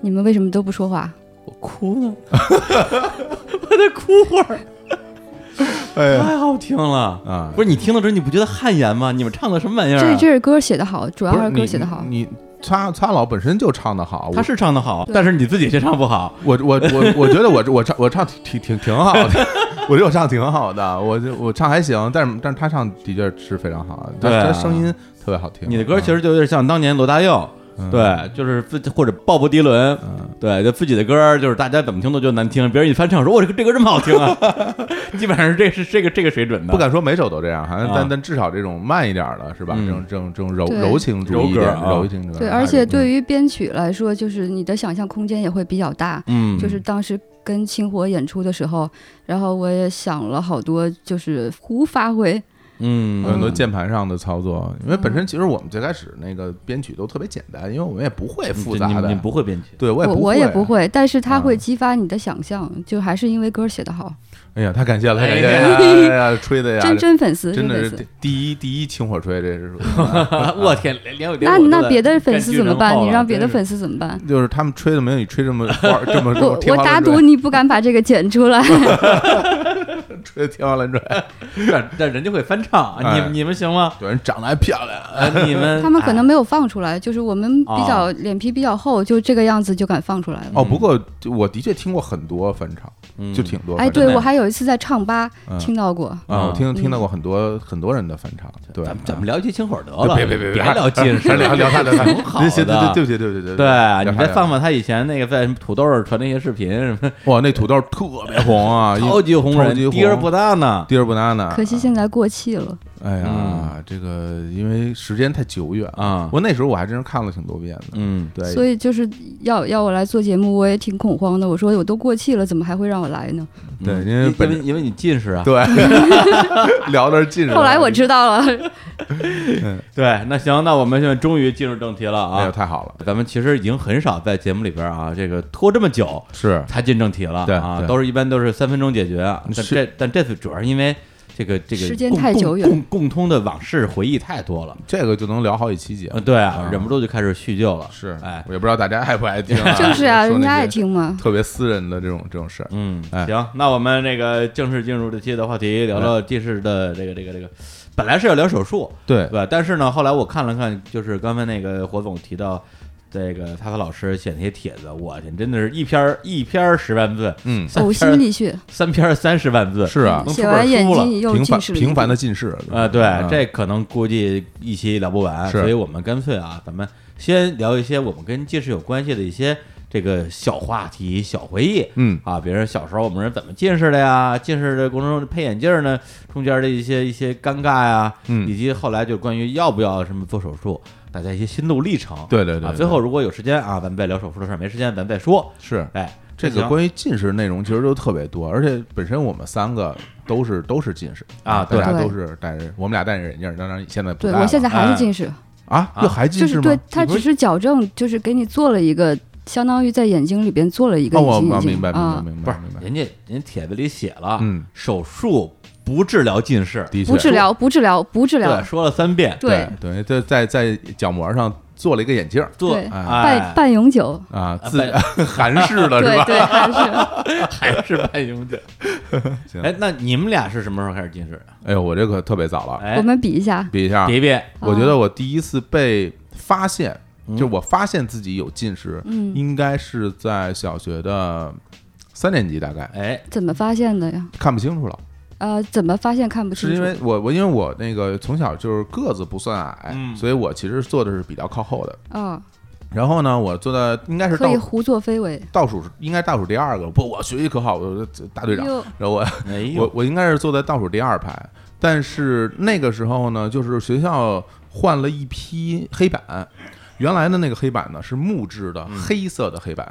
[SPEAKER 3] 你们为什么都不说话？
[SPEAKER 1] 我哭呢， 我得哭会儿，
[SPEAKER 2] 哎呀
[SPEAKER 1] 太好听了。
[SPEAKER 2] 啊，
[SPEAKER 1] 不是你听到这，你不觉得汗颜吗？你们唱的什么玩意儿、
[SPEAKER 3] 这
[SPEAKER 1] 啊？
[SPEAKER 3] 这是歌写的好，主要
[SPEAKER 2] 不
[SPEAKER 3] 还
[SPEAKER 2] 是
[SPEAKER 3] 是
[SPEAKER 2] 你
[SPEAKER 3] 歌写的好。
[SPEAKER 2] 你擦擦老本身就唱的好，
[SPEAKER 1] 他
[SPEAKER 2] 我
[SPEAKER 1] 是唱的好，
[SPEAKER 3] 对
[SPEAKER 1] 但是你自己却唱不好。
[SPEAKER 2] 我我我我觉得我我唱我唱挺挺挺好的， 我觉得我唱挺好的，我就我唱还行，但是但是他唱的确是非常好，他
[SPEAKER 1] 对啊
[SPEAKER 2] 他声音特别好听。
[SPEAKER 1] 你的歌其
[SPEAKER 2] 实
[SPEAKER 1] 实就有点像当年罗大佑，对，就是自己或者鲍勃迪伦，
[SPEAKER 2] 嗯
[SPEAKER 1] 对，就自己的歌儿，就是大家怎么听都觉得难听，别人一翻唱说，哇，这个这歌这么好听 啊，基本上是这是这个这个水准的，
[SPEAKER 2] 不敢说每首都这样，反正
[SPEAKER 1] 啊
[SPEAKER 2] 但但至少这种慢一点儿的是吧？
[SPEAKER 1] 嗯
[SPEAKER 2] 这种这种这种柔
[SPEAKER 3] 对
[SPEAKER 2] 柔情主义
[SPEAKER 1] 柔
[SPEAKER 2] 一
[SPEAKER 1] 歌
[SPEAKER 2] 点
[SPEAKER 1] 啊
[SPEAKER 2] 柔情主义。
[SPEAKER 3] 对，而且对
[SPEAKER 2] 于
[SPEAKER 3] 于编曲来说，就是你的想象空间也会比较大。
[SPEAKER 1] 嗯，
[SPEAKER 3] 就是当时跟清火演出的时候，然后我也想了好多，就是胡发挥。
[SPEAKER 1] 嗯
[SPEAKER 2] 很多键盘上的操作，因为本身其实我们最开始那个编曲都特别简单，因为我们也不会复杂
[SPEAKER 1] 你
[SPEAKER 2] 的
[SPEAKER 1] 你，不会编曲，
[SPEAKER 2] 对我也
[SPEAKER 3] 我
[SPEAKER 2] 不
[SPEAKER 3] 我也不。会，但是它
[SPEAKER 2] 啊
[SPEAKER 3] 会激发你的想象，就还是因为歌写的好。
[SPEAKER 2] 哎呀，太感谢了，太
[SPEAKER 1] 哎
[SPEAKER 2] 感
[SPEAKER 1] 呀
[SPEAKER 2] 谢了，哎呀，吹的呀，
[SPEAKER 3] 真真粉丝，
[SPEAKER 2] 真的
[SPEAKER 3] 粉
[SPEAKER 2] 是
[SPEAKER 3] 丝。
[SPEAKER 2] 第第一第一清火吹，这 是
[SPEAKER 1] 我天，连连我
[SPEAKER 3] 那那别的粉丝怎么办？你让别的粉
[SPEAKER 1] 丝
[SPEAKER 3] 丝怎么办？
[SPEAKER 2] 就是他们吹的没有你吹这么花这 么
[SPEAKER 3] 我
[SPEAKER 2] 天
[SPEAKER 3] 我
[SPEAKER 2] 花
[SPEAKER 3] 打
[SPEAKER 2] 乱
[SPEAKER 3] 赌
[SPEAKER 2] 坠，
[SPEAKER 3] 你不敢把这个剪出来。
[SPEAKER 2] 吹的天花乱 坠，
[SPEAKER 1] 但但人家会翻唱，啊
[SPEAKER 2] 哎
[SPEAKER 1] 你你们行 吗？
[SPEAKER 2] 有人长得还漂亮，
[SPEAKER 1] 啊，你们
[SPEAKER 3] 他们可能没有放出来，就是我们比较
[SPEAKER 2] 啊
[SPEAKER 1] 哦
[SPEAKER 3] 脸皮比较厚，就这个样子就敢放出来了。
[SPEAKER 2] 哦，不过我的确听过很多翻唱，
[SPEAKER 1] 嗯
[SPEAKER 2] 就挺多翻
[SPEAKER 3] 哎，
[SPEAKER 2] 唱。
[SPEAKER 1] 真
[SPEAKER 3] 对
[SPEAKER 1] 的
[SPEAKER 3] 我还有一次在唱吧
[SPEAKER 2] 嗯
[SPEAKER 3] 听到过，
[SPEAKER 2] 啊，我听听到
[SPEAKER 3] 嗯
[SPEAKER 2] 过很多很多人的翻唱，对，啊
[SPEAKER 1] 咱们咱们聊一期清火得了，
[SPEAKER 2] 别别别别
[SPEAKER 1] 别聊近视，
[SPEAKER 2] 聊聊他聊他，
[SPEAKER 1] 挺好
[SPEAKER 2] 对
[SPEAKER 1] 的。
[SPEAKER 2] 对对对对对
[SPEAKER 1] 对，你再放
[SPEAKER 2] 放
[SPEAKER 1] 放他以前那个在土豆上传那些视频，什么
[SPEAKER 2] 哇，那土豆特别红啊，
[SPEAKER 1] 超级红
[SPEAKER 2] 超级
[SPEAKER 1] 人，
[SPEAKER 2] 红
[SPEAKER 1] 第二不大呢。嗯
[SPEAKER 2] 第二不纳呢，
[SPEAKER 3] 可惜现在过气了。
[SPEAKER 2] 哎呀，这个因为时间太久远
[SPEAKER 1] 啊
[SPEAKER 2] 我那时候我还真是看了挺多遍的，
[SPEAKER 1] 嗯，
[SPEAKER 2] 对，
[SPEAKER 3] 所以就是要要我来做节目，我也挺恐慌的。我说我都过气了，怎么还会让我来呢？
[SPEAKER 2] 对
[SPEAKER 1] 嗯
[SPEAKER 2] 因为
[SPEAKER 1] 因
[SPEAKER 2] 本
[SPEAKER 1] 为因为你近 视啊。
[SPEAKER 2] 对，聊得近。
[SPEAKER 3] 后来我知道了，
[SPEAKER 1] 对，那行，那我们现在终于进入正题了
[SPEAKER 2] 哎
[SPEAKER 1] 啊
[SPEAKER 2] 呦，。太好了，
[SPEAKER 1] 咱们其实已经很少在节目里边啊，这个拖这么久
[SPEAKER 2] 是
[SPEAKER 1] 才进正题了
[SPEAKER 2] 对
[SPEAKER 1] 啊，
[SPEAKER 2] 对
[SPEAKER 1] 都是一般都是三分钟解决啊。但
[SPEAKER 2] 是
[SPEAKER 1] 这但这次主要是因为这个这个
[SPEAKER 3] 时间
[SPEAKER 1] 共
[SPEAKER 3] 太
[SPEAKER 1] 共
[SPEAKER 3] 久远
[SPEAKER 1] 共共通的往事回忆太多了。
[SPEAKER 2] 这个就能聊好几期节目
[SPEAKER 1] 嗯，，对啊
[SPEAKER 2] 啊，
[SPEAKER 1] 忍不住就开始叙旧了。
[SPEAKER 2] 是，
[SPEAKER 1] 哎，
[SPEAKER 2] 我也不知道大家爱不爱听 啊，
[SPEAKER 3] 就是啊，
[SPEAKER 2] 说那
[SPEAKER 3] 人家
[SPEAKER 2] 些
[SPEAKER 3] 爱听嘛。
[SPEAKER 2] 特别私人的这种这种事儿，
[SPEAKER 1] 嗯，
[SPEAKER 2] 哎
[SPEAKER 1] 行，那我们那个正式进入这期的话题，聊聊近视的这个这个这个，本来是要聊手术，
[SPEAKER 2] 对
[SPEAKER 1] 对，吧？但是呢，后来我看了看，就是刚才那个火总提到。这个擦擦老师写那些帖子，我天，真的是一篇儿一篇儿十万字，
[SPEAKER 2] 嗯，
[SPEAKER 1] 三
[SPEAKER 3] 呕
[SPEAKER 1] 篇
[SPEAKER 3] 心
[SPEAKER 1] 儿
[SPEAKER 3] 沥血，
[SPEAKER 1] 三篇儿三十万字，
[SPEAKER 2] 是啊，
[SPEAKER 1] 能出
[SPEAKER 3] 写
[SPEAKER 1] 本
[SPEAKER 3] 完
[SPEAKER 1] 书
[SPEAKER 3] 眼
[SPEAKER 1] 了
[SPEAKER 3] 睛又
[SPEAKER 2] 频繁
[SPEAKER 3] 近视了一
[SPEAKER 2] 频繁的
[SPEAKER 3] 遍
[SPEAKER 2] 近视
[SPEAKER 1] 啊，对，
[SPEAKER 2] 嗯
[SPEAKER 1] 这可能估计一期聊不完，
[SPEAKER 2] 是
[SPEAKER 1] 所以我们干脆啊，咱们先聊一些我们跟近视有关系的一些这个小话题、小回忆。
[SPEAKER 2] 嗯
[SPEAKER 1] 啊，比如说小时候我们是怎么近视的呀？近视的过程中配眼镜呢，中间的一些一些尴尬呀，
[SPEAKER 2] 嗯
[SPEAKER 1] 以及后来就关于要不要什么做手术，大家一些心路历程。
[SPEAKER 2] 对对对
[SPEAKER 1] 啊，
[SPEAKER 2] 对
[SPEAKER 1] 最后如果有时间啊，咱们再聊手术的事儿；没时间咱们再说。
[SPEAKER 2] 是
[SPEAKER 1] 哎，
[SPEAKER 2] 这个
[SPEAKER 1] 行
[SPEAKER 2] 关于近视内容其实都特别多，而且本身我们三个都是都是近视
[SPEAKER 1] 啊
[SPEAKER 2] 大
[SPEAKER 1] 对
[SPEAKER 2] 家
[SPEAKER 3] 对
[SPEAKER 2] 都是戴着，我们俩戴着眼镜，当然你现在不
[SPEAKER 3] 对
[SPEAKER 2] 戴了
[SPEAKER 3] 我现在还
[SPEAKER 1] 哎
[SPEAKER 3] 是近视，
[SPEAKER 2] 啊
[SPEAKER 1] 啊
[SPEAKER 2] 又还近
[SPEAKER 3] 就
[SPEAKER 2] 视
[SPEAKER 3] 是
[SPEAKER 2] 吗？
[SPEAKER 3] 对他
[SPEAKER 1] 你不
[SPEAKER 3] 只
[SPEAKER 1] 是
[SPEAKER 3] 是矫正，就是给你做了一个，相当于在眼睛里边做了一个
[SPEAKER 2] 哦，我
[SPEAKER 3] 隐形
[SPEAKER 2] 我
[SPEAKER 3] 眼
[SPEAKER 2] 明
[SPEAKER 3] 镜
[SPEAKER 2] 白明白
[SPEAKER 3] 啊，
[SPEAKER 2] 明
[SPEAKER 1] 不
[SPEAKER 2] 白
[SPEAKER 1] 是
[SPEAKER 2] 明白，
[SPEAKER 1] 人家人家帖子里写了，
[SPEAKER 2] 嗯，
[SPEAKER 1] 手术不治疗近视，
[SPEAKER 2] 的确
[SPEAKER 3] 不治疗，不治疗，不治
[SPEAKER 1] 对，
[SPEAKER 3] 疗，
[SPEAKER 1] 说了三遍，
[SPEAKER 2] 对
[SPEAKER 3] 对，
[SPEAKER 2] 对，在在在角膜上做了一个眼镜儿
[SPEAKER 1] 做
[SPEAKER 3] 对
[SPEAKER 1] 哎
[SPEAKER 3] 半半永久，
[SPEAKER 2] 啊，
[SPEAKER 1] 啊
[SPEAKER 2] 自 韩式的哦是
[SPEAKER 3] 呃对
[SPEAKER 2] 吧？
[SPEAKER 3] 对，还是
[SPEAKER 1] 还是半永久。
[SPEAKER 2] 行
[SPEAKER 1] 哎，那你们俩是什么时候开始近视的？
[SPEAKER 2] 哎呦，我这可特别早了，
[SPEAKER 1] 哎
[SPEAKER 3] 我，们比一下，
[SPEAKER 2] 比一下，
[SPEAKER 1] 别别，
[SPEAKER 2] 我
[SPEAKER 3] 哦
[SPEAKER 2] 觉得我第一次被发现，就我发现自己有近视，
[SPEAKER 3] 嗯
[SPEAKER 2] 应该是在小学的三年级，大概
[SPEAKER 1] 哎，
[SPEAKER 3] 怎么发现的呀？
[SPEAKER 2] 看不清楚了，
[SPEAKER 3] 呃，怎么发现看不清
[SPEAKER 2] 是因
[SPEAKER 3] 楚？
[SPEAKER 2] 为我我因为我那个从小就是个子不算矮，
[SPEAKER 1] 嗯
[SPEAKER 2] 所以我其实坐的是比较靠后的。
[SPEAKER 3] 啊，
[SPEAKER 2] 然后呢，我坐的应该是倒
[SPEAKER 3] 可以胡作非为。
[SPEAKER 2] 倒数，应该倒数第二个。不，我学习可好，我是大队长。
[SPEAKER 3] 哟
[SPEAKER 2] 然后我
[SPEAKER 1] 哎
[SPEAKER 2] 我
[SPEAKER 1] 呦，
[SPEAKER 2] 我应该是坐在倒数第二排，但是那个时候呢，就是学校换了一批黑板，原来的那个黑板呢是木质的
[SPEAKER 1] 嗯
[SPEAKER 2] 黑色的黑板，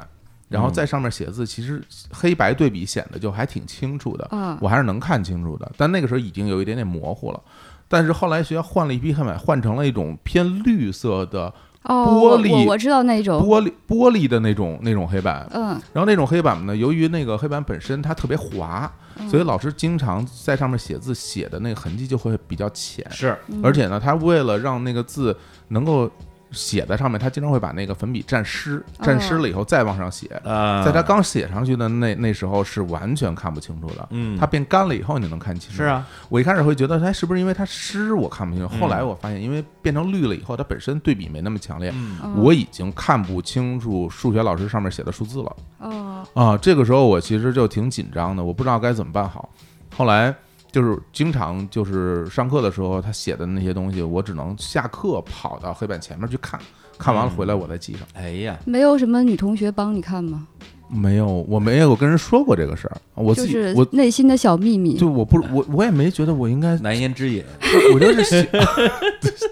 [SPEAKER 2] 然后在上面写字，其实黑白对比显得就还挺清楚
[SPEAKER 1] 哦
[SPEAKER 2] 的，
[SPEAKER 3] 啊，
[SPEAKER 2] 我还是能看清楚的，但那个时候已经有一点点模糊了。但是后来学校换了一批黑板，换成了一种偏绿色的
[SPEAKER 3] 哦，
[SPEAKER 2] 玻
[SPEAKER 3] 我
[SPEAKER 2] 璃
[SPEAKER 3] 我我知道那种，
[SPEAKER 2] 玻璃玻璃的那种那种黑板，
[SPEAKER 3] 嗯，
[SPEAKER 2] 然后那种黑板呢，由于那个黑板本身它特别滑，所以老师经常在上面写字，写的那个痕迹就会比较浅。
[SPEAKER 1] 是
[SPEAKER 2] 而且呢，他为了让那个字能够写在上面，他经常会把那个粉笔蘸湿，蘸湿了以后再往上写。
[SPEAKER 1] 啊，
[SPEAKER 2] 在他刚写上去的那那时候是完全看不清楚的，
[SPEAKER 1] 嗯
[SPEAKER 2] 它变干了以后你能看清楚。
[SPEAKER 1] 是，啊，嗯
[SPEAKER 2] 我一开始会觉得哎，是不是因为它湿我看不清楚？后来我发现，因为变成绿了以后，它本身对比没那么强烈，
[SPEAKER 1] 嗯
[SPEAKER 3] 嗯
[SPEAKER 2] 我已经看不清楚数学老师上面写的数字了
[SPEAKER 3] 哦，
[SPEAKER 2] 啊。这个时候我其实就挺紧张的，我不知道该怎么办好。后来就是经常就是上课的时候，他写的那些东西，我只能下课跑到黑板前面去看，看完了回来我再记上。
[SPEAKER 1] 哎呀，
[SPEAKER 3] 没有什么女同学帮你看吗？
[SPEAKER 2] 没有，我没有跟人说过这个事儿，我
[SPEAKER 3] 就
[SPEAKER 2] 自己、
[SPEAKER 3] 是
[SPEAKER 2] 我。
[SPEAKER 3] 内心的小秘密
[SPEAKER 2] 就。我不我我也没觉得我应该，
[SPEAKER 1] 难言之 隐，
[SPEAKER 2] 我就是写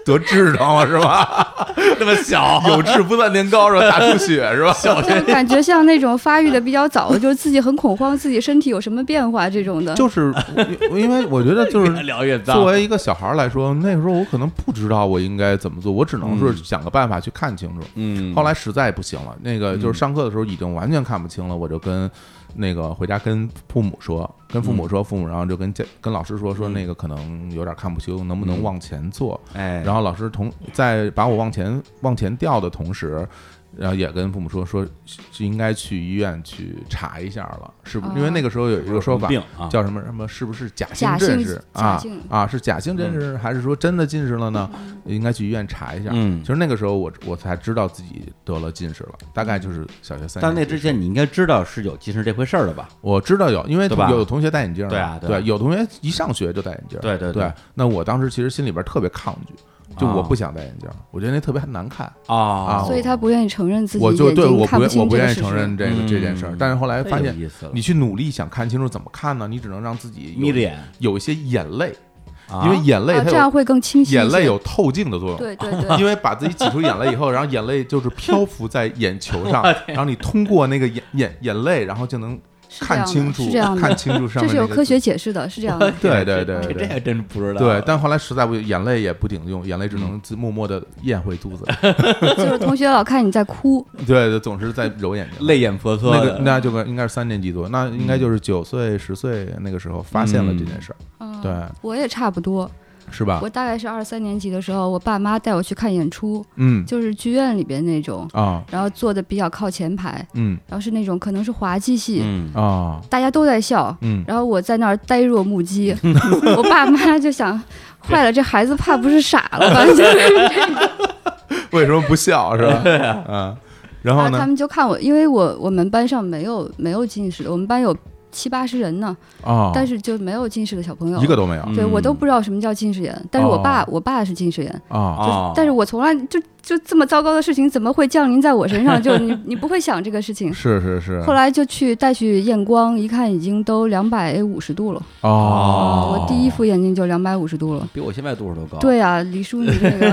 [SPEAKER 2] 得痔疮了是 吧？
[SPEAKER 1] 那么小，
[SPEAKER 2] 有痔不算年糕是吧？大出血是吧？
[SPEAKER 1] 小
[SPEAKER 3] 就感觉像那种发育的比较早，就是自己很恐慌，自己身体有什么变化这种的。
[SPEAKER 2] 就是我因为我觉得就是
[SPEAKER 1] 越聊越脏
[SPEAKER 2] 作，为一个小孩儿来说，那时候我可能不知道我应该怎么做，我只能是想个办法去看清楚。
[SPEAKER 1] 嗯
[SPEAKER 2] 后来实在不行了，那个就是上课的时候已经完全看不清了，我就跟那个回家跟父母说，跟父母说，父母然后就跟家跟老师说说
[SPEAKER 1] 嗯
[SPEAKER 2] 那个可能有点看不清，能不能
[SPEAKER 1] 嗯
[SPEAKER 2] 往前坐？
[SPEAKER 1] 哎，
[SPEAKER 2] 然后老师同在把我往前往前调的同时。然后也跟父母说说，是应该去医院去查一下了，是不是？因
[SPEAKER 1] 哦
[SPEAKER 2] 为那个时候有一个说法，
[SPEAKER 1] 病啊，
[SPEAKER 2] 叫什么什么？是不是假性
[SPEAKER 3] 假
[SPEAKER 2] 近
[SPEAKER 3] 性
[SPEAKER 2] 视
[SPEAKER 3] 假
[SPEAKER 2] 啊
[SPEAKER 3] 性嗯
[SPEAKER 2] 啊？是假性近视，还是说真的近视了呢？应该去医院查一下。
[SPEAKER 1] 嗯
[SPEAKER 2] 其实那个时候我我才知道自己得了近视了，大
[SPEAKER 3] 嗯
[SPEAKER 2] 概就是小学三年级。
[SPEAKER 1] 但那之前你应该知道是有近视这回事儿的吧？
[SPEAKER 2] 我知道有，因为
[SPEAKER 1] 对吧
[SPEAKER 2] 有同学戴眼镜儿嘛，
[SPEAKER 1] 对啊对啊
[SPEAKER 2] 对，有同学一上学就戴眼镜儿，
[SPEAKER 1] 对对
[SPEAKER 2] 对
[SPEAKER 1] 对
[SPEAKER 2] 那我当时其实心里边特别抗拒，就我
[SPEAKER 1] 啊
[SPEAKER 2] 不想戴眼镜儿，我觉得那特别难看。
[SPEAKER 1] 啊
[SPEAKER 3] 所以他不愿意承认自己
[SPEAKER 2] 我
[SPEAKER 3] 眼
[SPEAKER 2] 就对
[SPEAKER 3] 睛
[SPEAKER 2] 我
[SPEAKER 3] 看
[SPEAKER 2] 不
[SPEAKER 3] 不
[SPEAKER 2] 愿我
[SPEAKER 3] 清
[SPEAKER 2] 不
[SPEAKER 3] 这个
[SPEAKER 2] 愿意
[SPEAKER 3] 事
[SPEAKER 2] 承认
[SPEAKER 3] 实。
[SPEAKER 2] 这个这件
[SPEAKER 1] 嗯
[SPEAKER 2] 事儿，但是后来发
[SPEAKER 1] 太有
[SPEAKER 2] 现
[SPEAKER 1] 意思了
[SPEAKER 2] 你去努力想看清楚怎么看呢？你只能让自己有
[SPEAKER 1] 眯着眼，
[SPEAKER 2] 有一些眼泪，
[SPEAKER 1] 啊
[SPEAKER 2] 因为眼泪
[SPEAKER 3] 啊，
[SPEAKER 2] 它
[SPEAKER 3] 这
[SPEAKER 2] 有
[SPEAKER 3] 样会更 清晰一些。
[SPEAKER 2] 眼泪有透镜的作用。
[SPEAKER 3] 对 对对，
[SPEAKER 2] 因为把自己挤出眼泪以 后，然后眼泪就是漂浮在眼球上，然后你通过那个眼眼眼泪，然后就能
[SPEAKER 3] 是这
[SPEAKER 2] 看
[SPEAKER 3] 样
[SPEAKER 2] 清
[SPEAKER 3] 的，
[SPEAKER 2] 楚
[SPEAKER 3] 是这样，
[SPEAKER 2] 看
[SPEAKER 3] 的，
[SPEAKER 2] 清楚上
[SPEAKER 3] 这
[SPEAKER 2] 面
[SPEAKER 3] 是有
[SPEAKER 2] 那个
[SPEAKER 3] 科
[SPEAKER 2] 字
[SPEAKER 3] 学解释的，是这样的。
[SPEAKER 2] 对对对
[SPEAKER 1] 这这
[SPEAKER 2] 对
[SPEAKER 1] 还真不知道。
[SPEAKER 2] 对，但后来实在不眼泪也不顶用，眼泪只能
[SPEAKER 3] 嗯
[SPEAKER 2] 自默默的咽回肚子。
[SPEAKER 3] 就是同学老看你在哭，
[SPEAKER 2] 对对，总是在揉眼睛。
[SPEAKER 1] 泪眼婆娑
[SPEAKER 2] 那
[SPEAKER 1] 的，
[SPEAKER 2] 个那就跟应该是三年级左右，那应该就是九岁十岁那个时候发现了这件事儿，
[SPEAKER 3] 嗯，
[SPEAKER 2] 对，
[SPEAKER 3] 我也差不多。
[SPEAKER 2] 是吧
[SPEAKER 3] 我？大概是二三年级的时候，我爸妈带我去看演出，
[SPEAKER 2] 嗯
[SPEAKER 3] 就是剧院里边那种，
[SPEAKER 2] 啊
[SPEAKER 3] 然后坐的比较靠前排，
[SPEAKER 2] 嗯
[SPEAKER 3] 然后是那种可能是滑稽戏，
[SPEAKER 1] 嗯
[SPEAKER 2] 啊
[SPEAKER 3] 大家都在笑，
[SPEAKER 2] 嗯，
[SPEAKER 3] 然后我在那儿呆若 木鸡，我爸妈就想，坏了，这孩子怕不是傻了 吧？就是
[SPEAKER 2] 为什么不笑是吧？嗯，然后
[SPEAKER 3] 然后啊他
[SPEAKER 2] 呢？
[SPEAKER 3] 们就看我，因为我我们班上没有没有近视的，我们班有七八十人呢，
[SPEAKER 2] 啊，
[SPEAKER 3] 但是就没有近视的小朋友，
[SPEAKER 2] 一个都没有
[SPEAKER 1] 嗯
[SPEAKER 3] 对我都不知道什么叫近视眼，但是我爸、
[SPEAKER 2] 哦
[SPEAKER 3] 我爸是近视眼，
[SPEAKER 2] 啊
[SPEAKER 3] 就是
[SPEAKER 1] 哦
[SPEAKER 3] 但是我从来就就这么糟糕的事情怎么会降临在我身上？就是你 你不会想这个事情。
[SPEAKER 2] 是是是，
[SPEAKER 3] 嗯 后来就去带去验光，一看已经都两百五十度了。
[SPEAKER 2] 哦，
[SPEAKER 3] 我第一副眼镜就两百五十度了。
[SPEAKER 1] 比我现在度数都高。
[SPEAKER 3] 对啊，李叔，你 这个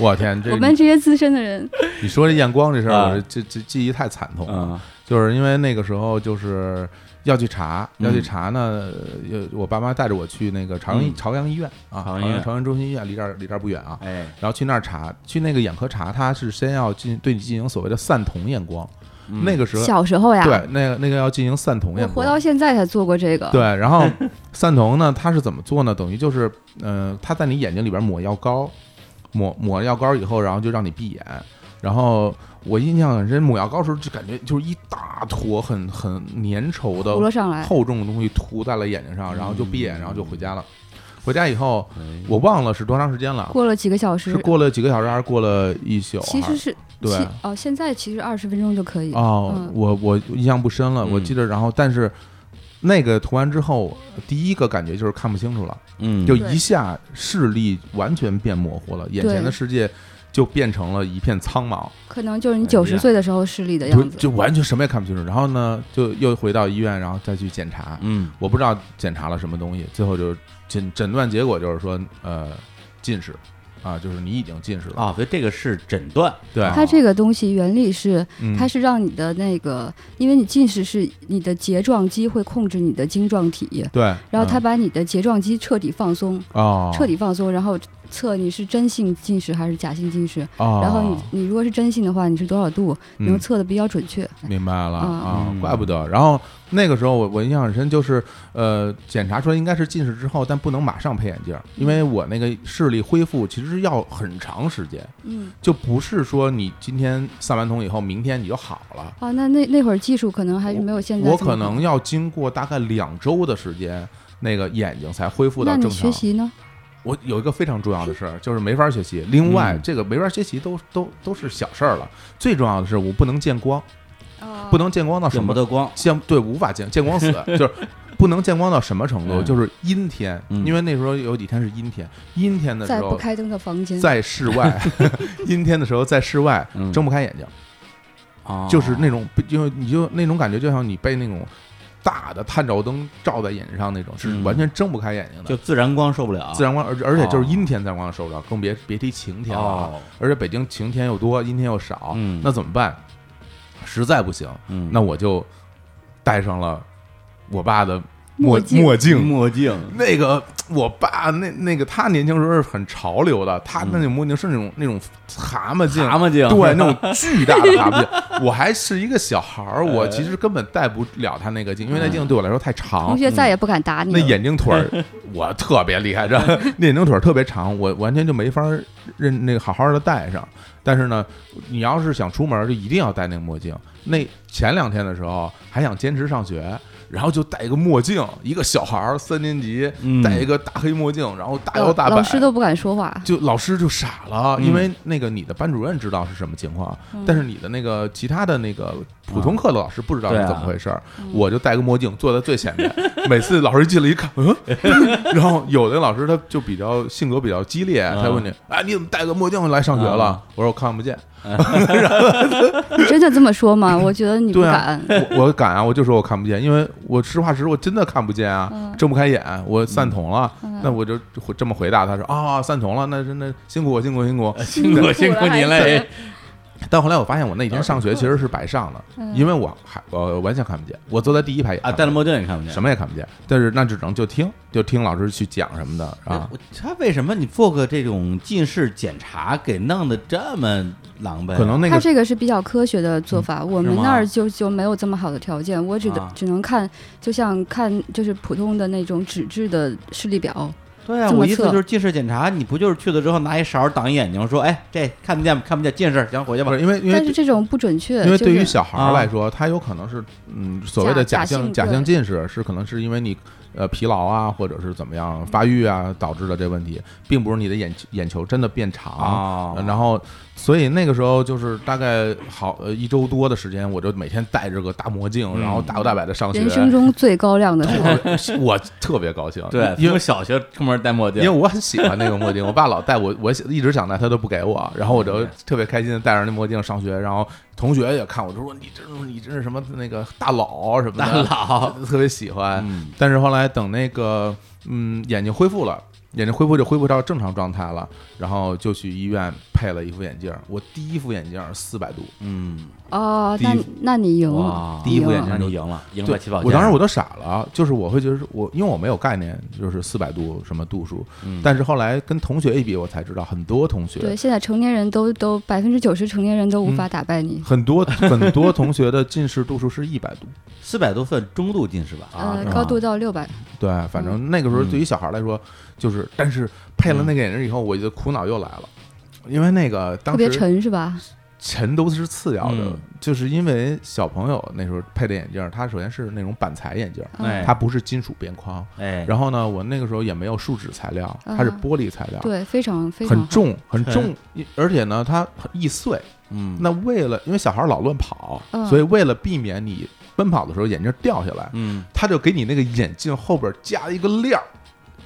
[SPEAKER 2] 我天，这
[SPEAKER 3] 我们这些资深的人，
[SPEAKER 2] 你说这验光这事儿，
[SPEAKER 1] 啊
[SPEAKER 2] 我这这这记忆太惨痛了，
[SPEAKER 1] 嗯，
[SPEAKER 2] 就是因为那个时候就是要去查，
[SPEAKER 1] 嗯
[SPEAKER 2] 要去查呢，呃我爸妈带着我去那个朝阳医
[SPEAKER 1] 嗯
[SPEAKER 2] 朝阳医院啊，
[SPEAKER 1] 朝
[SPEAKER 2] 朝
[SPEAKER 1] 阳医院
[SPEAKER 2] 阳朝阳中心医院离这儿离这儿不远啊。
[SPEAKER 1] 哎，
[SPEAKER 2] 然后去那儿查，去那个眼科查，他是先要进对你进行所谓的散瞳验光，
[SPEAKER 1] 嗯
[SPEAKER 2] 那个时候
[SPEAKER 3] 小时候呀，
[SPEAKER 2] 对那个那个要进行散瞳
[SPEAKER 3] 我
[SPEAKER 2] 验
[SPEAKER 3] 活
[SPEAKER 2] 光，
[SPEAKER 3] 到现在才做过这个。
[SPEAKER 2] 对，然 后散瞳呢，它是怎么做呢？等于就是，呃，它在你眼睛里边抹药膏，抹抹药膏以后，然后就让你闭眼。然后我印象很深，抹药膏的时候就感觉就是一大坨很很粘稠
[SPEAKER 3] 糊了
[SPEAKER 2] 的
[SPEAKER 3] 上来，嗯
[SPEAKER 2] 厚重的东西涂在了眼睛上，然后就闭眼，然后就回家了。回家以后，
[SPEAKER 1] 哎
[SPEAKER 2] 我忘了是多长时间了，
[SPEAKER 3] 过了几个小
[SPEAKER 2] 是
[SPEAKER 3] 时，
[SPEAKER 2] 过了几个小时还是过了一宿？
[SPEAKER 3] 其
[SPEAKER 2] 还
[SPEAKER 3] 实
[SPEAKER 2] 是
[SPEAKER 3] 是
[SPEAKER 2] 对
[SPEAKER 3] 其哦，现在其实二十分钟就可以。
[SPEAKER 2] 哦，
[SPEAKER 3] 嗯
[SPEAKER 2] 我我印象不深了，我
[SPEAKER 1] 嗯
[SPEAKER 2] 记得。然后但是那个涂完之后，第一个感觉就是看不清楚了。
[SPEAKER 1] 嗯，
[SPEAKER 2] 就
[SPEAKER 3] 对
[SPEAKER 2] 一下视力完全变模糊了，眼前的
[SPEAKER 3] 对
[SPEAKER 2] 世界就变成了一片苍茫，
[SPEAKER 3] 可能就是你
[SPEAKER 1] 哎呀
[SPEAKER 3] 九十岁的时候视力的
[SPEAKER 2] 就
[SPEAKER 3] 样子。
[SPEAKER 2] 就完全什么也看不清楚。然后呢，就又回到医院，然后再去检查，
[SPEAKER 1] 嗯
[SPEAKER 2] 我不知道检查了什么东西，最后就诊诊断结果就是说，呃，近视啊，就是你已经近视了。
[SPEAKER 1] 啊，所以这个是诊断，
[SPEAKER 2] 对，
[SPEAKER 3] 它这个东西原理是，
[SPEAKER 2] 啊嗯
[SPEAKER 3] 它是让你的那个，因为你近视是你的睫状肌会控制你的晶状体，
[SPEAKER 2] 对，
[SPEAKER 3] 然后它
[SPEAKER 2] 嗯
[SPEAKER 3] 把你的睫状肌彻底放松，
[SPEAKER 2] 哦，
[SPEAKER 3] 彻底放松，然后测你是真性近视还是假性近视。
[SPEAKER 2] 哦
[SPEAKER 3] 然后你你如果是真性的话，你是多少度，
[SPEAKER 2] 嗯
[SPEAKER 3] 能测的比较准确。
[SPEAKER 2] 明白了
[SPEAKER 3] 嗯
[SPEAKER 2] 啊
[SPEAKER 1] 啊，
[SPEAKER 2] 怪不得。然后那个时候我我印象很深，就是呃，检查出来应该是近视之后，但不能马上配眼镜儿，
[SPEAKER 3] 嗯
[SPEAKER 2] 因为我那个视力恢复其实要很长时间，
[SPEAKER 3] 嗯，
[SPEAKER 2] 就不是说你今天散完瞳以后，明天你就好了。
[SPEAKER 3] 啊，那那那会儿技术可能还是没有现在
[SPEAKER 2] 我
[SPEAKER 3] 这么
[SPEAKER 2] 可
[SPEAKER 3] 好
[SPEAKER 2] 能要经过大概两周的时间，那个眼睛才恢复到
[SPEAKER 3] 那你
[SPEAKER 2] 正
[SPEAKER 3] 学
[SPEAKER 2] 常。
[SPEAKER 3] 习呢？
[SPEAKER 2] 我有一个非常重要的事儿，就是没法学习。另外，
[SPEAKER 1] 嗯
[SPEAKER 2] 这个没法学习都都都是小事儿了，最重要的是我不能见光，
[SPEAKER 3] 啊
[SPEAKER 2] 不能见光到什
[SPEAKER 1] 见不
[SPEAKER 2] 么
[SPEAKER 1] 得光，
[SPEAKER 2] 见对无法见见 光死，就是不能见光到什么程度，
[SPEAKER 1] 嗯
[SPEAKER 2] 就是阴天，
[SPEAKER 1] 嗯
[SPEAKER 2] 因为那时候有几天是阴天，阴天的时
[SPEAKER 3] 在不
[SPEAKER 2] 候
[SPEAKER 3] 开灯的房间，
[SPEAKER 2] 在室外， 阴天的时候在室外
[SPEAKER 1] 嗯
[SPEAKER 2] 睁不开眼睛，
[SPEAKER 1] 啊
[SPEAKER 2] 就是那种就你就那种感觉，就像你被那种大的探照灯照在眼睛上那种，是
[SPEAKER 1] 嗯
[SPEAKER 2] 完全睁不开眼睛的
[SPEAKER 1] 就。自然光受不了，
[SPEAKER 2] 自然光，而而且就是阴天自然光受不了，更别别提晴天了啊。
[SPEAKER 1] 哦
[SPEAKER 2] 而且北京晴天又多，阴天又少，
[SPEAKER 1] 嗯
[SPEAKER 2] 那怎么办？实在不行，
[SPEAKER 1] 嗯，
[SPEAKER 2] 那我就戴上了我爸的
[SPEAKER 3] 墨镜
[SPEAKER 2] 墨镜。
[SPEAKER 1] 墨镜，
[SPEAKER 2] 那个我爸那那个他年轻时候是很潮流的，他那种墨镜是那种那种蛤蟆镜，
[SPEAKER 1] 嗯蛤蟆镜
[SPEAKER 2] 对，那种巨大的蛤蟆镜。我还是一个小孩
[SPEAKER 1] 呃
[SPEAKER 2] 儿，我其实根本戴不了他那个镜，因为
[SPEAKER 1] 嗯
[SPEAKER 2] 那镜对我来说太长
[SPEAKER 3] 同。学再也不敢打你
[SPEAKER 2] 哦嗯那
[SPEAKER 3] 了。
[SPEAKER 2] 眼睛腿儿， 我特别厉害，这
[SPEAKER 3] 嗯
[SPEAKER 2] 那眼睛腿儿特别长，我完全就没法儿认那个好好的戴上。但是呢，你要是想出门，就一定要戴那个墨镜。那前两天的时候还想坚持上学，然后就戴一个墨镜，一个小孩儿三年级
[SPEAKER 1] 嗯
[SPEAKER 2] 戴一个大黑墨镜，然后大
[SPEAKER 3] 老
[SPEAKER 2] 摇大摆，
[SPEAKER 3] 老师都不敢 说话。
[SPEAKER 2] 就老师就傻了，
[SPEAKER 1] 嗯
[SPEAKER 2] 因为那个你的班主任知道是什么情况，
[SPEAKER 3] 嗯
[SPEAKER 2] 但是你的那个其他的那个普通课的老师不知道是
[SPEAKER 1] 对啊
[SPEAKER 2] 怎么回事儿。
[SPEAKER 3] 嗯
[SPEAKER 2] 我就戴个墨镜坐在最前面， 每次老师进来一看，嗯， 然后有的老师他就比较性格比较激烈，
[SPEAKER 1] 嗯
[SPEAKER 2] 他问你，哎，你怎么戴个墨镜来上学了？我说我看不见，
[SPEAKER 3] 你真的这么说吗？我觉得你不
[SPEAKER 2] 对啊
[SPEAKER 3] 敢。
[SPEAKER 2] 我我敢啊，我就说我看不见，因为我实话实说，我真的看不见啊
[SPEAKER 3] 嗯，
[SPEAKER 2] 睁不开眼，我散瞳了，
[SPEAKER 3] 嗯
[SPEAKER 2] 那我就回这么回答他说啊，散瞳了，那是那辛苦我辛苦辛苦，
[SPEAKER 1] 辛苦 辛苦您了，哎
[SPEAKER 2] 但后来我发现，我那几天上学其实是白上的，
[SPEAKER 3] 嗯
[SPEAKER 2] 因为我还我完全看不见，我坐在第一排也
[SPEAKER 1] 啊，
[SPEAKER 2] 看不
[SPEAKER 1] 戴
[SPEAKER 2] 见
[SPEAKER 1] 了墨镜也看不见
[SPEAKER 2] 什么也看不见，但是那只能就听，就听老师去讲什么的啊
[SPEAKER 1] 哎。我他为什么你做个这种近视检查给弄得这么狼狈啊？
[SPEAKER 2] 可能那
[SPEAKER 3] 他
[SPEAKER 2] 个嗯
[SPEAKER 3] 这个是比较科学的做法，我们
[SPEAKER 1] 是吗
[SPEAKER 3] 那儿就就没有这么好的条件，我只能、
[SPEAKER 1] 啊
[SPEAKER 3] 只能看，就像看就是普通的那种纸质的视力表，
[SPEAKER 1] 对啊，
[SPEAKER 3] 这么
[SPEAKER 1] 我意思
[SPEAKER 3] 测
[SPEAKER 1] 就是近视检查，你不就是去了之后拿一勺挡眼睛，说哎这看不见看不见近视，行回去吧
[SPEAKER 2] 不。是因为因
[SPEAKER 3] 但是
[SPEAKER 2] 为
[SPEAKER 3] 这种不准确，
[SPEAKER 2] 因为对于
[SPEAKER 3] 就是
[SPEAKER 2] 小孩儿
[SPEAKER 1] 啊
[SPEAKER 2] 来说，他有可能是嗯所谓的
[SPEAKER 3] 假
[SPEAKER 2] 假
[SPEAKER 3] 假
[SPEAKER 2] 性
[SPEAKER 3] 性
[SPEAKER 2] 假
[SPEAKER 3] 对
[SPEAKER 2] 性近视，是可能是因为你呃疲劳啊，或者是怎么样发育啊导致的这问题，并不是你的眼球眼球真的变长
[SPEAKER 1] 啊
[SPEAKER 2] 然后，所以那个时候就是大概好呃一周多的时间，我就每天戴着个大墨镜，
[SPEAKER 1] 嗯
[SPEAKER 2] 然后大摇大摆的上学。
[SPEAKER 3] 人生中最高亮的时候，
[SPEAKER 2] 我我特别高兴，
[SPEAKER 1] 对，
[SPEAKER 2] 因
[SPEAKER 1] 因
[SPEAKER 2] 为
[SPEAKER 1] 为小学出门戴墨
[SPEAKER 2] 因为
[SPEAKER 1] 镜，
[SPEAKER 2] 我很喜欢那个墨镜，我爸老戴我，我一直想戴，他都不给我，然后我就特别开心的戴上那墨镜上学，然后同学也看我，就说你这你这是什么那个大佬啊什么
[SPEAKER 1] 大
[SPEAKER 2] 的，
[SPEAKER 1] 佬，
[SPEAKER 2] 特别喜欢。
[SPEAKER 1] 嗯
[SPEAKER 2] 但是后来等那个嗯眼睛恢复了，眼睛恢复就恢复到正常状态了，然后就去医院配了一副眼镜儿。我第一副眼镜四百度，
[SPEAKER 1] 嗯，
[SPEAKER 3] 哦，
[SPEAKER 2] 第一
[SPEAKER 3] 那那你赢
[SPEAKER 1] 哇
[SPEAKER 3] 了，，
[SPEAKER 1] 第一
[SPEAKER 3] 赢
[SPEAKER 1] 副
[SPEAKER 3] 了
[SPEAKER 1] 眼镜就赢了，赢
[SPEAKER 2] 啊
[SPEAKER 1] 在
[SPEAKER 2] 对
[SPEAKER 1] 起跑，线。
[SPEAKER 2] 我当时我都傻了，就是我会觉得是我因为我没有概念，就是四百度什么度数，
[SPEAKER 1] 嗯
[SPEAKER 2] 但是后来跟同学一比，我才知道很多同学
[SPEAKER 3] 对，现在成年人都都百分之九十成年人都无
[SPEAKER 2] 嗯
[SPEAKER 3] 法打败你，
[SPEAKER 2] 很多很多同学的近视度数是一百度，
[SPEAKER 1] 四百多算中度近视吧？
[SPEAKER 2] 啊
[SPEAKER 3] 呃
[SPEAKER 1] 是，吧
[SPEAKER 3] 高度到六百，
[SPEAKER 2] 对，反正那个时候对于小孩来说，就是但是配了那个眼镜以后，我就苦恼又来了，因为那个
[SPEAKER 3] 特
[SPEAKER 2] 当
[SPEAKER 3] 别
[SPEAKER 2] 时
[SPEAKER 3] 沉是吧？
[SPEAKER 2] 沉都是次要的
[SPEAKER 1] 嗯，
[SPEAKER 2] 就是因为小朋友那时候配的眼镜，它首先是那种板材眼镜，
[SPEAKER 3] 嗯
[SPEAKER 1] 哎
[SPEAKER 2] 它不是金属边框，
[SPEAKER 1] 哎，
[SPEAKER 2] 然后呢，我那个时候也没有树脂材料，
[SPEAKER 3] 嗯
[SPEAKER 2] 它是玻璃材料，
[SPEAKER 3] 对，非常非常
[SPEAKER 2] 很
[SPEAKER 3] 好，嗯
[SPEAKER 2] 重很重，而且呢它很易碎，
[SPEAKER 1] 嗯，
[SPEAKER 2] 那为了因为小孩老乱跑，
[SPEAKER 3] 嗯
[SPEAKER 2] 所以为了避免你奔跑的时候眼镜掉下来，
[SPEAKER 1] 嗯，
[SPEAKER 2] 他就给你那个眼镜后边加一个链儿。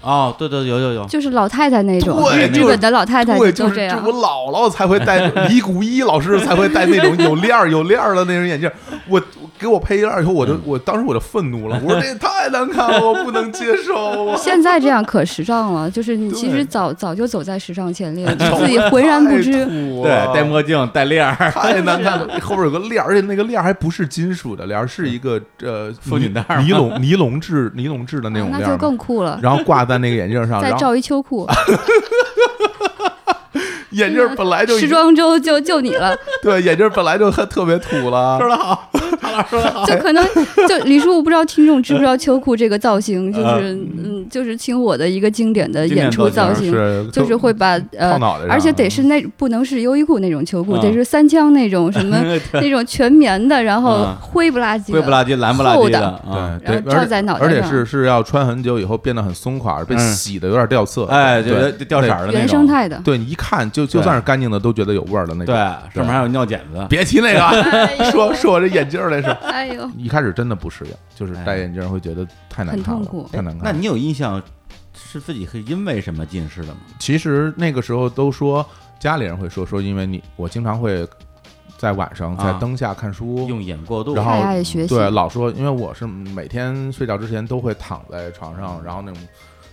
[SPEAKER 1] 哦，对对，有有有，
[SPEAKER 3] 就是老太太那种，
[SPEAKER 2] 对
[SPEAKER 3] 日
[SPEAKER 2] 就是
[SPEAKER 3] 本的老太太
[SPEAKER 2] 对，
[SPEAKER 3] 都
[SPEAKER 2] 就是
[SPEAKER 3] 这样
[SPEAKER 2] 我。姥姥才会戴， 李谷一老师才会戴那种有链儿、有链儿的那种眼镜。我我给我配一链儿以后，我就
[SPEAKER 1] 嗯
[SPEAKER 2] 我当时我就愤怒了，我说这也太难看了，我不能接受。啊我
[SPEAKER 3] 现在这样可时尚 了，就是你其
[SPEAKER 2] 对哎
[SPEAKER 3] 实早早就走在时尚前 列，你 自己浑然不 知。
[SPEAKER 1] 对，戴
[SPEAKER 2] 戴
[SPEAKER 1] 墨镜，戴链儿，
[SPEAKER 2] 啊太难看 了，后边有个链儿，而且那个链儿还不是金属的链儿，是一个呃
[SPEAKER 1] 嗯妇女带儿
[SPEAKER 2] 尼龙尼龙制尼龙制的那种啊
[SPEAKER 3] 啊
[SPEAKER 2] 链
[SPEAKER 3] 那
[SPEAKER 2] 儿
[SPEAKER 3] 就
[SPEAKER 2] 嘛，
[SPEAKER 3] 更酷了，
[SPEAKER 2] 然后挂在那个眼镜上，
[SPEAKER 3] 再
[SPEAKER 2] 然后
[SPEAKER 3] 罩一秋裤，
[SPEAKER 2] 眼镜儿本来就已
[SPEAKER 3] 时装周就就你 了，
[SPEAKER 2] 对，眼镜儿本来就很特别土了
[SPEAKER 1] 说。的好， 曹老师说的好，
[SPEAKER 3] 就可能就李叔，我不知道听众知不知道秋裤这个造 型，就是嗯，就是清火的一个经典的演出造
[SPEAKER 2] 呃经典
[SPEAKER 3] 型，
[SPEAKER 2] 造型是
[SPEAKER 3] 就是会把呃
[SPEAKER 2] 套脑袋，上
[SPEAKER 3] 而且得是那不能是优衣库那种秋裤，
[SPEAKER 1] 嗯
[SPEAKER 3] 得是三枪那种什么 那种全棉的，然后
[SPEAKER 1] 嗯
[SPEAKER 3] 灰不拉几
[SPEAKER 1] 灰不
[SPEAKER 3] 的，
[SPEAKER 1] 拉几，蓝不拉几的
[SPEAKER 3] 厚的
[SPEAKER 1] 啊，
[SPEAKER 2] 对
[SPEAKER 3] 然后
[SPEAKER 2] 对，而
[SPEAKER 3] 罩
[SPEAKER 2] 且
[SPEAKER 3] 在脑袋
[SPEAKER 2] 而且
[SPEAKER 3] 上
[SPEAKER 2] 是是要穿很久以后变得很松垮，而被
[SPEAKER 1] 嗯
[SPEAKER 2] 洗的有点掉色。
[SPEAKER 1] 哎，就
[SPEAKER 2] 对
[SPEAKER 1] 就掉色儿的那
[SPEAKER 3] 原生
[SPEAKER 1] 种，
[SPEAKER 3] 态的。
[SPEAKER 2] 对你一看就就
[SPEAKER 1] 对
[SPEAKER 2] 算是干净的都觉得有味儿的那
[SPEAKER 1] 对
[SPEAKER 2] 种。，
[SPEAKER 1] 上面还有尿碱子，
[SPEAKER 2] 别提那个，
[SPEAKER 3] 哎呦
[SPEAKER 2] 说说我这眼镜儿那是，
[SPEAKER 3] 哎呦，
[SPEAKER 2] 一开始真的不适应，就是
[SPEAKER 1] 哎
[SPEAKER 2] 戴眼镜儿会觉得太难
[SPEAKER 3] 很
[SPEAKER 2] 看
[SPEAKER 3] 痛
[SPEAKER 2] 了
[SPEAKER 3] 苦，
[SPEAKER 2] 太难看
[SPEAKER 1] 那
[SPEAKER 2] 了。
[SPEAKER 1] 你有印象是自己是因为什么近视的吗？
[SPEAKER 2] 其实那个时候都说家里人会说说，因为你我经常会在晚上在
[SPEAKER 1] 啊
[SPEAKER 2] 灯下看书，
[SPEAKER 1] 用眼过度，
[SPEAKER 2] 然后
[SPEAKER 3] 太爱学习，
[SPEAKER 2] 对，老说，因为我是每天睡觉之前都会躺在床
[SPEAKER 1] 嗯
[SPEAKER 2] 上，然后那种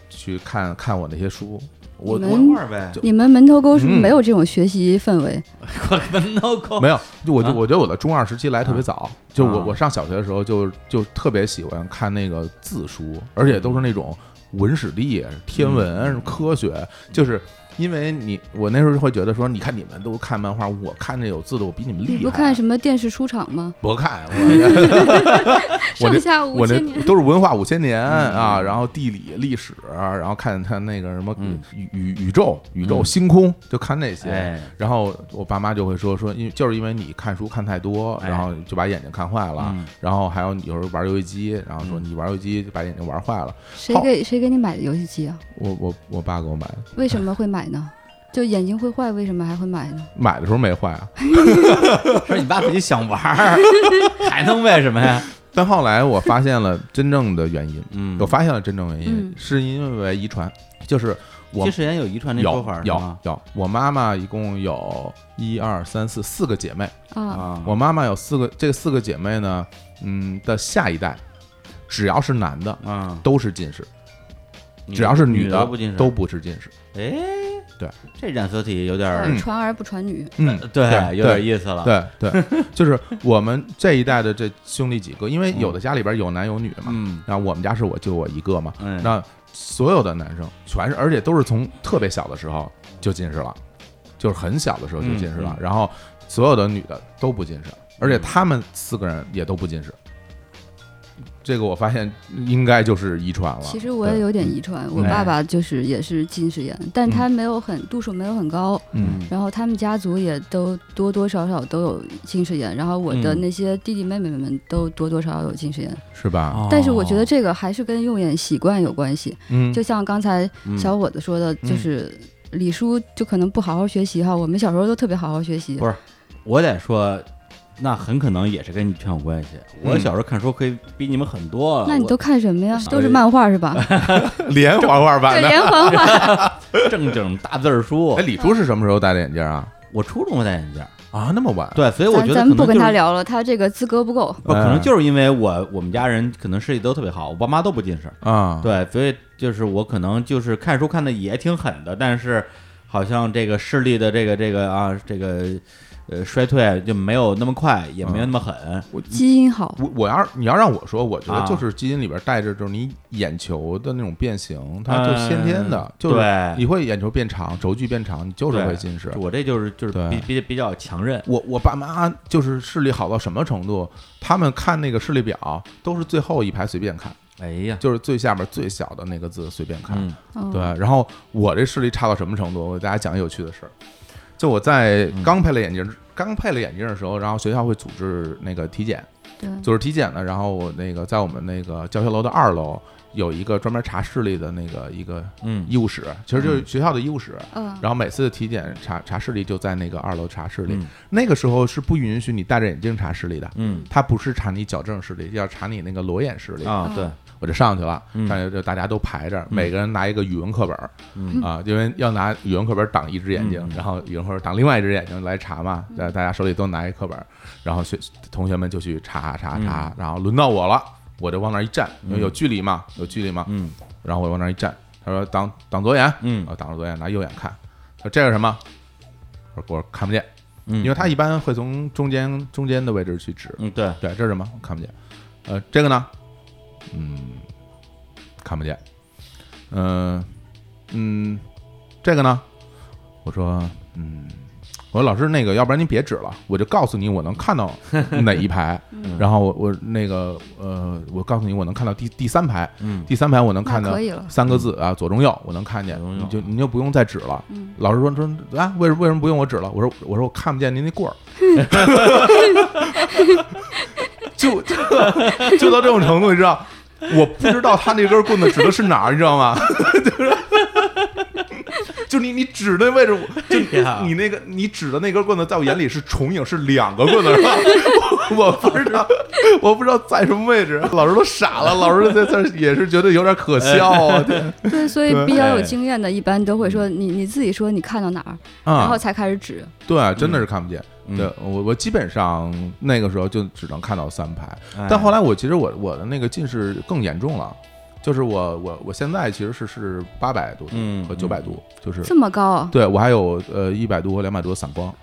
[SPEAKER 2] 去看看我那些书。我
[SPEAKER 3] 你
[SPEAKER 2] 我
[SPEAKER 3] 们
[SPEAKER 1] 一会儿呗，
[SPEAKER 3] 你们门头沟是不
[SPEAKER 2] 嗯
[SPEAKER 3] 是没有这种学习氛围？
[SPEAKER 1] 我们 no go，
[SPEAKER 2] 没有，就我就
[SPEAKER 1] 啊
[SPEAKER 2] 我觉得我的中二时期来特别早，就我
[SPEAKER 1] 啊
[SPEAKER 2] 我上小学的时候就就特别喜欢看那个字书，而且都是那种文史地、天文、
[SPEAKER 1] 嗯
[SPEAKER 2] 科学，就是。因为你，我那时候就会觉得说，你看你们都看漫画，我看这有字的，我比你们厉害。
[SPEAKER 3] 你不看什么电视书场吗？
[SPEAKER 2] 不 看，我我
[SPEAKER 3] 上
[SPEAKER 2] 这
[SPEAKER 3] 下五
[SPEAKER 2] 我那
[SPEAKER 3] 千年。
[SPEAKER 2] 都是文化五千
[SPEAKER 1] 嗯
[SPEAKER 2] 年啊，然后地理、历史，啊然后看看那个什么
[SPEAKER 1] 嗯
[SPEAKER 2] 宇宇宇宙、宇宙、
[SPEAKER 1] 嗯
[SPEAKER 2] 星空，就看那些。
[SPEAKER 1] 哎，
[SPEAKER 2] 然后我爸妈就会说说，因为就是因为你看书看太多，
[SPEAKER 1] 哎
[SPEAKER 2] 然后就把眼睛看坏了
[SPEAKER 1] 嗯。
[SPEAKER 2] 然后还有你有时候玩游戏机，然后说
[SPEAKER 1] 嗯
[SPEAKER 2] 你玩游戏机就把眼睛玩坏了。
[SPEAKER 3] 谁给谁给你买的游戏机啊？
[SPEAKER 2] 我我我爸给我买的，
[SPEAKER 3] 为什么会买呢？就眼睛会坏，为什么还会买呢？
[SPEAKER 2] 买的时候没坏啊，
[SPEAKER 1] 说你爸自己想玩儿， 还能为什么呀？
[SPEAKER 2] 但后来我发现了真正的原因，
[SPEAKER 1] 嗯
[SPEAKER 2] 我发现了真正原因
[SPEAKER 3] 嗯
[SPEAKER 2] 是因为遗传，就是我
[SPEAKER 1] 近视眼有遗传这说
[SPEAKER 2] 有
[SPEAKER 1] 法是
[SPEAKER 2] 有
[SPEAKER 1] 吗？
[SPEAKER 2] 有，我妈妈一共有一二三四四个姐妹，
[SPEAKER 3] 啊，
[SPEAKER 1] 啊，
[SPEAKER 2] 我妈妈有四个，这四个姐妹呢，嗯的下一代，只要是男的
[SPEAKER 1] 啊，
[SPEAKER 2] 都是近视，只要是
[SPEAKER 1] 女
[SPEAKER 2] 的
[SPEAKER 1] 不近视
[SPEAKER 2] 都不是近视。
[SPEAKER 1] 哎，
[SPEAKER 2] 对，
[SPEAKER 1] 这染色体有点儿
[SPEAKER 3] 呃传儿不传女，
[SPEAKER 2] 嗯，对
[SPEAKER 1] 有点意思啊了。
[SPEAKER 2] 对 对，就是我们这一代的这兄弟几个，因为有的家里边有男有女嘛，
[SPEAKER 1] 嗯
[SPEAKER 2] 那我们家是我就我一个嘛，
[SPEAKER 1] 嗯，
[SPEAKER 2] 那所有的男生全是，而且都是从特别小的时候就近视了，就是很小的时候就近视了。
[SPEAKER 1] 嗯嗯嗯
[SPEAKER 2] 然后所有的女的都不近视，而且他们四个人也都不近视。这个我发现应该就是遗传了。
[SPEAKER 3] 其实我也有点
[SPEAKER 2] 嗯
[SPEAKER 3] 遗传，我
[SPEAKER 1] 哎
[SPEAKER 3] 爸爸就是也是近视眼，但他没有很度数没有很高，
[SPEAKER 2] 嗯，
[SPEAKER 3] 然后他们家族也都多多少少都有近视眼，然后我的
[SPEAKER 1] 嗯
[SPEAKER 3] 那些弟弟妹妹们都多多少少有近视眼，
[SPEAKER 2] 是吧？
[SPEAKER 1] 哦
[SPEAKER 3] 但是我觉得这个还是跟用眼习惯有关系，
[SPEAKER 2] 嗯，
[SPEAKER 3] 就像刚才
[SPEAKER 1] 嗯
[SPEAKER 3] 小伙子说的，就是李叔就可能不好好学习哈，我们小时候都特别好好学习
[SPEAKER 1] 不，是，我得说，那很可能也是跟遗传有关系。
[SPEAKER 2] 嗯
[SPEAKER 1] 我小时候看书可以比你们很多了，
[SPEAKER 3] 那你
[SPEAKER 1] 啊我哎
[SPEAKER 3] 都看什么呀？
[SPEAKER 1] 我
[SPEAKER 3] 都是漫画 是吧？
[SPEAKER 2] 连环画
[SPEAKER 3] 对，
[SPEAKER 2] 版的。
[SPEAKER 3] 连环
[SPEAKER 1] 哎
[SPEAKER 3] 画。
[SPEAKER 1] 正经大字儿书
[SPEAKER 2] 哎，。李叔是什么时候戴的眼镜啊？
[SPEAKER 1] 我初中戴眼镜儿，
[SPEAKER 2] 啊，那么晚？
[SPEAKER 1] 对，所以我
[SPEAKER 3] 咱
[SPEAKER 1] 觉得
[SPEAKER 3] 咱
[SPEAKER 1] 可
[SPEAKER 3] 们
[SPEAKER 1] 能
[SPEAKER 3] 不跟
[SPEAKER 1] 就
[SPEAKER 3] 他
[SPEAKER 1] 是
[SPEAKER 3] 聊了，他这个资格不够。
[SPEAKER 1] 不，可
[SPEAKER 2] 哎
[SPEAKER 1] 能就是因为我我们家人可能视力都特别好，我爸妈都不近视，
[SPEAKER 2] 啊，
[SPEAKER 1] 对，所以就是我可能就是看书看的也挺狠的，但是好像这个视力的这个这个啊这个呃衰退就没有那么快，也
[SPEAKER 2] 嗯
[SPEAKER 1] 没有那么狠，
[SPEAKER 3] 基因好，
[SPEAKER 2] 我我要是你要让我说，我觉
[SPEAKER 1] 啊
[SPEAKER 2] 得就是基因里边带着，就是你眼球的那种变形，它就先天的
[SPEAKER 1] 嗯，
[SPEAKER 2] 就是
[SPEAKER 1] 对
[SPEAKER 2] 你会眼球变长，轴距变长，你就是会
[SPEAKER 1] 对
[SPEAKER 2] 近视。
[SPEAKER 1] 我这就是就是
[SPEAKER 2] 对
[SPEAKER 1] 比比比较强韧，
[SPEAKER 2] 我我爸妈就是视力好到什么程度？他们看那个视力表都是最后一排随便看，
[SPEAKER 1] 哎呀，
[SPEAKER 2] 就是最下边最小的那个字随便看。
[SPEAKER 1] 嗯
[SPEAKER 3] 嗯、
[SPEAKER 2] 对，，然后我这视力差到什么程度？我给大家讲一个有趣的事儿，就我在
[SPEAKER 1] 嗯
[SPEAKER 2] 刚配了眼镜，刚配了眼镜的时候，然后学校会组织那个体检，
[SPEAKER 3] 对，
[SPEAKER 2] 就是体检呢，然后我那个在我们那个教学楼的二楼有一个专门查视力的那个一个
[SPEAKER 1] 嗯，
[SPEAKER 2] 医务室，其实就是学校的医务室。
[SPEAKER 3] 嗯，
[SPEAKER 2] 然后每次的体检查查视力就在那个二楼查视力，
[SPEAKER 1] 嗯
[SPEAKER 2] 那个时候是不允许你戴着眼镜查视力的，
[SPEAKER 1] 嗯
[SPEAKER 2] 他不是查你矫正视力，要查你那个裸眼视力。
[SPEAKER 1] 啊对，
[SPEAKER 2] 我就上去了，
[SPEAKER 1] 嗯
[SPEAKER 2] 上去就大家都排着，
[SPEAKER 1] 嗯
[SPEAKER 2] 每个人拿一个语文课本儿
[SPEAKER 1] 嗯
[SPEAKER 2] 啊，因为要拿语文课本儿挡一只眼睛，
[SPEAKER 1] 嗯
[SPEAKER 2] 然后语文课本儿挡另外一只眼睛来查嘛，大大家手里都拿一课本儿，然后学同学们就去查查
[SPEAKER 1] 嗯
[SPEAKER 2] 查，然后轮到我了，我就往那儿一站，因为有距离嘛，有距离嘛，
[SPEAKER 1] 嗯
[SPEAKER 2] 然后我往那儿一站，他说挡挡左眼，
[SPEAKER 1] 嗯
[SPEAKER 2] 我挡住左眼拿右眼看，他说这是什么？我说我看不见，
[SPEAKER 1] 嗯，
[SPEAKER 2] 因为他一般会从中间中间的位置去指，
[SPEAKER 1] 嗯对，
[SPEAKER 2] 对，这是什么？看不见。呃，这个呢？嗯，看不见。呃嗯、嗯，这个呢？我说，嗯，我说老师那个，要不然您别指了，我就告诉你我能看到哪一排，然后我我那个呃，我告诉你我能看到第第三排，
[SPEAKER 1] 嗯
[SPEAKER 2] 第三排我能看
[SPEAKER 3] 那
[SPEAKER 2] 到
[SPEAKER 3] 可以了
[SPEAKER 2] 三个字啊，左中右我能看见，
[SPEAKER 1] 左中右
[SPEAKER 2] 你就你就不用再指了。
[SPEAKER 3] 嗯
[SPEAKER 2] 老师说说啊，为什为什么不用我指了？我说我说我看不见您那 棍儿，就就就到这种程度，你知道？我不知道他那根棍子指的是哪儿，你知道吗？ 就是就你你指的位置，我 就
[SPEAKER 1] 呀
[SPEAKER 2] 你那个你指的那根棍子，在我眼里是重影，是两个 棍子，是吧？我不知道， 我不知道在什么位置，老师都傻了，老师在这也是觉得有点可笑啊，对
[SPEAKER 3] 对，所以
[SPEAKER 2] 对
[SPEAKER 3] 比较有
[SPEAKER 1] 哎嗯
[SPEAKER 3] 经验的，一般都会说你你自己说你看到哪儿，然
[SPEAKER 2] 啊
[SPEAKER 3] 后，才开始指。
[SPEAKER 2] 对，啊真的是看不见。
[SPEAKER 1] 嗯
[SPEAKER 2] 对我我基本上那个时候就只能看到三排，
[SPEAKER 1] 哎
[SPEAKER 2] 但后来我其实我我的那个近视更严重了，就是我我我现在其实是是八百度
[SPEAKER 1] 嗯
[SPEAKER 2] 和九百度，就是
[SPEAKER 3] 这么高啊！
[SPEAKER 2] 对我还有呃一百度和两百度的散光，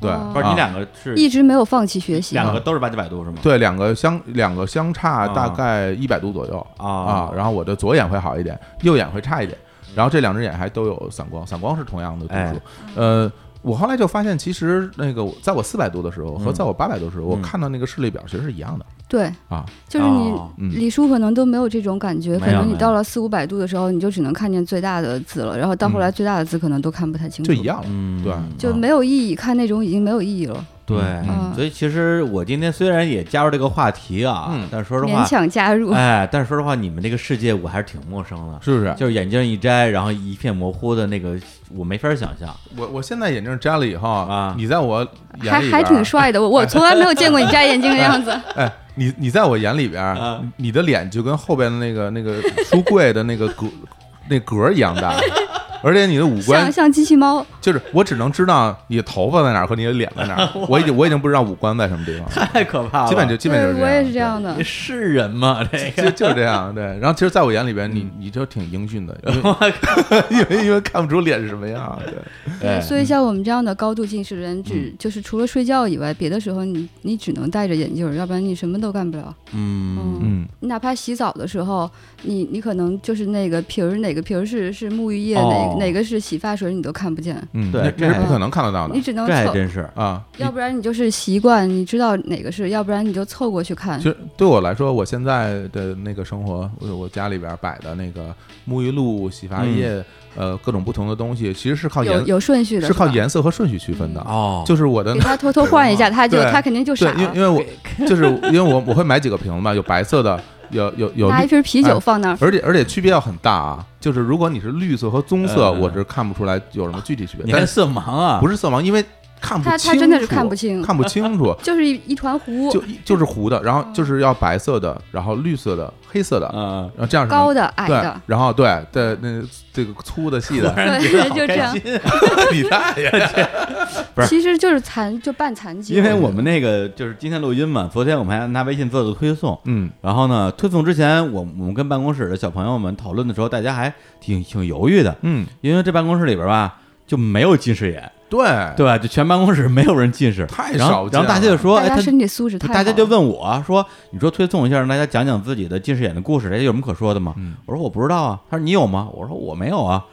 [SPEAKER 2] 对，
[SPEAKER 3] 哦
[SPEAKER 1] 不是你
[SPEAKER 2] 啊
[SPEAKER 1] 两个是
[SPEAKER 3] 一直没有放弃学习。
[SPEAKER 1] 两个都是八九百度是吗？
[SPEAKER 2] 对两个相两个相差大
[SPEAKER 1] 啊
[SPEAKER 2] 概一百度左右啊
[SPEAKER 1] 啊，嗯
[SPEAKER 2] 然后我的左眼会好一点，右眼会差一点，然后这两只眼还都有散光，散光是同样的度
[SPEAKER 1] 哎
[SPEAKER 2] 数，呃。我后来就发现，其实那个我在我四百度的时候和
[SPEAKER 1] 嗯
[SPEAKER 2] 在我八百度的时候，我
[SPEAKER 1] 嗯
[SPEAKER 2] 看到那个视力表其实是一样的
[SPEAKER 3] 对，
[SPEAKER 2] 啊。
[SPEAKER 3] 就是你
[SPEAKER 1] 哦
[SPEAKER 2] 嗯
[SPEAKER 3] 李叔可能都没有这种感觉，可
[SPEAKER 1] 没有
[SPEAKER 3] 能
[SPEAKER 1] 没
[SPEAKER 3] 你
[SPEAKER 1] 有
[SPEAKER 3] 到了四五百度的时候，你就只能看见最大的字了，然后到后来最大的字可能都看不太清楚，
[SPEAKER 2] 就一，样了。
[SPEAKER 1] 嗯
[SPEAKER 2] 对
[SPEAKER 3] 就没有意义，看那种已经没有意义了，
[SPEAKER 1] 对
[SPEAKER 3] 嗯，
[SPEAKER 1] 所以其实我今天虽然也加入这个话题啊
[SPEAKER 2] 嗯，
[SPEAKER 1] 但说实话
[SPEAKER 3] 勉，强加入。
[SPEAKER 1] 哎，但是说实话，你们这个世界我还是挺陌生的，
[SPEAKER 2] 是不是？
[SPEAKER 1] 就是眼镜一摘，然后一片模糊的那个，我没法想象。
[SPEAKER 2] 我我现在眼镜摘了以后
[SPEAKER 1] 啊
[SPEAKER 2] 你在我眼
[SPEAKER 3] 还
[SPEAKER 2] 里边
[SPEAKER 3] 还挺
[SPEAKER 2] 儿，
[SPEAKER 3] 帅的，我我从来没有见过你摘眼镜的样子。
[SPEAKER 2] 哎，你你在我眼里边儿，
[SPEAKER 1] 啊
[SPEAKER 2] 你的脸就跟后边的那个那个书柜的那个格那格儿一样 大，而且你的五官
[SPEAKER 3] 像像机器猫，
[SPEAKER 2] 就是我只能知道你的头发在哪儿和你的脸在哪 儿，我已经我已经不知道五官在什么地方 了，
[SPEAKER 1] 太可怕了，
[SPEAKER 2] 基本就基本就
[SPEAKER 3] 对，我也是
[SPEAKER 2] 这
[SPEAKER 3] 这
[SPEAKER 2] 样。
[SPEAKER 3] 样的
[SPEAKER 1] 你。是人吗？这
[SPEAKER 2] 对
[SPEAKER 1] 个
[SPEAKER 2] 就就是这样，对。然后其实，在我眼里边，
[SPEAKER 1] 嗯
[SPEAKER 2] 你你就挺英俊的，因为因为因为看不出脸是什么样。对，
[SPEAKER 1] 哎
[SPEAKER 3] 对，所以像我们这样的高度近视的人，只就是除了睡觉以外，别的时候你你只能戴着眼镜儿，要不然你什么都干不了。
[SPEAKER 1] 嗯
[SPEAKER 2] 嗯，
[SPEAKER 3] 你哪怕洗澡的时候，你你可能就是那个瓶儿，哪个瓶儿是是沐浴液，
[SPEAKER 1] 哦
[SPEAKER 3] 哪哪个是洗发水，你都看不见，
[SPEAKER 2] 嗯，
[SPEAKER 1] 对
[SPEAKER 2] 那
[SPEAKER 1] 这
[SPEAKER 2] 这是
[SPEAKER 3] 还
[SPEAKER 2] 不可能看得到的
[SPEAKER 3] 你只能
[SPEAKER 1] 这还
[SPEAKER 3] 凑，
[SPEAKER 1] 真是
[SPEAKER 2] 啊。
[SPEAKER 3] 要不然你就是习惯，你知道哪个是，要不然你就凑过去看
[SPEAKER 2] 其。实对我来说，我现在的那个生活，我我家里边摆的那个沐浴露、洗发液，呃，各种不同的东东西，其实是靠
[SPEAKER 3] 嗯有
[SPEAKER 2] 颜
[SPEAKER 3] 有顺序的
[SPEAKER 2] 是靠
[SPEAKER 3] 吧
[SPEAKER 2] 颜色和顺序区分的。
[SPEAKER 1] 哦
[SPEAKER 2] 就是我的
[SPEAKER 3] 给，他啊偷偷换一下，他就
[SPEAKER 2] 对
[SPEAKER 3] 他肯定就
[SPEAKER 2] 对
[SPEAKER 3] 傻，
[SPEAKER 2] 因为
[SPEAKER 3] 了，
[SPEAKER 2] 因为我就是因为我我会买几个瓶子嘛，有白色的，有有有
[SPEAKER 3] 拿一
[SPEAKER 2] 绿，
[SPEAKER 3] 瓶啤
[SPEAKER 2] 哎
[SPEAKER 3] 酒放那儿。
[SPEAKER 2] 而且而且区别要很大啊。就是如果你是绿色和棕色，
[SPEAKER 1] 嗯嗯
[SPEAKER 2] 我是看不出来有什么具体区别，
[SPEAKER 1] 你
[SPEAKER 2] 但
[SPEAKER 1] 还
[SPEAKER 2] 是
[SPEAKER 1] 色盲啊？
[SPEAKER 2] 不
[SPEAKER 1] 是
[SPEAKER 2] 是色盲，因为看不
[SPEAKER 3] 他
[SPEAKER 2] 清楚，
[SPEAKER 3] 他真的是看不清，
[SPEAKER 2] 看不清 楚，
[SPEAKER 3] 就是一一团糊，
[SPEAKER 2] 就就是糊的，然后就是要白色的，然后绿色的，黑色的，
[SPEAKER 1] 嗯，
[SPEAKER 2] 然后这样是能
[SPEAKER 3] 高的矮
[SPEAKER 2] 对
[SPEAKER 3] 的，，
[SPEAKER 2] 然后对对，那这个粗的细 的，
[SPEAKER 1] 然
[SPEAKER 3] 对
[SPEAKER 1] 觉 得好
[SPEAKER 3] 就这样
[SPEAKER 1] 开心啊
[SPEAKER 2] 你大爷！
[SPEAKER 1] 不是
[SPEAKER 3] 其实就是残就半残 疾。
[SPEAKER 1] 因为我们那个就是今天录音嘛，昨天我们还拿微信做了个推送，
[SPEAKER 2] 嗯，
[SPEAKER 1] 然后呢，推送之前，我我们跟办公室的小朋友们讨论的时候，大家还挺挺犹豫的，
[SPEAKER 2] 嗯，
[SPEAKER 1] 因为这办公室里边吧就没有近视眼，
[SPEAKER 2] 对
[SPEAKER 1] 对吧？就全办公室没有人近视，
[SPEAKER 2] 哎太
[SPEAKER 1] 然后
[SPEAKER 2] 少见
[SPEAKER 1] 然后大家就
[SPEAKER 2] 了
[SPEAKER 1] 说，
[SPEAKER 3] 大
[SPEAKER 1] 哎，
[SPEAKER 3] 家
[SPEAKER 1] 他
[SPEAKER 3] 身体素质太好
[SPEAKER 1] 大
[SPEAKER 3] 了，
[SPEAKER 1] 家就问我说：“你说推送一下，让大家讲讲自己的近视眼的故事，大家有什么可说的吗？”
[SPEAKER 2] 嗯
[SPEAKER 1] 我说：“我不知道啊。”他说：“你有吗？”我说：“我没有啊。”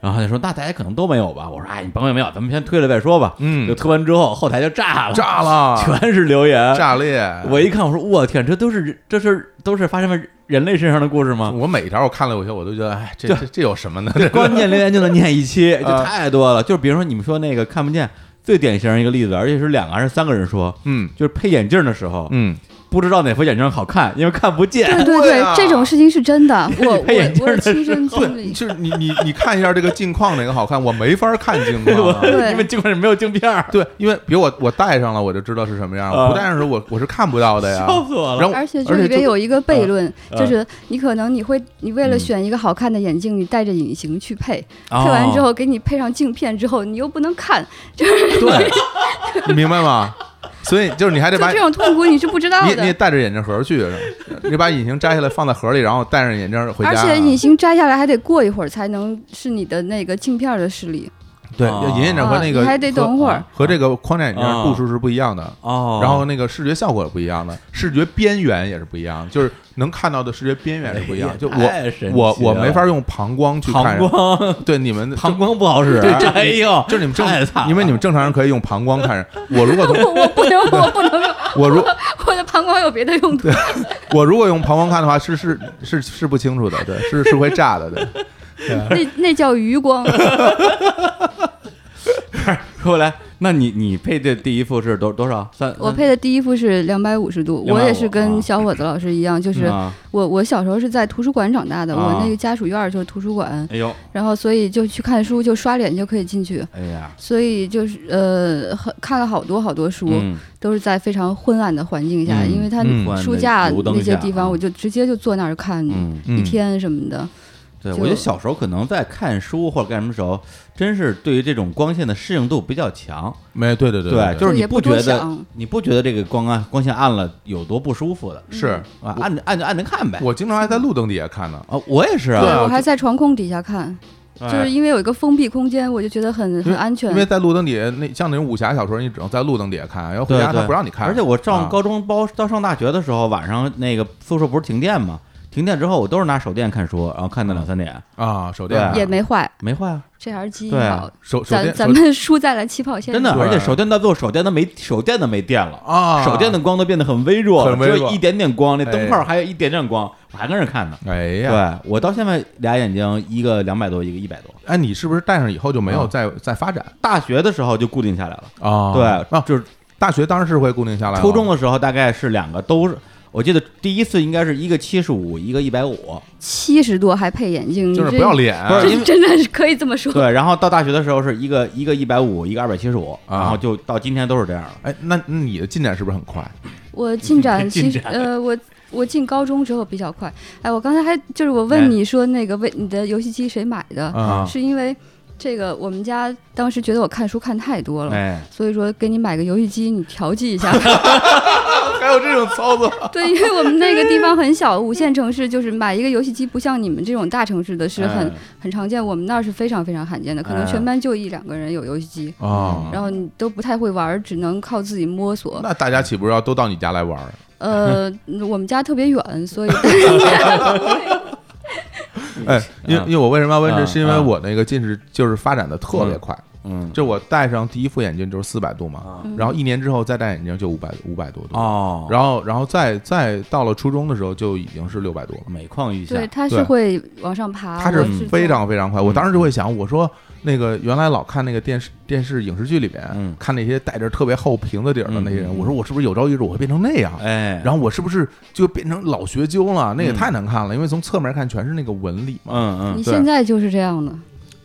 [SPEAKER 1] 然后他就说：“那大家可能都没有吧？”我说：“哎，你甭管有没有，咱们先推了再说吧。”
[SPEAKER 2] 嗯
[SPEAKER 1] 就推完之后，后台就炸了，
[SPEAKER 2] 炸了，
[SPEAKER 1] 全是留言。
[SPEAKER 2] 炸裂！
[SPEAKER 1] 我一看，我说：“我天，这都是这是都是发生在人类身上的故事吗
[SPEAKER 2] 我每一条我看了，有些我都觉得，哎，这
[SPEAKER 1] 这
[SPEAKER 2] 这这有什么呢？这？”
[SPEAKER 1] 关键留言就能念一期，就
[SPEAKER 2] 啊
[SPEAKER 1] 太多了。就是比如说你们说那个看不见，最典型一个例子，而且是两个还是三个人说，
[SPEAKER 2] 嗯
[SPEAKER 1] 就是配眼镜的时候，
[SPEAKER 2] 嗯，
[SPEAKER 1] 不知道哪副眼镜好看，因为看不见。
[SPEAKER 3] 对对
[SPEAKER 2] 对
[SPEAKER 3] 对
[SPEAKER 2] 啊，
[SPEAKER 3] 这种事情是真的，我
[SPEAKER 1] 你配眼
[SPEAKER 3] 我
[SPEAKER 1] 镜
[SPEAKER 3] 我
[SPEAKER 1] 儿的
[SPEAKER 3] 亲身经
[SPEAKER 2] 对，
[SPEAKER 3] 历。
[SPEAKER 2] 就是你你你看一下这个镜框哪个好看，我没法看镜框 啊。
[SPEAKER 3] 对
[SPEAKER 1] 因为镜框里没有镜片儿，
[SPEAKER 2] 对，因为比如我我戴上了，我就知道是什么样；
[SPEAKER 1] 啊
[SPEAKER 2] 我不戴上的时候，我我是看不到的呀。
[SPEAKER 1] 笑死我了。
[SPEAKER 2] 然后
[SPEAKER 3] 而且这
[SPEAKER 2] 而
[SPEAKER 3] 里边
[SPEAKER 2] 且就
[SPEAKER 3] 有一个悖论，
[SPEAKER 1] 呃
[SPEAKER 3] 就是你可能你会，你为了选一个好看的眼镜，你戴着隐形去配，配完之
[SPEAKER 1] 哦，
[SPEAKER 3] 后给你配上镜片之后，你又不能看，
[SPEAKER 2] 对，你明白吗？所以就是你还得
[SPEAKER 3] 就
[SPEAKER 2] 把
[SPEAKER 3] 这种痛苦你是不知道
[SPEAKER 2] 你你也
[SPEAKER 3] 的。
[SPEAKER 2] 戴着眼镜盒去，你把隐形摘下来放在盒里，然后戴上眼镜回家。
[SPEAKER 3] 而且隐形摘下来还得过一会儿才能是你的那个镜片的视力，
[SPEAKER 2] 对，
[SPEAKER 1] 啊
[SPEAKER 2] 眼影展和那个
[SPEAKER 3] 啊你还得等会儿
[SPEAKER 2] 和和这个框架眼镜
[SPEAKER 1] 啊
[SPEAKER 2] 度数是不一样的。
[SPEAKER 1] 哦，
[SPEAKER 2] 然后那个视觉效果也不一样的，视觉边缘也是不一样，就是能看到的视觉边缘是不一样。
[SPEAKER 1] 哎呀
[SPEAKER 2] 就
[SPEAKER 1] 太神
[SPEAKER 2] 我我
[SPEAKER 1] 奇
[SPEAKER 2] 我
[SPEAKER 1] 了
[SPEAKER 2] 没法用膀胱去看
[SPEAKER 1] 膀， 胱
[SPEAKER 2] 对你们
[SPEAKER 1] 膀胱不好使，
[SPEAKER 2] 对这
[SPEAKER 1] 哎呦，
[SPEAKER 2] 就是你们正
[SPEAKER 1] 太惨，了
[SPEAKER 2] 因为你们正常人可以用膀胱看人，我如果从
[SPEAKER 3] 我我不能，我不能，
[SPEAKER 2] 我如
[SPEAKER 3] 我的膀胱有别的用途。
[SPEAKER 2] 我如果用膀胱看的话，是是是是不清楚的，对，是是会炸 的，对。
[SPEAKER 3] 那那叫余光，
[SPEAKER 1] 说回来，那你你配的第一副是多多少？三
[SPEAKER 3] 我配的第一副是两百五十度，
[SPEAKER 1] 250
[SPEAKER 3] 我也是
[SPEAKER 1] 啊
[SPEAKER 3] 跟小伙子老师一 样，就
[SPEAKER 1] 就是啊，
[SPEAKER 3] 我我小时候是在图书馆长大的，
[SPEAKER 1] 啊
[SPEAKER 3] 我那个家属院儿就是图书馆，
[SPEAKER 1] 哎呦，
[SPEAKER 3] 然后所以就去看书，就刷脸就可以进去，
[SPEAKER 1] 哎呀，
[SPEAKER 3] 所以就是呃很看了好多好多书，
[SPEAKER 1] 嗯
[SPEAKER 3] 都是在非常昏暗的环境下，
[SPEAKER 1] 嗯
[SPEAKER 3] 因为它
[SPEAKER 2] 嗯
[SPEAKER 3] 书
[SPEAKER 1] 昏
[SPEAKER 3] 架
[SPEAKER 1] 暗的油灯
[SPEAKER 3] 那些
[SPEAKER 1] 下
[SPEAKER 3] 地方，
[SPEAKER 1] 啊
[SPEAKER 3] 我就直接就坐那儿看
[SPEAKER 1] 嗯，
[SPEAKER 2] 嗯
[SPEAKER 3] 一天什么的。
[SPEAKER 1] 对，
[SPEAKER 3] 就
[SPEAKER 1] 我觉得小时候可能在看书或者干什么时候，真是对于这种光线的适应度比较强。
[SPEAKER 2] 没对对对，
[SPEAKER 1] 就是你
[SPEAKER 3] 也
[SPEAKER 1] 不
[SPEAKER 3] 不
[SPEAKER 1] 觉
[SPEAKER 3] 多
[SPEAKER 1] 得
[SPEAKER 3] 想
[SPEAKER 1] 你不觉得这个光暗光线暗了有多不舒服的
[SPEAKER 3] 嗯
[SPEAKER 2] 是
[SPEAKER 1] 啊？按着按着按着看呗。
[SPEAKER 2] 我经常还在路灯底下看呢，
[SPEAKER 1] 啊，我也是
[SPEAKER 2] 对啊哎
[SPEAKER 1] 啊，
[SPEAKER 3] 我还在床控底下看，
[SPEAKER 1] 哎
[SPEAKER 3] 就是因为有一个封闭空间，我就觉得很很安全
[SPEAKER 2] 因。为在路灯底下，那像那种武侠小说，你只能在路灯底下看，啊要回
[SPEAKER 1] 对
[SPEAKER 2] 家他
[SPEAKER 1] 对，
[SPEAKER 2] 不让你看。
[SPEAKER 1] 而且我上
[SPEAKER 2] 啊
[SPEAKER 1] 高中包到上大学的时候，晚上那个宿舍不是停电嘛？停电之后，我都是拿手电看书，然后看到两三点，
[SPEAKER 2] 啊，手
[SPEAKER 1] 对
[SPEAKER 2] 电
[SPEAKER 3] 也没坏，
[SPEAKER 1] 没坏啊，
[SPEAKER 3] 这还是基因
[SPEAKER 1] 对啊
[SPEAKER 3] 好。
[SPEAKER 2] 手手
[SPEAKER 3] 咱
[SPEAKER 2] 电
[SPEAKER 3] 咱
[SPEAKER 2] 手
[SPEAKER 3] 们 输在了起跑线
[SPEAKER 1] 真
[SPEAKER 3] 上，
[SPEAKER 1] 的。
[SPEAKER 2] 对
[SPEAKER 1] 而且手电到最后，手电都没手电都没电了。
[SPEAKER 2] 啊，
[SPEAKER 1] 手电的光都变得很微弱了，
[SPEAKER 2] 很微
[SPEAKER 1] 只
[SPEAKER 2] 弱
[SPEAKER 1] 有一点点光，那
[SPEAKER 2] 哎
[SPEAKER 1] 灯泡还有一点点光，我还跟那儿看呢。
[SPEAKER 2] 哎呀，
[SPEAKER 1] 对我到现在俩眼睛，一个两百多，一个一百多。
[SPEAKER 2] 哎，你是不是戴上以后就没
[SPEAKER 1] 啊
[SPEAKER 2] 有再再发展
[SPEAKER 1] 大学的时候就固定下来了，
[SPEAKER 2] 啊
[SPEAKER 1] 对，
[SPEAKER 2] 啊，
[SPEAKER 1] 就是
[SPEAKER 2] 大学当然是会固定下来了，
[SPEAKER 1] 初中的时候大概是两个都是，我记得第一次应该是一个七十五，一个一百 五，
[SPEAKER 3] 七十多还配眼镜，
[SPEAKER 2] 就是
[SPEAKER 3] 这
[SPEAKER 2] 不要脸，
[SPEAKER 1] 不是因为
[SPEAKER 3] 这真的是可以这么说。
[SPEAKER 1] 对，然后到大学的时候是一个一个一百五，一个二百七十五，
[SPEAKER 2] 啊
[SPEAKER 1] 然后就到今天都是这样了。
[SPEAKER 2] 哎，那那你的进展是不是很快？
[SPEAKER 3] 我 进展
[SPEAKER 1] 进
[SPEAKER 3] 其实
[SPEAKER 1] 展
[SPEAKER 3] 呃，我我进高中之后比较快。哎，我刚才还就是我问你说那个为你的游戏机谁买的，
[SPEAKER 2] 啊
[SPEAKER 3] 是因为这个我们家当时觉得我看书看太多
[SPEAKER 2] 嗯
[SPEAKER 3] 了，
[SPEAKER 1] 哎，
[SPEAKER 3] 所以说给你买个游戏机你调剂一下。
[SPEAKER 2] 还有这种操作？
[SPEAKER 3] 对，因为我们那个地方很小，五线城市就是买一个游戏机，不像你们这种大城市的是很、
[SPEAKER 2] 哎
[SPEAKER 1] 嗯
[SPEAKER 3] 很常见，我们那儿是非常非常罕见的，可能
[SPEAKER 1] 嗯
[SPEAKER 3] 全班就一两个人有游戏机，
[SPEAKER 2] 啊，
[SPEAKER 3] 然后你都不太会玩儿，只能靠自己摸索。
[SPEAKER 2] 那大家岂不是要都到你家来玩儿？
[SPEAKER 3] 呃， 我们家特别远，所以
[SPEAKER 2] 哎，因为
[SPEAKER 1] 啊
[SPEAKER 2] 因为我为什么要问
[SPEAKER 1] 啊
[SPEAKER 2] 这，是因为
[SPEAKER 1] 啊
[SPEAKER 2] 我那个近视就是发展的特别快，
[SPEAKER 1] 嗯，
[SPEAKER 2] 就我戴上第一副眼镜就是四百度嘛，
[SPEAKER 1] 啊
[SPEAKER 3] 嗯
[SPEAKER 2] 然后一年之后再戴眼镜就五百五百多度，
[SPEAKER 1] 哦，
[SPEAKER 2] 然后然后再再到了初中的时候就已经是六百多了。
[SPEAKER 1] 每况愈下，
[SPEAKER 3] 对它
[SPEAKER 2] 啊对
[SPEAKER 3] 是会往上爬，
[SPEAKER 2] 它
[SPEAKER 3] 啊我
[SPEAKER 2] 是非常非常快，我当时就会
[SPEAKER 1] 嗯
[SPEAKER 2] 想，我说那个原来老看那个电视电视影视剧里边，
[SPEAKER 1] 嗯
[SPEAKER 2] 看那些戴着特别厚瓶子底儿的那些人，
[SPEAKER 1] 嗯嗯嗯
[SPEAKER 2] 我说我是不是有朝一日我会变成那样？
[SPEAKER 1] 哎，
[SPEAKER 2] 然后我是不是就变成老学究了？那也
[SPEAKER 1] 嗯
[SPEAKER 2] 太难看了，因为从侧面看全是那个纹理嘛。
[SPEAKER 1] 嗯
[SPEAKER 3] 做
[SPEAKER 1] 嗯
[SPEAKER 3] 你
[SPEAKER 2] 对
[SPEAKER 3] 现在就是这样的，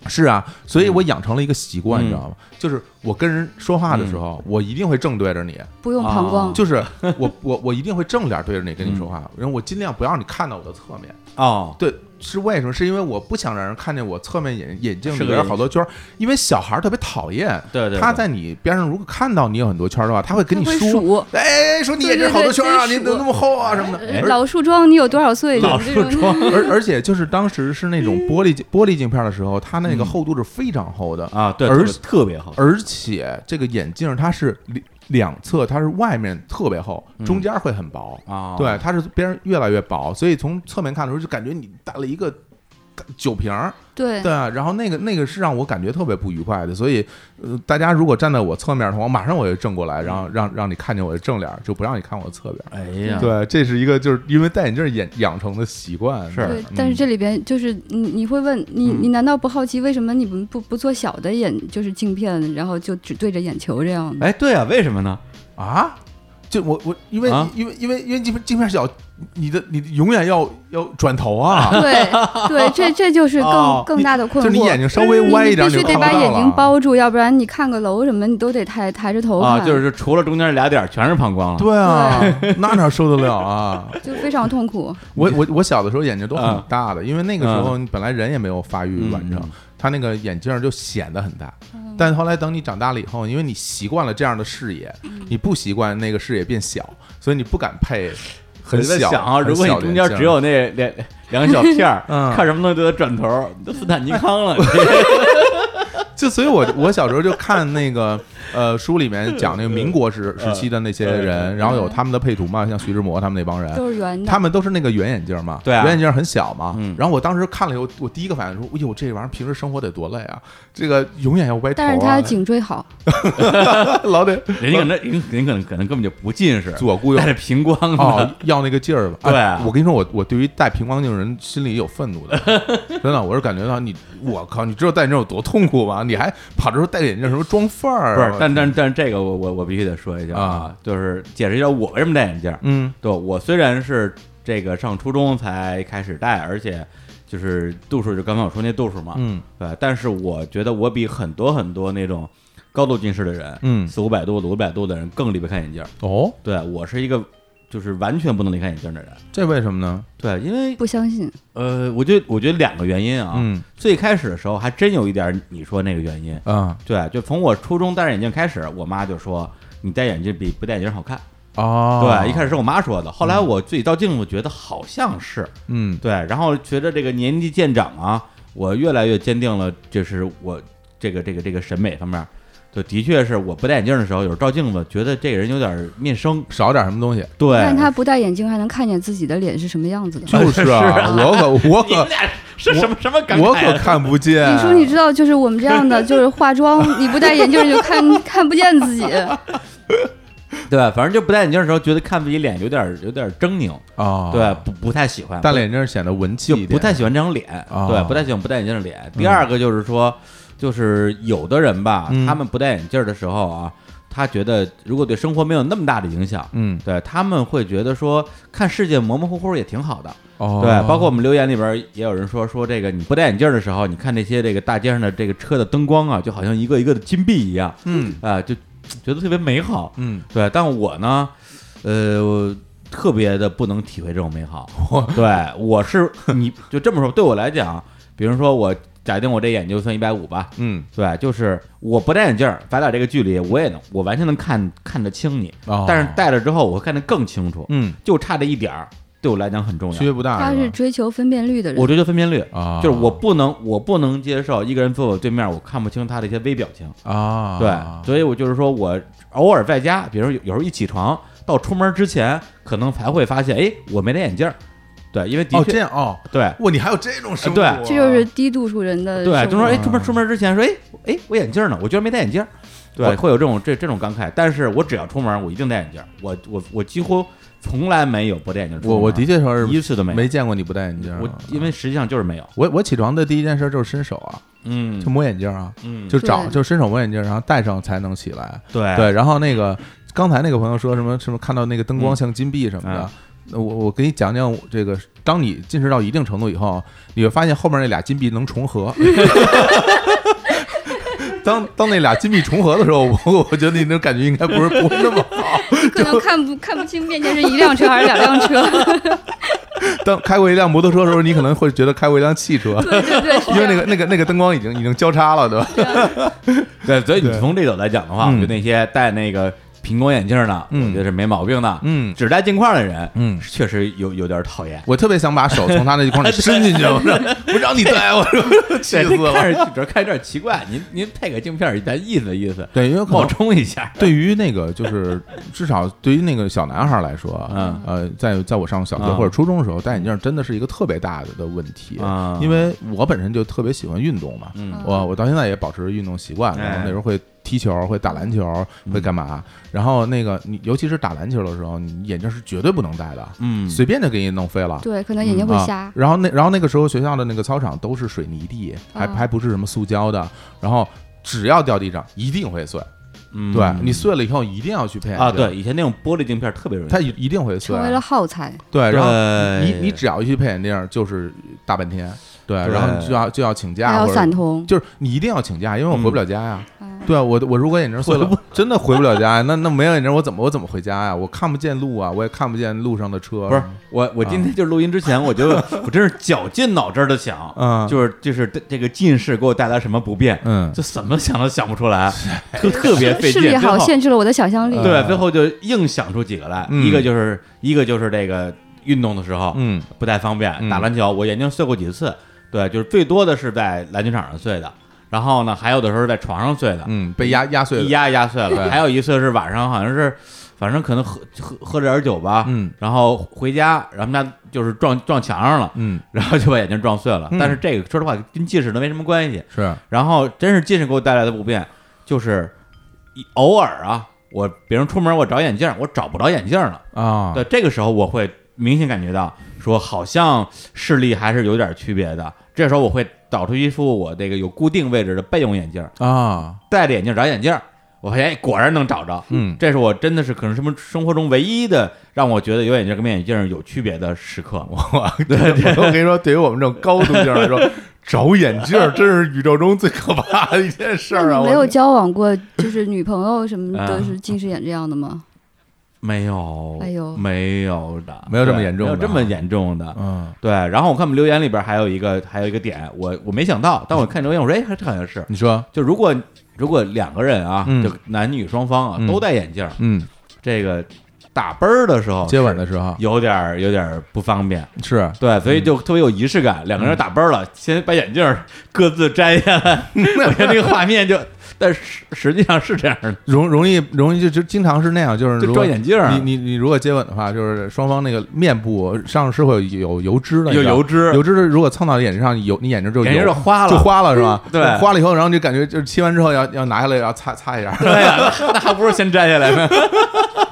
[SPEAKER 2] 是啊，所以我养成了一个习惯，
[SPEAKER 1] 嗯
[SPEAKER 2] 你知道吗？就是我跟人说话的时候，我一定会正对着你，
[SPEAKER 3] 不用膀胱，
[SPEAKER 1] 啊
[SPEAKER 2] 就是我我我一定会正脸对着你跟你说话，
[SPEAKER 1] 嗯
[SPEAKER 2] 然后我尽量不让你看到我的侧面。
[SPEAKER 1] 哦，
[SPEAKER 2] 对，是为什么？是因为我不想让人看见我侧面眼眼镜
[SPEAKER 1] 是个
[SPEAKER 2] 里边
[SPEAKER 1] 人
[SPEAKER 2] 好多圈儿，因为小孩儿特别讨厌。
[SPEAKER 1] 对对，
[SPEAKER 2] 他
[SPEAKER 1] 对
[SPEAKER 2] 在你边上，如果看到你有很多圈儿的话，他会跟你
[SPEAKER 3] 它会
[SPEAKER 2] 说
[SPEAKER 3] 数：“。
[SPEAKER 2] 哎，说你眼睛好多圈儿啊，
[SPEAKER 3] 对对
[SPEAKER 2] 你
[SPEAKER 3] 对
[SPEAKER 2] 怎么那么厚啊什么的。
[SPEAKER 1] 哎
[SPEAKER 2] 而”
[SPEAKER 3] 老树桩，你有多少岁？
[SPEAKER 1] 老
[SPEAKER 3] 这种
[SPEAKER 1] 树桩
[SPEAKER 2] 而而且就是当时是那种玻璃镜玻璃镜片的时候，它
[SPEAKER 1] 嗯
[SPEAKER 2] 那个厚度是非常厚的，
[SPEAKER 1] 啊，对，
[SPEAKER 2] 而
[SPEAKER 1] 特别特别好，
[SPEAKER 2] 而且这个眼镜它是两两侧它是外面特别厚，
[SPEAKER 1] 嗯
[SPEAKER 2] 中间会很薄。
[SPEAKER 1] 啊，
[SPEAKER 2] 对，它是边越来越薄，所以从侧面看的时候就感觉你戴了一个酒瓶儿，
[SPEAKER 3] 对
[SPEAKER 2] 对，啊然后那个那个是让我感觉特别不愉快的，所以呃，大家如果站在我侧面的话，我马上我就正过来，然
[SPEAKER 3] 嗯
[SPEAKER 2] 后让让你看见我的正脸，就不让你看我的侧边。
[SPEAKER 1] 哎
[SPEAKER 2] 嗯
[SPEAKER 1] 呀，
[SPEAKER 2] 对，这是一个就是因为戴眼镜养养成的习惯。
[SPEAKER 1] 是
[SPEAKER 3] 对，但是
[SPEAKER 2] 嗯
[SPEAKER 3] 这里边就是你你会问你你难道不好奇为什么你们不不做小的眼就是镜片，然后就只对着眼球这样的？
[SPEAKER 1] 哎，对啊，为什么呢？
[SPEAKER 2] 啊，就我我因为、
[SPEAKER 1] 啊
[SPEAKER 2] 因为因为因为镜片镜片小，你的你永远要要转头 啊，
[SPEAKER 3] 对 对，这这就是更、
[SPEAKER 1] 哦
[SPEAKER 3] 更大的
[SPEAKER 2] 就
[SPEAKER 3] 困惑。
[SPEAKER 2] 是你眼睛稍微歪一点，
[SPEAKER 3] 你必须
[SPEAKER 2] 就
[SPEAKER 3] 得
[SPEAKER 2] 看不
[SPEAKER 3] 把
[SPEAKER 2] 到
[SPEAKER 3] 眼睛
[SPEAKER 2] 了
[SPEAKER 3] 包住，要不然你看个楼什么，你都得抬抬着头看，
[SPEAKER 1] 啊，就是除了中间俩点儿全是膀胱了。
[SPEAKER 2] 对啊， 那哪受得了啊！
[SPEAKER 3] 就非常痛苦。
[SPEAKER 2] 我我我小的时候眼睛都很
[SPEAKER 1] 啊
[SPEAKER 2] 大的，因为那个时候你本来人也没有发育完成
[SPEAKER 1] 嗯嗯，
[SPEAKER 2] 他那个眼镜儿就显得很大。
[SPEAKER 3] 嗯
[SPEAKER 2] 但后来等你长大了以后，因为你习惯了这样的视野，
[SPEAKER 3] 嗯
[SPEAKER 2] 你不习惯那个视野变小，所以你不敢配很
[SPEAKER 1] 我在
[SPEAKER 2] 小。
[SPEAKER 1] 想啊，
[SPEAKER 2] 很
[SPEAKER 1] 如果你
[SPEAKER 2] 小的
[SPEAKER 1] 中
[SPEAKER 2] 眼
[SPEAKER 1] 间
[SPEAKER 2] 镜
[SPEAKER 1] 只有那两两个小片儿，
[SPEAKER 2] 嗯
[SPEAKER 1] 看什么东西都得转头，你都斯坦尼康了。
[SPEAKER 2] 就所以我，我小时候就看那个呃书里面讲那个民国
[SPEAKER 1] 嗯
[SPEAKER 2] 时时期的那些人，然后有他们的配图嘛，像徐志摩他们那帮人，
[SPEAKER 3] 嗯都是圆的。
[SPEAKER 2] 哎他们都是那个圆眼镜嘛，
[SPEAKER 1] 对啊
[SPEAKER 2] 圆眼镜很小嘛。
[SPEAKER 1] 嗯
[SPEAKER 2] 然后我当时看了以后，我第一个反应说：“哎呦，这玩意儿平时生活得多累啊！这个永远要歪头、啊。”
[SPEAKER 3] 但是他颈椎好，
[SPEAKER 2] 老得
[SPEAKER 1] 人家可能人人可能可能根本就不近视，
[SPEAKER 2] 左顾右
[SPEAKER 1] 带着平光
[SPEAKER 2] 哦
[SPEAKER 1] 的，，
[SPEAKER 2] 要那个劲儿吧。
[SPEAKER 1] 对啊
[SPEAKER 2] 哎我跟你说，我我对于戴平光镜的人心里有愤怒的， 真的，我是感觉到你，我靠，你知道戴眼镜有多痛苦吗？你还跑这时候戴着眼镜什么装范儿
[SPEAKER 1] 不
[SPEAKER 2] 啊？
[SPEAKER 1] 是，但但但这个我我我必须得说一下
[SPEAKER 2] 啊，
[SPEAKER 1] 就是解释一下我为什么戴眼镜儿。
[SPEAKER 2] 嗯
[SPEAKER 1] 对我虽然是这个上初中才开始戴，而且就是度数，就刚才我说那度数嘛，
[SPEAKER 2] 嗯
[SPEAKER 1] 对，但是我觉得我比很多很多那种高度近视的人，
[SPEAKER 2] 嗯
[SPEAKER 1] 四五百度、五百度的人更离不开眼镜儿。
[SPEAKER 2] 哦，
[SPEAKER 1] 对我是一个就是完全不能离开眼镜儿的人。
[SPEAKER 2] 这为什么呢？
[SPEAKER 1] 对，因为
[SPEAKER 3] 不相信。
[SPEAKER 1] 呃，我觉得我觉得两个原因啊，
[SPEAKER 2] 嗯
[SPEAKER 1] 最开始的时候还真有一点儿你说那个原因，
[SPEAKER 2] 啊
[SPEAKER 1] 对，就从我初中戴着眼镜开始，我妈就说你戴眼镜比不戴眼镜好看。
[SPEAKER 2] 哦，
[SPEAKER 1] 对，一开始是我妈说的，后来我自己照镜子觉得好像是
[SPEAKER 2] 嗯
[SPEAKER 1] 对，然后随着这个年纪渐长啊，我越来越坚定了，就是我这个这个这个审美方面，就的确是我不戴眼镜的时候，有时候照镜子觉得这个人有点面生，
[SPEAKER 2] 少点什 么东西，
[SPEAKER 1] 对，
[SPEAKER 3] 但他不戴眼镜还能看见自己的脸是什么样子的。
[SPEAKER 2] 就是啊，我可我
[SPEAKER 1] 你们
[SPEAKER 2] 可
[SPEAKER 1] 俩是什么什么感
[SPEAKER 2] 我
[SPEAKER 1] 慨
[SPEAKER 2] 可
[SPEAKER 1] 啊？
[SPEAKER 2] 看不见。
[SPEAKER 3] 你说你知道，就是我们这样的，就是化妆，你不戴眼镜就看 看不见自己。
[SPEAKER 1] 对，反正就不戴眼镜的时候，觉得看自己脸有点有点狰狞，
[SPEAKER 2] 啊，
[SPEAKER 1] 对，，不不太喜欢，
[SPEAKER 2] 戴了眼镜显得文气
[SPEAKER 1] 就
[SPEAKER 2] 一点，
[SPEAKER 1] 不太喜欢这张脸，
[SPEAKER 2] 哦
[SPEAKER 1] 对，不太喜欢不戴眼镜的脸。第二个就是说，就是有的人吧，
[SPEAKER 2] 嗯
[SPEAKER 1] 他们不戴眼镜的时候啊，他觉得如果对生活没有那么大的影响。
[SPEAKER 2] 嗯
[SPEAKER 1] 对他们会觉得说看世界模模糊糊也挺好的，
[SPEAKER 2] 哦，
[SPEAKER 1] 对，包括我们留言里边也有人说说这个你不戴眼镜的时候，你看那些这个大街上的这个车的灯光啊，就好像一个一个的金币一样，
[SPEAKER 2] 嗯
[SPEAKER 1] 啊、就觉得特别美好。
[SPEAKER 2] 嗯，
[SPEAKER 1] 对，但我呢，呃，我特别的不能体会这种美好。对，我是你就这么说，对我来讲，比如说我假定我这眼睛就算一百五吧，
[SPEAKER 2] 嗯
[SPEAKER 1] 对，就是我不戴眼镜儿，咱俩这个距离，我也能，我完全能看看得清你，
[SPEAKER 2] 哦
[SPEAKER 1] 但是戴了之后，我会看得更清楚，
[SPEAKER 2] 嗯
[SPEAKER 1] 就差这一点儿，对我来讲很重
[SPEAKER 2] 区
[SPEAKER 1] 要。
[SPEAKER 2] 别不大，
[SPEAKER 3] 他
[SPEAKER 2] 是
[SPEAKER 3] 是
[SPEAKER 2] 吧
[SPEAKER 3] 追求分辨率的人
[SPEAKER 1] 我，追求分辨率。
[SPEAKER 2] 啊，
[SPEAKER 1] 嗯就是我不能，我不能接受一个人坐我对面，我看不清他的一些微表情。
[SPEAKER 2] 啊，
[SPEAKER 1] 对，所以我就是说我偶尔在家，比如说有有时候一起床到出门之前，可能才会发现，哎，我没戴眼镜儿。对，因为的
[SPEAKER 2] 哦
[SPEAKER 1] 确、
[SPEAKER 2] 这样哦，
[SPEAKER 1] 对
[SPEAKER 2] 哇，你还有这种生活、
[SPEAKER 1] 呃
[SPEAKER 2] 啊，
[SPEAKER 1] 对
[SPEAKER 3] 这就是低度数人的生活。
[SPEAKER 1] 对，就说哎，出门
[SPEAKER 2] 啊
[SPEAKER 1] 出门之前说，哎哎，我眼镜儿呢？我居然没戴眼镜儿。对，
[SPEAKER 2] 我
[SPEAKER 1] 会有这种这这种感慨，但是我只要出门，我一定戴眼镜儿。我我我几乎从来没有不戴眼镜儿出门。
[SPEAKER 2] 我我的确说
[SPEAKER 1] 一
[SPEAKER 2] 是
[SPEAKER 1] 次都没有
[SPEAKER 2] 没见过你不戴眼镜啊，
[SPEAKER 1] 我因为实际上就是没有。
[SPEAKER 2] 我我起床的第一件事就是伸手啊，
[SPEAKER 1] 嗯
[SPEAKER 2] 就摸眼镜啊，
[SPEAKER 1] 嗯，
[SPEAKER 2] 就找
[SPEAKER 3] 对
[SPEAKER 2] 就伸手摸眼镜，然后戴上才能起来。
[SPEAKER 1] 对
[SPEAKER 2] 对，然后那个刚才那个朋友说什么什么看到那个灯光像金币什么的
[SPEAKER 1] 嗯，
[SPEAKER 2] 那我我给你讲讲这个，当你近视到一定程度以后，你会发现后面那俩金币能重合。 当当那俩金币重合的时候，我我觉得你那感觉应该不是不是那么好。
[SPEAKER 3] 可能看不看不清面前是一辆车还是两辆车。
[SPEAKER 2] 当开过一辆摩托车的时候，你可能会觉得开过一辆汽车，
[SPEAKER 3] 对对对，是
[SPEAKER 2] 因为
[SPEAKER 3] 这
[SPEAKER 2] 那个
[SPEAKER 3] 样
[SPEAKER 2] 那个那个灯光已经已经交叉了，对吧？
[SPEAKER 1] 对，所以你
[SPEAKER 2] 对
[SPEAKER 1] 从这角度来讲的话，我
[SPEAKER 2] 嗯
[SPEAKER 1] 觉得那些戴那个平光眼镜儿的，
[SPEAKER 2] 嗯
[SPEAKER 1] 我觉得是没毛病的。
[SPEAKER 2] 嗯
[SPEAKER 1] 只戴镜框的人，
[SPEAKER 2] 嗯
[SPEAKER 1] 确实有有点讨厌。
[SPEAKER 2] 我特别想把手从他那框里伸进去，我说我让你戴，我说气死
[SPEAKER 1] 这
[SPEAKER 2] 了。
[SPEAKER 1] 看 着主要看着有点奇怪，您您配个镜片儿，咱意思意思，
[SPEAKER 2] 对，因为可
[SPEAKER 1] 冒
[SPEAKER 2] 能
[SPEAKER 1] 充一下。
[SPEAKER 2] 对于那个就是至少对于那个小男孩来说，
[SPEAKER 1] 嗯
[SPEAKER 2] 呃，在在我上小学
[SPEAKER 1] 啊
[SPEAKER 2] 或者初中的时候，戴眼镜真的是一个特别大的问题
[SPEAKER 1] 啊，
[SPEAKER 2] 因为我本身就特别喜欢运动嘛，
[SPEAKER 1] 嗯哎
[SPEAKER 2] 我我到现在也保持运动习惯，然后那时候会踢球，会打篮球，
[SPEAKER 1] 嗯
[SPEAKER 2] 会干嘛？然后那个你尤其是打篮球的时候，你眼镜是绝对不能戴的，
[SPEAKER 1] 嗯
[SPEAKER 2] 随便就给你弄飞了。
[SPEAKER 3] 对，可能眼睛会瞎
[SPEAKER 2] 啊。。然后那然后那个时候学校的那个操场都是水泥地，还、
[SPEAKER 3] 哦
[SPEAKER 2] 还不是什么塑胶的。然后只要掉地上，一定会碎。
[SPEAKER 1] 嗯
[SPEAKER 2] 对、你碎了以后，一定要去配眼
[SPEAKER 1] 啊，
[SPEAKER 2] 镜，
[SPEAKER 1] 对，以前那种玻璃镜片儿特别容易
[SPEAKER 2] 它。一一定会碎
[SPEAKER 3] 成。为了耗材，
[SPEAKER 2] 对，然后
[SPEAKER 1] 对
[SPEAKER 2] 你你只要一去配眼镜，就是大半天。对，
[SPEAKER 1] 对
[SPEAKER 2] 然后你就要就要请
[SPEAKER 3] 还
[SPEAKER 2] 假，
[SPEAKER 3] 有
[SPEAKER 2] 或者
[SPEAKER 3] 散瞳。
[SPEAKER 2] 就是你一定要请假，因为我回不了家呀。
[SPEAKER 3] 嗯
[SPEAKER 2] 对啊，我我如果眼镜碎了，真的回不了家呀。那那没有眼镜，我怎么我怎么回家呀？我看不见路啊，我也看不见路上的车。啊
[SPEAKER 1] 不是我，我今天就录音之前，我就我真是绞尽脑汁的想，
[SPEAKER 2] 嗯
[SPEAKER 1] 就是就是这这个近视给我带来什么不便，
[SPEAKER 2] 嗯
[SPEAKER 1] 就怎么想都想不出来，特特别费
[SPEAKER 3] 嗯视
[SPEAKER 1] 劲。
[SPEAKER 3] 力
[SPEAKER 1] 最后
[SPEAKER 3] 好限制了我的想象力。
[SPEAKER 1] 对，最后就硬想出几个来，
[SPEAKER 2] 嗯
[SPEAKER 1] 一个就是一个就是这个运动的时候
[SPEAKER 2] 嗯
[SPEAKER 1] 不太方便，
[SPEAKER 2] 嗯
[SPEAKER 1] 打篮球我眼睛碎过几次，对，就是最多的是在篮球场上碎的。然后呢，还有的时候是在床上睡的，
[SPEAKER 2] 嗯，被压压碎
[SPEAKER 1] 一
[SPEAKER 2] 了，
[SPEAKER 1] 压压碎了。
[SPEAKER 2] 对
[SPEAKER 1] 还有一次是晚上，好像是，反正可能喝喝喝着点酒吧，
[SPEAKER 2] 嗯
[SPEAKER 1] 然后回家，然后他们家就是撞撞墙上了，
[SPEAKER 2] 嗯，
[SPEAKER 1] 然后就把眼睛撞碎了。
[SPEAKER 2] 嗯
[SPEAKER 1] 但是这个说实话跟近视都没什么关系。
[SPEAKER 2] 是，啊
[SPEAKER 1] 然后真是近视给我带来的不便，就是一偶尔啊，我别人出门我找眼镜，我找不着眼镜了。
[SPEAKER 2] 啊，
[SPEAKER 1] 对，这个时候我会明显感觉到，说好像视力还是有点区别的。这时候我会导出一副我这个有固定位置的备用眼镜，
[SPEAKER 2] 啊，
[SPEAKER 1] 戴着眼镜找眼镜，我发现哎果然能找着。
[SPEAKER 2] 嗯
[SPEAKER 1] 这是我真的是可能什么生活中唯一的让我觉得有眼镜跟没眼镜有区别的时 刻。
[SPEAKER 2] 哇，对，我跟你说，对于我们这种高度镜来 说，找眼镜儿真是宇宙中最可怕的一件事儿
[SPEAKER 3] 那
[SPEAKER 2] 啊！
[SPEAKER 3] 你
[SPEAKER 2] 我
[SPEAKER 3] 没有交往过就是女朋友什么
[SPEAKER 1] 啊
[SPEAKER 3] 的，是近视眼这样的吗？
[SPEAKER 1] 没有，
[SPEAKER 3] 哎呦
[SPEAKER 1] 没有的，
[SPEAKER 2] 没有这么
[SPEAKER 1] 对
[SPEAKER 2] 严重
[SPEAKER 1] 没有
[SPEAKER 2] 的
[SPEAKER 1] 这么
[SPEAKER 2] 啊
[SPEAKER 1] 严重的。
[SPEAKER 2] 嗯，
[SPEAKER 1] 对，然后我看我们留言里边还有一个，还有一个点，我我没想到，但我看留言，我说，哎，这好像是，
[SPEAKER 2] 你说，
[SPEAKER 1] 就如果如果两个人啊，
[SPEAKER 2] 嗯
[SPEAKER 1] 就男女双方啊、
[SPEAKER 2] 嗯
[SPEAKER 1] 都戴眼镜，
[SPEAKER 2] 嗯，
[SPEAKER 1] 这个打啵儿的时候，
[SPEAKER 2] 接吻的时候
[SPEAKER 1] 有点儿有点儿不方便，
[SPEAKER 2] 是
[SPEAKER 1] 对，所以就特别有仪式感。两个人打啵儿
[SPEAKER 2] 嗯
[SPEAKER 1] 了，先把眼镜儿各自摘下 来，我觉得那个画面就，但实实际上是这样的，
[SPEAKER 2] 容容易容易就就经常是那样，就是
[SPEAKER 1] 就
[SPEAKER 2] 如
[SPEAKER 1] 装
[SPEAKER 2] 果
[SPEAKER 1] 眼镜儿
[SPEAKER 2] 嗯
[SPEAKER 1] 啊
[SPEAKER 2] 你你你如果接吻的话，就是双方那个面部上是会有有油脂的，
[SPEAKER 1] 有油
[SPEAKER 2] 脂，
[SPEAKER 1] 脂，
[SPEAKER 2] 油脂如果蹭到眼睛上，有你眼睛就
[SPEAKER 1] 眼睛
[SPEAKER 2] 油
[SPEAKER 1] 就花了，
[SPEAKER 2] 就花了是嗯吧？
[SPEAKER 1] 对
[SPEAKER 2] 花了以后，然后你就感觉就是亲完之后要要拿下来要擦擦一 下，
[SPEAKER 1] 对呀、 那还不如先摘下来呢。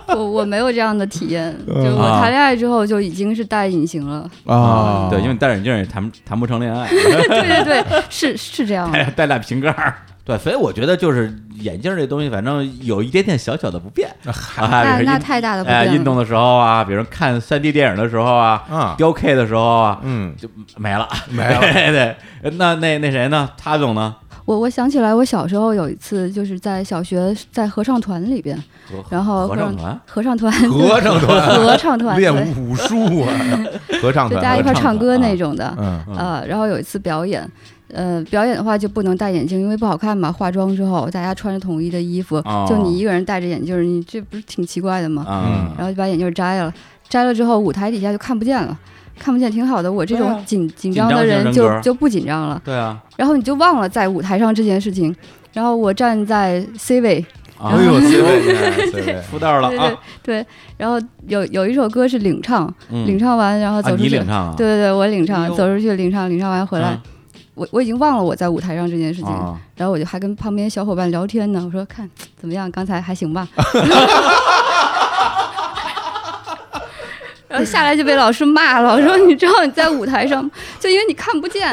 [SPEAKER 3] 我我没有这样的体验，就
[SPEAKER 2] 嗯
[SPEAKER 3] 我谈恋爱之后就已经是戴隐形了。
[SPEAKER 2] 啊
[SPEAKER 1] 对，因为你戴眼镜也谈不谈不成恋爱，
[SPEAKER 3] 对对对，是是这 样的。
[SPEAKER 1] 戴戴俩瓶盖儿。对，所以我觉得就是眼镜这东西，反正有一点点小小的不便啊，
[SPEAKER 3] 那
[SPEAKER 1] 比如
[SPEAKER 3] 那
[SPEAKER 1] 运
[SPEAKER 3] 太大的不
[SPEAKER 1] 哎
[SPEAKER 3] 便
[SPEAKER 1] 运动
[SPEAKER 3] 了。
[SPEAKER 1] 的时候啊，比如看三 D 电影的时候啊，
[SPEAKER 2] 啊，
[SPEAKER 1] 雕 K 的时候啊，
[SPEAKER 2] 嗯，
[SPEAKER 1] 就没了
[SPEAKER 2] 没 了
[SPEAKER 1] 对，那那那谁呢？他总呢？
[SPEAKER 3] 我我想起来，我小时候有一次就是在小学在合唱团里边，
[SPEAKER 1] 合
[SPEAKER 3] 然后
[SPEAKER 1] 合唱团
[SPEAKER 3] 合唱团
[SPEAKER 2] 合唱团
[SPEAKER 3] 合唱团
[SPEAKER 2] 练
[SPEAKER 3] 对
[SPEAKER 2] 武术啊，合唱
[SPEAKER 3] 就
[SPEAKER 2] 团，
[SPEAKER 3] 大家一块
[SPEAKER 1] 合
[SPEAKER 3] 儿
[SPEAKER 1] 唱
[SPEAKER 3] 唱歌
[SPEAKER 1] 团啊
[SPEAKER 3] 那种的。
[SPEAKER 2] 嗯
[SPEAKER 1] 嗯
[SPEAKER 3] 呃，然后有一次表演，呃，表演的话就不能戴眼镜，因为不好看嘛。化妆之后，大家穿着统一的衣服，
[SPEAKER 1] 哦
[SPEAKER 3] 就你一个人戴着眼镜，你这不是挺奇怪的吗？
[SPEAKER 2] 嗯
[SPEAKER 1] 啊，
[SPEAKER 3] 然后就把眼镜摘了，摘了之后，舞台底下就看不见了。看不见挺好的，我这
[SPEAKER 1] 对啊
[SPEAKER 3] 种紧、紧
[SPEAKER 1] 紧
[SPEAKER 3] 张
[SPEAKER 1] 张
[SPEAKER 3] 的
[SPEAKER 1] 型
[SPEAKER 3] 人
[SPEAKER 1] 人
[SPEAKER 3] 就
[SPEAKER 1] 格
[SPEAKER 3] 就不紧张了，
[SPEAKER 1] 对啊，
[SPEAKER 3] 然后你就忘了在舞台上这件事情。然后我站在 C 位，
[SPEAKER 1] 啊
[SPEAKER 2] 哎呦，随 便你看，随便
[SPEAKER 1] 出道了
[SPEAKER 3] 对对
[SPEAKER 1] 啊，
[SPEAKER 3] 对，然后有有一首歌是领唱，
[SPEAKER 1] 嗯
[SPEAKER 3] 领唱完然后
[SPEAKER 1] 啊，
[SPEAKER 3] 走出
[SPEAKER 1] 你
[SPEAKER 3] 去，
[SPEAKER 1] 领唱啊，
[SPEAKER 3] 对对对，我领
[SPEAKER 1] 哎
[SPEAKER 3] 唱，
[SPEAKER 1] 呦
[SPEAKER 3] 走出去领唱，领唱完回来，
[SPEAKER 1] 嗯
[SPEAKER 3] 我我已经忘了我在舞台上这件事情，
[SPEAKER 1] 啊，
[SPEAKER 3] 然后我就还跟旁边小伙伴聊天呢，我说看怎么样，刚才还 行吧。然后下来就被老师骂了，我说你知道你在舞台上，就因为你看不见，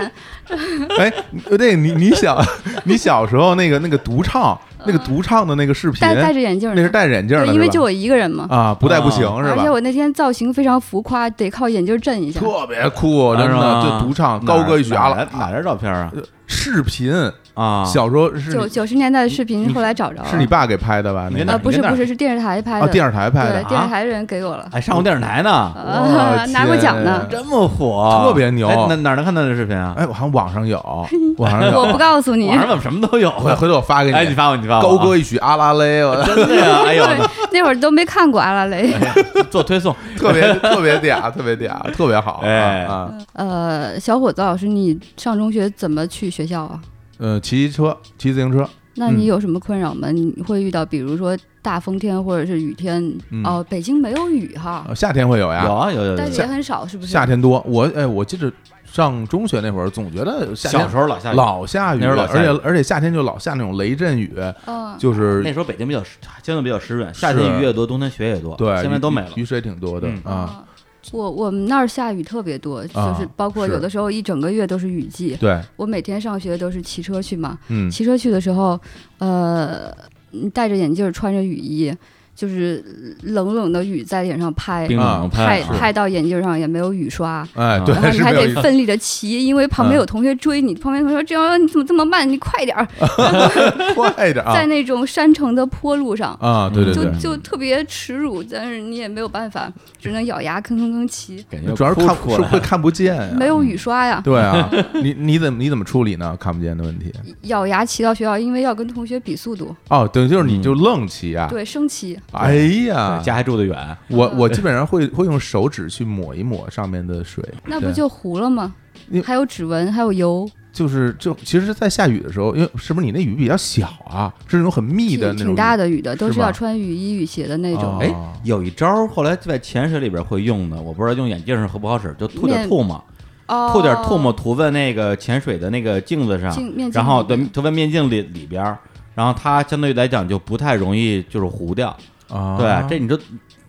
[SPEAKER 2] 哎，对你你小你小时候那个那个独唱那个独唱的那个视频，
[SPEAKER 3] 嗯戴戴着眼镜儿
[SPEAKER 2] 那
[SPEAKER 3] 呢，
[SPEAKER 2] 是戴着眼镜儿的是
[SPEAKER 3] 对，
[SPEAKER 2] 吧，
[SPEAKER 3] 因为就我一个人嘛，
[SPEAKER 2] 啊，不戴不行
[SPEAKER 1] 啊
[SPEAKER 2] 是
[SPEAKER 3] 而
[SPEAKER 2] 吧
[SPEAKER 3] 且？我那天造型非常浮夸，得靠眼镜震一下。
[SPEAKER 2] 特别酷，
[SPEAKER 1] 啊
[SPEAKER 2] 真
[SPEAKER 1] 是
[SPEAKER 2] 的
[SPEAKER 1] 吗
[SPEAKER 2] 就独唱，
[SPEAKER 1] 哪儿
[SPEAKER 2] 高歌一曲啊
[SPEAKER 1] 哪儿哪儿的照片啊？
[SPEAKER 2] 视频，
[SPEAKER 1] 啊，
[SPEAKER 2] 小时候是
[SPEAKER 3] 九
[SPEAKER 2] 你
[SPEAKER 3] 九十年代的视
[SPEAKER 1] 你
[SPEAKER 3] 频，后来找着了。
[SPEAKER 2] 是你爸给拍的吧？
[SPEAKER 1] 你
[SPEAKER 2] 那
[SPEAKER 1] 跟
[SPEAKER 2] 个
[SPEAKER 1] 哪
[SPEAKER 3] 啊？不是
[SPEAKER 1] 你在哪
[SPEAKER 3] 不是，是电视台拍
[SPEAKER 2] 啊，
[SPEAKER 3] 的。
[SPEAKER 2] 电视台拍的哎
[SPEAKER 3] 对，电
[SPEAKER 1] 啊
[SPEAKER 3] 视台人给我了。
[SPEAKER 1] 还上过电视台呢，
[SPEAKER 3] 啊，拿过奖呢。
[SPEAKER 1] 这么火，
[SPEAKER 2] 特别牛
[SPEAKER 1] 哎哪哪能看到这视频啊？
[SPEAKER 2] 哎，我好像网上 有，网上有，
[SPEAKER 3] 我不告诉你
[SPEAKER 1] 网，上怎么什么都有？
[SPEAKER 2] 回回头我发给
[SPEAKER 1] 哎，你
[SPEAKER 2] 你，
[SPEAKER 1] 发我，你发我啊，
[SPEAKER 2] 高歌一曲阿拉 蕾，我
[SPEAKER 1] 真的呀！ 哎呦，
[SPEAKER 3] 那会儿都没看过阿拉蕾。
[SPEAKER 1] 做推送，
[SPEAKER 2] 特别特别嗲，特 别嗲，特别好，啊
[SPEAKER 1] 哎
[SPEAKER 2] 啊，
[SPEAKER 3] 呃，小伙子老师，你上中学怎么去学校啊？
[SPEAKER 2] 呃，骑车，骑自行车，
[SPEAKER 3] 那
[SPEAKER 2] 嗯
[SPEAKER 3] 你有什么困扰吗？你会遇到比如说大风天或者是雨天？
[SPEAKER 2] 嗯
[SPEAKER 3] 哦，北京没有雨哈，
[SPEAKER 2] 呃夏天会 有呀，
[SPEAKER 1] 有啊有有
[SPEAKER 3] 但
[SPEAKER 1] 有
[SPEAKER 3] 是，也很少，是不是？
[SPEAKER 2] 夏天多。我哎，我记着上中学那会儿，总觉得夏
[SPEAKER 1] 小
[SPEAKER 2] 天
[SPEAKER 1] 时候老下雨，
[SPEAKER 2] 老下雨，
[SPEAKER 1] 那时候老
[SPEAKER 2] 而
[SPEAKER 1] 下雨
[SPEAKER 2] 且而且夏天就老下那种雷阵雨，
[SPEAKER 3] 嗯，
[SPEAKER 2] 就是
[SPEAKER 1] 那时候北京比较湿相对比较湿润，夏天雨也多，冬天雪也多，
[SPEAKER 2] 对，
[SPEAKER 1] 现在都没了
[SPEAKER 2] 雨雨水挺多的
[SPEAKER 1] 嗯
[SPEAKER 2] 啊。
[SPEAKER 3] 嗯。我我们那儿下雨特别多，
[SPEAKER 2] 啊
[SPEAKER 3] 就是包括
[SPEAKER 2] 是
[SPEAKER 3] 有的时候一整个月都是雨季。
[SPEAKER 2] 对，
[SPEAKER 3] 我每天上学都是骑车去嘛，
[SPEAKER 2] 嗯，
[SPEAKER 3] 骑车去的时候，呃，你戴着眼镜儿，穿着雨衣，就是冷冷的雨在脸上拍，
[SPEAKER 1] 冰冷
[SPEAKER 3] 拍
[SPEAKER 1] 派啊
[SPEAKER 3] 拍到眼镜上也没有 雨刷，
[SPEAKER 2] 哎，
[SPEAKER 1] 啊
[SPEAKER 2] 对
[SPEAKER 3] 然后，你
[SPEAKER 2] 是
[SPEAKER 3] 还
[SPEAKER 2] 没有
[SPEAKER 3] 得
[SPEAKER 2] 雨
[SPEAKER 3] 奋力的骑，因为旁边
[SPEAKER 2] 嗯
[SPEAKER 3] 有同学追你，旁边同学说：“这样你怎么这么慢？你快点儿！”
[SPEAKER 2] 快点啊
[SPEAKER 3] 在那种山城的坡路上，
[SPEAKER 2] 啊！对对
[SPEAKER 3] 就
[SPEAKER 2] 对，
[SPEAKER 3] 就特别耻辱，但是你也没有办法，只能咬牙吭吭吭骑。
[SPEAKER 1] 感觉
[SPEAKER 2] 主要是
[SPEAKER 1] 哭
[SPEAKER 2] 看
[SPEAKER 1] 出
[SPEAKER 2] 是
[SPEAKER 1] 来
[SPEAKER 2] 会看不见呀。
[SPEAKER 3] 没有雨刷呀，
[SPEAKER 2] 嗯对啊，你你怎么你怎么处理呢？看不见的问题
[SPEAKER 3] 咬牙骑到学校，因为要跟同学比速度，
[SPEAKER 2] 哦，等于就是你
[SPEAKER 1] 嗯
[SPEAKER 2] 就愣骑啊！
[SPEAKER 3] 对，生骑。
[SPEAKER 2] 哎呀，
[SPEAKER 1] 家还住得远，
[SPEAKER 2] 我我基本上会会用手指去抹一抹上面的水，
[SPEAKER 3] 那不
[SPEAKER 2] 对
[SPEAKER 3] 就糊了吗
[SPEAKER 2] 你？
[SPEAKER 3] 还有指纹，还有油，
[SPEAKER 2] 就是就其实，在下雨的时候，因为是不是你那雨比较小啊？是那种很密的
[SPEAKER 3] 挺
[SPEAKER 2] 那种雨，
[SPEAKER 3] 挺大的雨的，都
[SPEAKER 2] 是
[SPEAKER 3] 是要
[SPEAKER 2] 吧
[SPEAKER 3] 穿雨衣雨鞋的那种。
[SPEAKER 2] 哦
[SPEAKER 1] 哎，有一招儿后来在潜水里边会用的，我不知道用眼镜儿合不好使，就吐点
[SPEAKER 3] 面
[SPEAKER 1] 唾沫，
[SPEAKER 3] 哦，
[SPEAKER 1] 吐点唾沫涂在那个潜水的那个镜子上，
[SPEAKER 3] 镜面镜
[SPEAKER 1] 然后
[SPEAKER 3] 里边
[SPEAKER 1] 对涂在面镜里里边儿，然后它相对来讲就不太容易就是糊掉。
[SPEAKER 2] 啊，
[SPEAKER 1] 对，这你就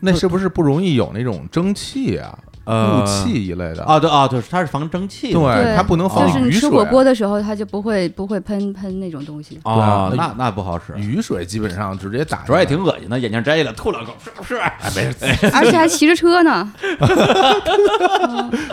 [SPEAKER 2] 那是不是不容易有那种蒸汽啊、
[SPEAKER 1] 呃
[SPEAKER 2] 雾气一类的？
[SPEAKER 1] 啊对啊，就是它是防蒸汽的。
[SPEAKER 3] 对
[SPEAKER 2] 它不能
[SPEAKER 3] 就
[SPEAKER 2] 防
[SPEAKER 3] 是你
[SPEAKER 2] 雨
[SPEAKER 3] 吃
[SPEAKER 2] 水。啊
[SPEAKER 3] 火锅的时候，它就不会不会喷喷那种东西。
[SPEAKER 1] 哦，
[SPEAKER 2] 对啊
[SPEAKER 1] 那那不好使，
[SPEAKER 2] 雨水基本上直接打，
[SPEAKER 1] 主要也挺恶心的，眼镜摘下来吐两口，是不是？哎没事，
[SPEAKER 3] 而且还骑着车呢。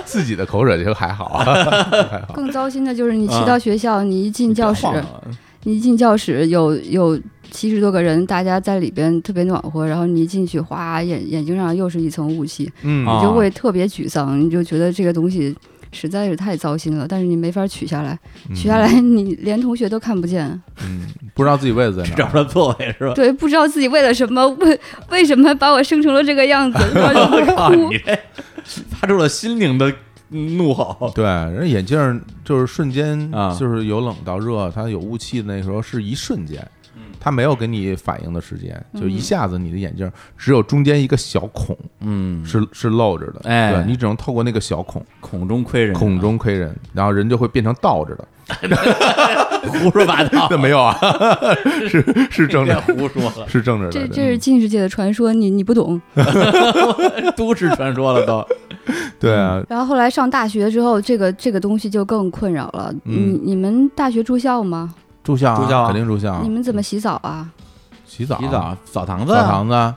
[SPEAKER 2] 自己的口水就还好 啊。
[SPEAKER 3] 更糟心的就是你骑到学校，你一进教室，
[SPEAKER 2] 别晃了
[SPEAKER 3] 你一进教室有有七十多个人，大家在里边特别暖和，然后你一进去，哗，眼眼睛上又是一层雾气，
[SPEAKER 2] 嗯
[SPEAKER 1] 啊
[SPEAKER 3] 你就会特别沮丧，你就觉得这个东西实在是太糟心了，但是你没法取下来，取下来你连同学都看不见，
[SPEAKER 2] 嗯，不知道自己位置 在哪
[SPEAKER 1] 找
[SPEAKER 2] 儿。
[SPEAKER 1] 不着座位是吧？
[SPEAKER 3] 对，不知道自己为了什么，为为什么把我生成了这个样子，然后就会
[SPEAKER 1] 啊，
[SPEAKER 3] 哭
[SPEAKER 1] 你。这发出了心灵的怒吼。
[SPEAKER 2] 对，人家眼镜儿就是瞬间
[SPEAKER 1] 啊，
[SPEAKER 2] 就是由冷到热，它有雾气的那时候是一瞬间，它没有给你反应的时间，
[SPEAKER 3] 嗯
[SPEAKER 2] 就一下子你的眼镜儿只有中间一个小孔
[SPEAKER 1] 嗯，
[SPEAKER 2] 是是露着的，
[SPEAKER 1] 哎
[SPEAKER 2] 对你只能透过那个小孔，
[SPEAKER 1] 孔中窥人，啊
[SPEAKER 2] 孔中窥人，然后人就会变成倒着的。
[SPEAKER 1] 胡说八 道，
[SPEAKER 2] 那没有啊， 是是正
[SPEAKER 1] 别
[SPEAKER 2] 着，
[SPEAKER 1] 胡说了，
[SPEAKER 2] 是正着
[SPEAKER 3] 这
[SPEAKER 2] 的。
[SPEAKER 3] 这是近世界的传说，你你不懂。
[SPEAKER 1] 都市传说了都。
[SPEAKER 2] 对啊，
[SPEAKER 3] 然后后来上大学之后，这个这个东西就更困扰了。
[SPEAKER 2] 嗯
[SPEAKER 3] 你你们大学住校吗？
[SPEAKER 2] 住校啊
[SPEAKER 1] 住校啊
[SPEAKER 2] 肯定住校啊
[SPEAKER 3] 你，们怎么洗澡啊？
[SPEAKER 2] 洗澡啊
[SPEAKER 1] 洗澡澡堂子
[SPEAKER 2] 澡
[SPEAKER 1] 啊，
[SPEAKER 2] 堂子啊，